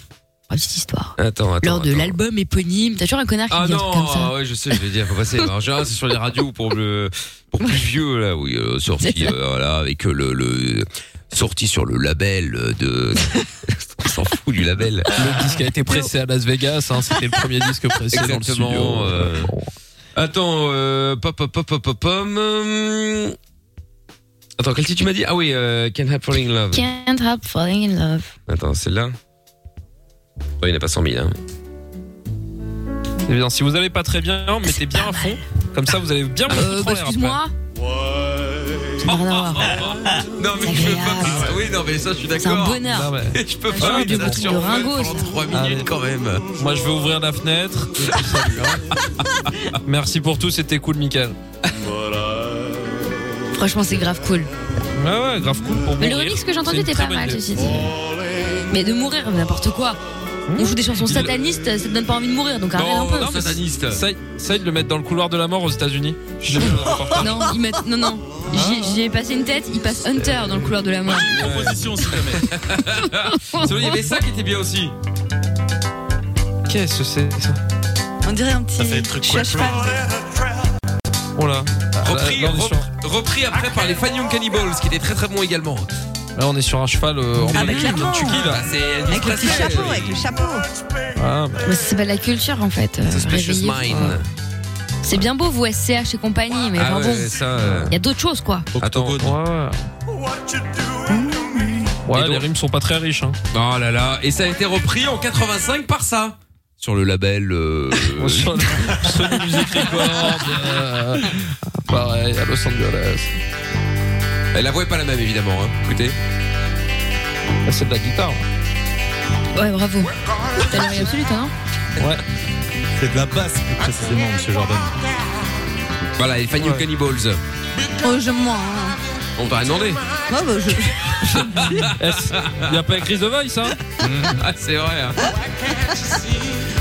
Speaker 5: Oh, petite histoire.
Speaker 2: Attends, attends.
Speaker 5: Lors de
Speaker 2: attends.
Speaker 5: l'album éponyme, t'as toujours un connard qui
Speaker 2: Ah
Speaker 5: dit un
Speaker 2: non,
Speaker 5: truc comme ça.
Speaker 2: ah ouais, je sais, je vais dire, faut passer. En général, c'est sur les radios pour le pour plus vieux là, oui, euh, sorti euh, voilà avec euh, le, le sorti sur le label euh, de. <laughs> On s'en fout du label.
Speaker 4: Le disque a été pressé à Las Vegas, hein, c'était le premier disque pressé dans le
Speaker 2: Exactement,
Speaker 4: studio.
Speaker 2: euh, Attends, euh, pop, pop, pop, pop, pop, pom. hum. Attends, quel titre tu m'as dit Ah oui, euh, Can't Help Falling in Love.
Speaker 5: Can't help falling in love.
Speaker 2: Attends, celle-là. Oh, il n'y en a pas 100 000. Hein.
Speaker 4: Eh bien, si vous n'allez pas très bien, mettez bien à fond. Comme ça, vous allez bien vous
Speaker 5: Euh,
Speaker 4: foutre
Speaker 5: bah,
Speaker 4: en l'air
Speaker 5: excuse-moi.
Speaker 4: après.
Speaker 2: Non, mais je peux pas. Oui, non, mais ça, je suis d'accord.
Speaker 4: C'est un bonheur.
Speaker 2: Non, mais- <laughs> Je peux
Speaker 4: Ah,
Speaker 2: pas.
Speaker 4: oui,
Speaker 2: mais
Speaker 4: des
Speaker 2: ça
Speaker 4: boucles de
Speaker 2: survole
Speaker 4: ringo,
Speaker 2: pendant 3 minutes quand même.
Speaker 4: Moi, je vais ouvrir la
Speaker 2: <laughs>
Speaker 4: fenêtre. Je te salue, hein. <laughs> Merci pour tout, c'était cool, Michael.
Speaker 5: Franchement, c'est grave cool.
Speaker 4: Ouais, ouais, grave cool pour
Speaker 5: Mais le
Speaker 4: mourir.
Speaker 5: remix que j'ai entendu
Speaker 4: C'est une
Speaker 5: était
Speaker 4: très
Speaker 5: pas
Speaker 4: bonne
Speaker 5: mal,
Speaker 4: idée.
Speaker 5: ceci dit. Mais de mourir, n'importe quoi. On joue des chansons satanistes, ça te donne pas envie de mourir, donc arrête un peu.
Speaker 4: mais Ça, ça, ils le mettent dans le couloir de la mort aux États-Unis. J'ai jamais vu un reportage.
Speaker 5: <laughs> Non, ils mettent- non, non. J'y- J'y ai passé une tête, il passe Hunter dans le couloir de la mort.
Speaker 2: Composition, s'il <laughs> te plaît. Il y avait ça qui était bien aussi.
Speaker 4: Qu'est-ce que c'est ça
Speaker 3: On dirait un petit. Je suis à cheval.
Speaker 4: Oh là. Ah,
Speaker 2: Repris,
Speaker 4: là, là, on est
Speaker 2: rep-
Speaker 4: sur-
Speaker 2: repris après par les Fanion Cannibals, qui était très très bon également.
Speaker 4: là, on est sur un cheval euh, en
Speaker 3: Ah, bah,
Speaker 4: mode-
Speaker 3: clairement.
Speaker 4: Tu qui, là
Speaker 2: Bah, c'est Elvis
Speaker 3: Avec le petit
Speaker 2: Presley.
Speaker 3: chapeau, avec le chapeau.
Speaker 4: Ah, bah.
Speaker 5: Mais ça s'appelle la culture en fait. euh,
Speaker 2: Suspicious
Speaker 5: réveillez-vous.
Speaker 2: Mind.
Speaker 5: C'est bien beau, vous, SCH et compagnie, mais
Speaker 2: Ah
Speaker 5: enfin
Speaker 2: ouais,
Speaker 5: bon.
Speaker 2: ça. euh,
Speaker 5: Il y a d'autres choses quoi.
Speaker 2: Attends.
Speaker 4: Ouais, les rimes sont pas très riches. Hein.
Speaker 2: Oh là là. Et ça a été repris en 85 par ça. Sur le label. euh,
Speaker 4: <laughs> Sur Sony Music Record, euh, pareil, à Los Angeles.
Speaker 2: Et La voix est pas la même évidemment. hein. Écoutez.
Speaker 4: Ah, C'est de la guitare.
Speaker 5: Ouais, bravo. T'as l'oreille absolue, toi, hein. non
Speaker 4: Ouais.
Speaker 16: <laughs> C'est de la basse, plus précisément, monsieur Jordan.
Speaker 2: Voilà, les Fanion Cannibals.
Speaker 3: Oh, j'aime moins. hein.
Speaker 2: On t'a demandé.
Speaker 3: Ouais, bah, je- bah,
Speaker 4: Il y a pas écrit de Voice, hein
Speaker 2: <laughs> Ah, c'est vrai. hein.
Speaker 3: <laughs>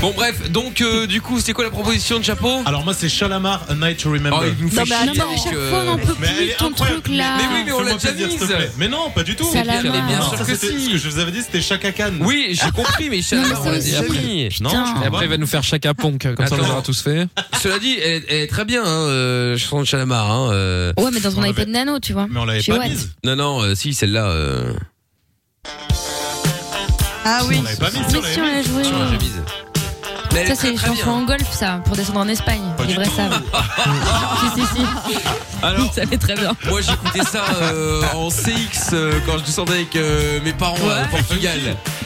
Speaker 2: Bon, bref, donc, euh, du coup, c'est quoi la proposition de chapeau
Speaker 16: Alors moi c'est Chalamar, A Night to Remember.
Speaker 2: Oh, il nous fait
Speaker 5: Non, mais
Speaker 2: chier,
Speaker 5: attends, mais chaque
Speaker 2: euh,
Speaker 5: fois, on en peut
Speaker 16: Mais elle
Speaker 5: plus de
Speaker 16: est
Speaker 5: ton
Speaker 16: incroyable.
Speaker 5: truc là.
Speaker 2: Mais oui, mais on l'a déjà
Speaker 16: Fais-moi plaisir,
Speaker 2: mise.
Speaker 16: s'il te plaît. Mais non, pas du tout.
Speaker 5: Ça la
Speaker 2: Mais bien
Speaker 5: marre.
Speaker 2: sûr
Speaker 16: Ça,
Speaker 2: que
Speaker 16: c'était-
Speaker 2: si.
Speaker 16: Ce que je vous avais dit, c'était Chaka Khan.
Speaker 2: Oui, j'ai compris, mais Shana,
Speaker 5: mais ça
Speaker 2: on l'a dit
Speaker 5: aussi.
Speaker 2: après.
Speaker 4: Non,
Speaker 5: Putain.
Speaker 4: Et après, il va nous faire chacun ponk, comme ça on
Speaker 2: Attends.
Speaker 4: l'aura tous fait.
Speaker 2: Cela dit, elle, est- elle est très bien, hein, euh, chanson de Chalamar. Hein, euh.
Speaker 5: Ouais, mais dans ton iPad nano, tu vois.
Speaker 16: Mais on l'avait
Speaker 5: Chez
Speaker 16: pas
Speaker 5: Watt.
Speaker 16: mise.
Speaker 2: Non, non, euh, si, celle-là. Euh...
Speaker 3: Ah oui.
Speaker 16: On l'avait pas mise,
Speaker 5: Mais
Speaker 16: on l'avait
Speaker 5: si, on l'a joué.
Speaker 2: sur la chemise. Mais elle
Speaker 5: Ça,
Speaker 2: est
Speaker 5: c'est
Speaker 2: très,
Speaker 5: les
Speaker 2: très bien.
Speaker 5: chansons en golf, ça, pour descendre en Espagne.
Speaker 16: Pas
Speaker 5: Les
Speaker 16: du
Speaker 5: vrais
Speaker 16: tout.
Speaker 2: <laughs>
Speaker 5: savent. Si, si, si.
Speaker 2: Alors,
Speaker 5: Ça fait très bien.
Speaker 2: moi j'écoutais ça euh, en CX euh, quand je descendais avec euh, mes parents euh, au Portugal.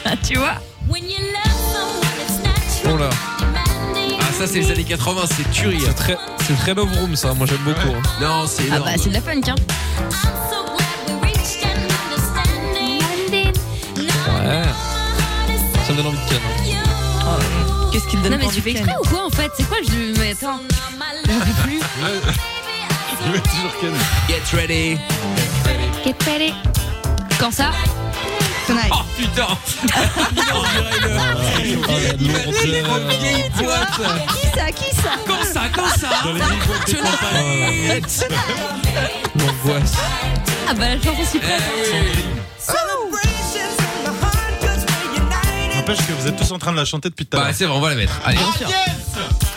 Speaker 5: Ah, tu vois
Speaker 4: Oh là.
Speaker 2: Ah, ça, c'est les années 80, c'est tuerie.
Speaker 4: C'est très, c'est très love room, ça. Moi, j'aime beaucoup. hein.
Speaker 2: Non, c'est
Speaker 5: Ah,
Speaker 2: énorme.
Speaker 5: bah, c'est de la funk, hein.
Speaker 4: Ouais. Ça me donne envie de ken. hein.
Speaker 5: Ah
Speaker 3: Qu'est-ce qu'il donne
Speaker 5: Non, mais
Speaker 3: pour
Speaker 5: tu fais
Speaker 3: week-end
Speaker 5: exprès ou quoi en fait C'est quoi je... Mais attends, j'en peux plus.
Speaker 4: <laughs>
Speaker 16: Il met toujours Ken.
Speaker 2: Get ready.
Speaker 5: Quand ça
Speaker 3: Tonight.
Speaker 2: Oh putain <laughs> Ah, Il m'a dit les vieilles boîtes
Speaker 3: Qui ça Qui ça
Speaker 2: Quand euh, ça Quand ça
Speaker 16: Dans les mille boîtes de campagne.
Speaker 4: L'angoisse.
Speaker 5: Ah, bah, la chanson s'y prête.
Speaker 2: Eh
Speaker 16: N'empêche que vous êtes tous en train de la chanter depuis tout à
Speaker 2: Bah
Speaker 16: l'heure.
Speaker 2: c'est vrai, on va la mettre. Allez,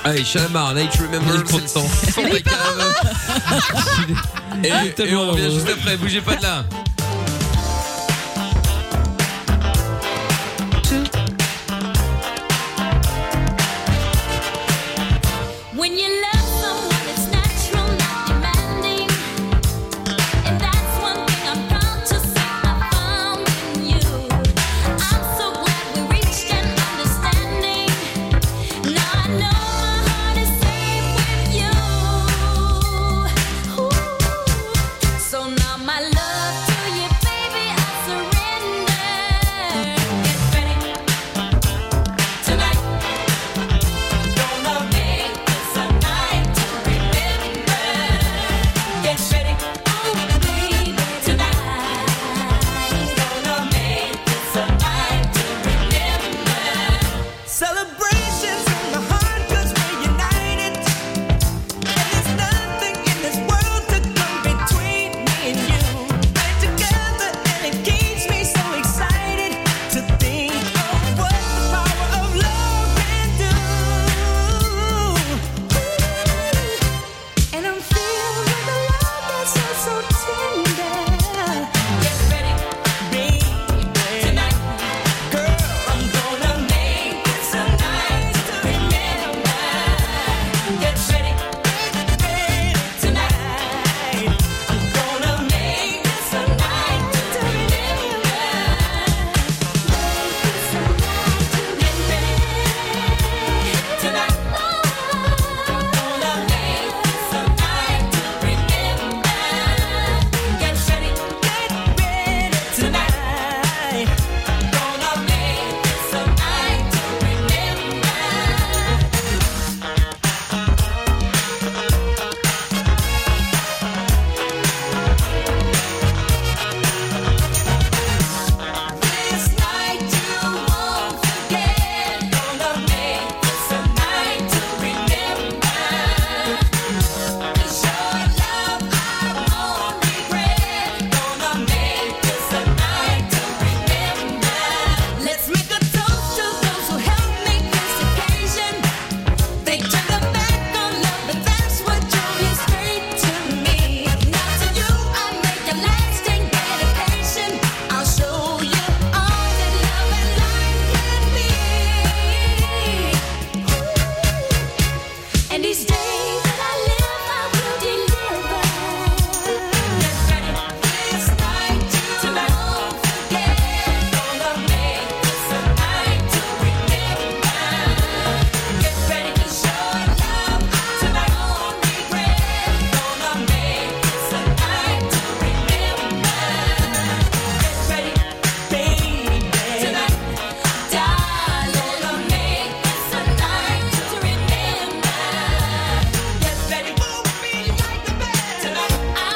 Speaker 2: Allez Shalamar, Night Remember, c'est le sang. <laughs> Et, et on revient juste après, bougez pas de là.
Speaker 5: When you love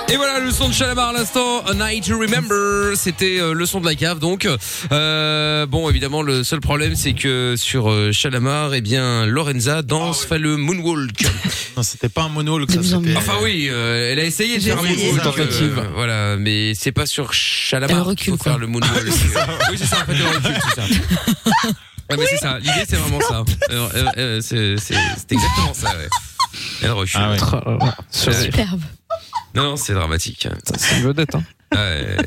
Speaker 2: Et voilà le son de Chalamar à l'instant, A Night to Remember, c'était euh, le son de la cave donc. Euh, bon évidemment le seul problème c'est que sur euh, Chalamar, eh bien Lorenza danse fait le moonwalk.
Speaker 16: Ah <laughs> Non, c'était pas un moonwalk, ça c'était.
Speaker 2: Enfin oui, euh, elle a essayé de
Speaker 16: J'ai
Speaker 2: faire un
Speaker 16: essayé.
Speaker 2: moonwalk.
Speaker 16: C'est une tentative.
Speaker 2: euh, voilà, mais c'est pas sur Chalamar
Speaker 16: Elle
Speaker 2: qu'il faut faire le moonwalk. <laughs> oui c'est ça, en fait elle recule tout ça. Ouais, mais c'est ça, l'idée c'est vraiment <laughs> ça. Euh, euh, euh, c'est c'est- c'est exactement ça. Ouais. Elle recule.
Speaker 16: Ah
Speaker 2: Euh,
Speaker 5: Superbe.
Speaker 2: non, non, c'est dramatique.
Speaker 4: C'est une vedette. Hein.
Speaker 2: Ouais,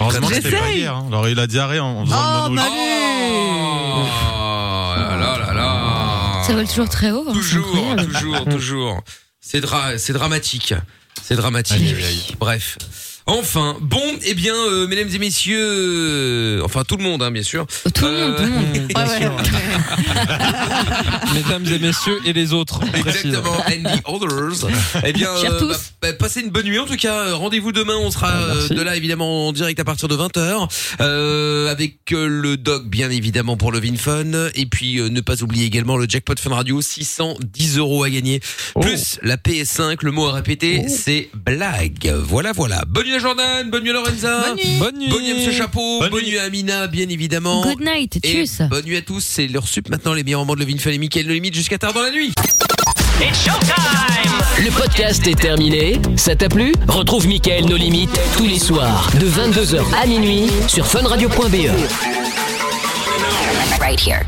Speaker 16: Heureusement que c'était pas
Speaker 2: J'essaye.
Speaker 16: hier, hein. on aurait eu la diarrhée en faisant
Speaker 5: Oh.
Speaker 16: le moonwalk.
Speaker 2: Oh là là là là.
Speaker 5: Ça vole toujours très haut. hein, c'est
Speaker 2: Toujours,
Speaker 5: incroyable.
Speaker 2: toujours, toujours. C'est dra- c'est dramatique. C'est dramatique. Bref. Enfin, bon, eh bien, euh, mesdames et messieurs, euh, enfin tout le monde, hein, bien sûr.
Speaker 5: Tout le monde, tout le
Speaker 2: <laughs>
Speaker 5: monde. <laughs>
Speaker 4: Mesdames et messieurs et les autres. on précise.
Speaker 2: Exactement, and the others. Eh bien,
Speaker 4: Cher tous.
Speaker 2: bah, bah, passez une bonne nuit en tout cas. Euh, Rendez-vous demain, on sera euh, de là évidemment en direct à partir de 20h euh, avec euh, le doc bien évidemment pour le VinFun et puis euh, ne pas oublier également le jackpot Fun Radio 610 euros à gagner plus la PS5. Le mot à répéter, c'est blague. Voilà, voilà. Bonne nuit à Jordan, bonne nuit à Lorenza, bonne nuit, bonne nuit, à Monsieur Chapeau, bonne, nuit à Amina bien évidemment.
Speaker 5: Good night,
Speaker 2: Et
Speaker 5: tchuss.
Speaker 2: bonne nuit à tous, c'est leur sup maintenant les meilleurs moments de Levin Fun et Mickaël le limite jusqu'à tard dans la nuit.
Speaker 1: Le podcast est terminé. Ça t'a plu Retrouve Mickaël nos limites tous les soirs E. de 22h à minuit sur funradio.be.
Speaker 17: Right here.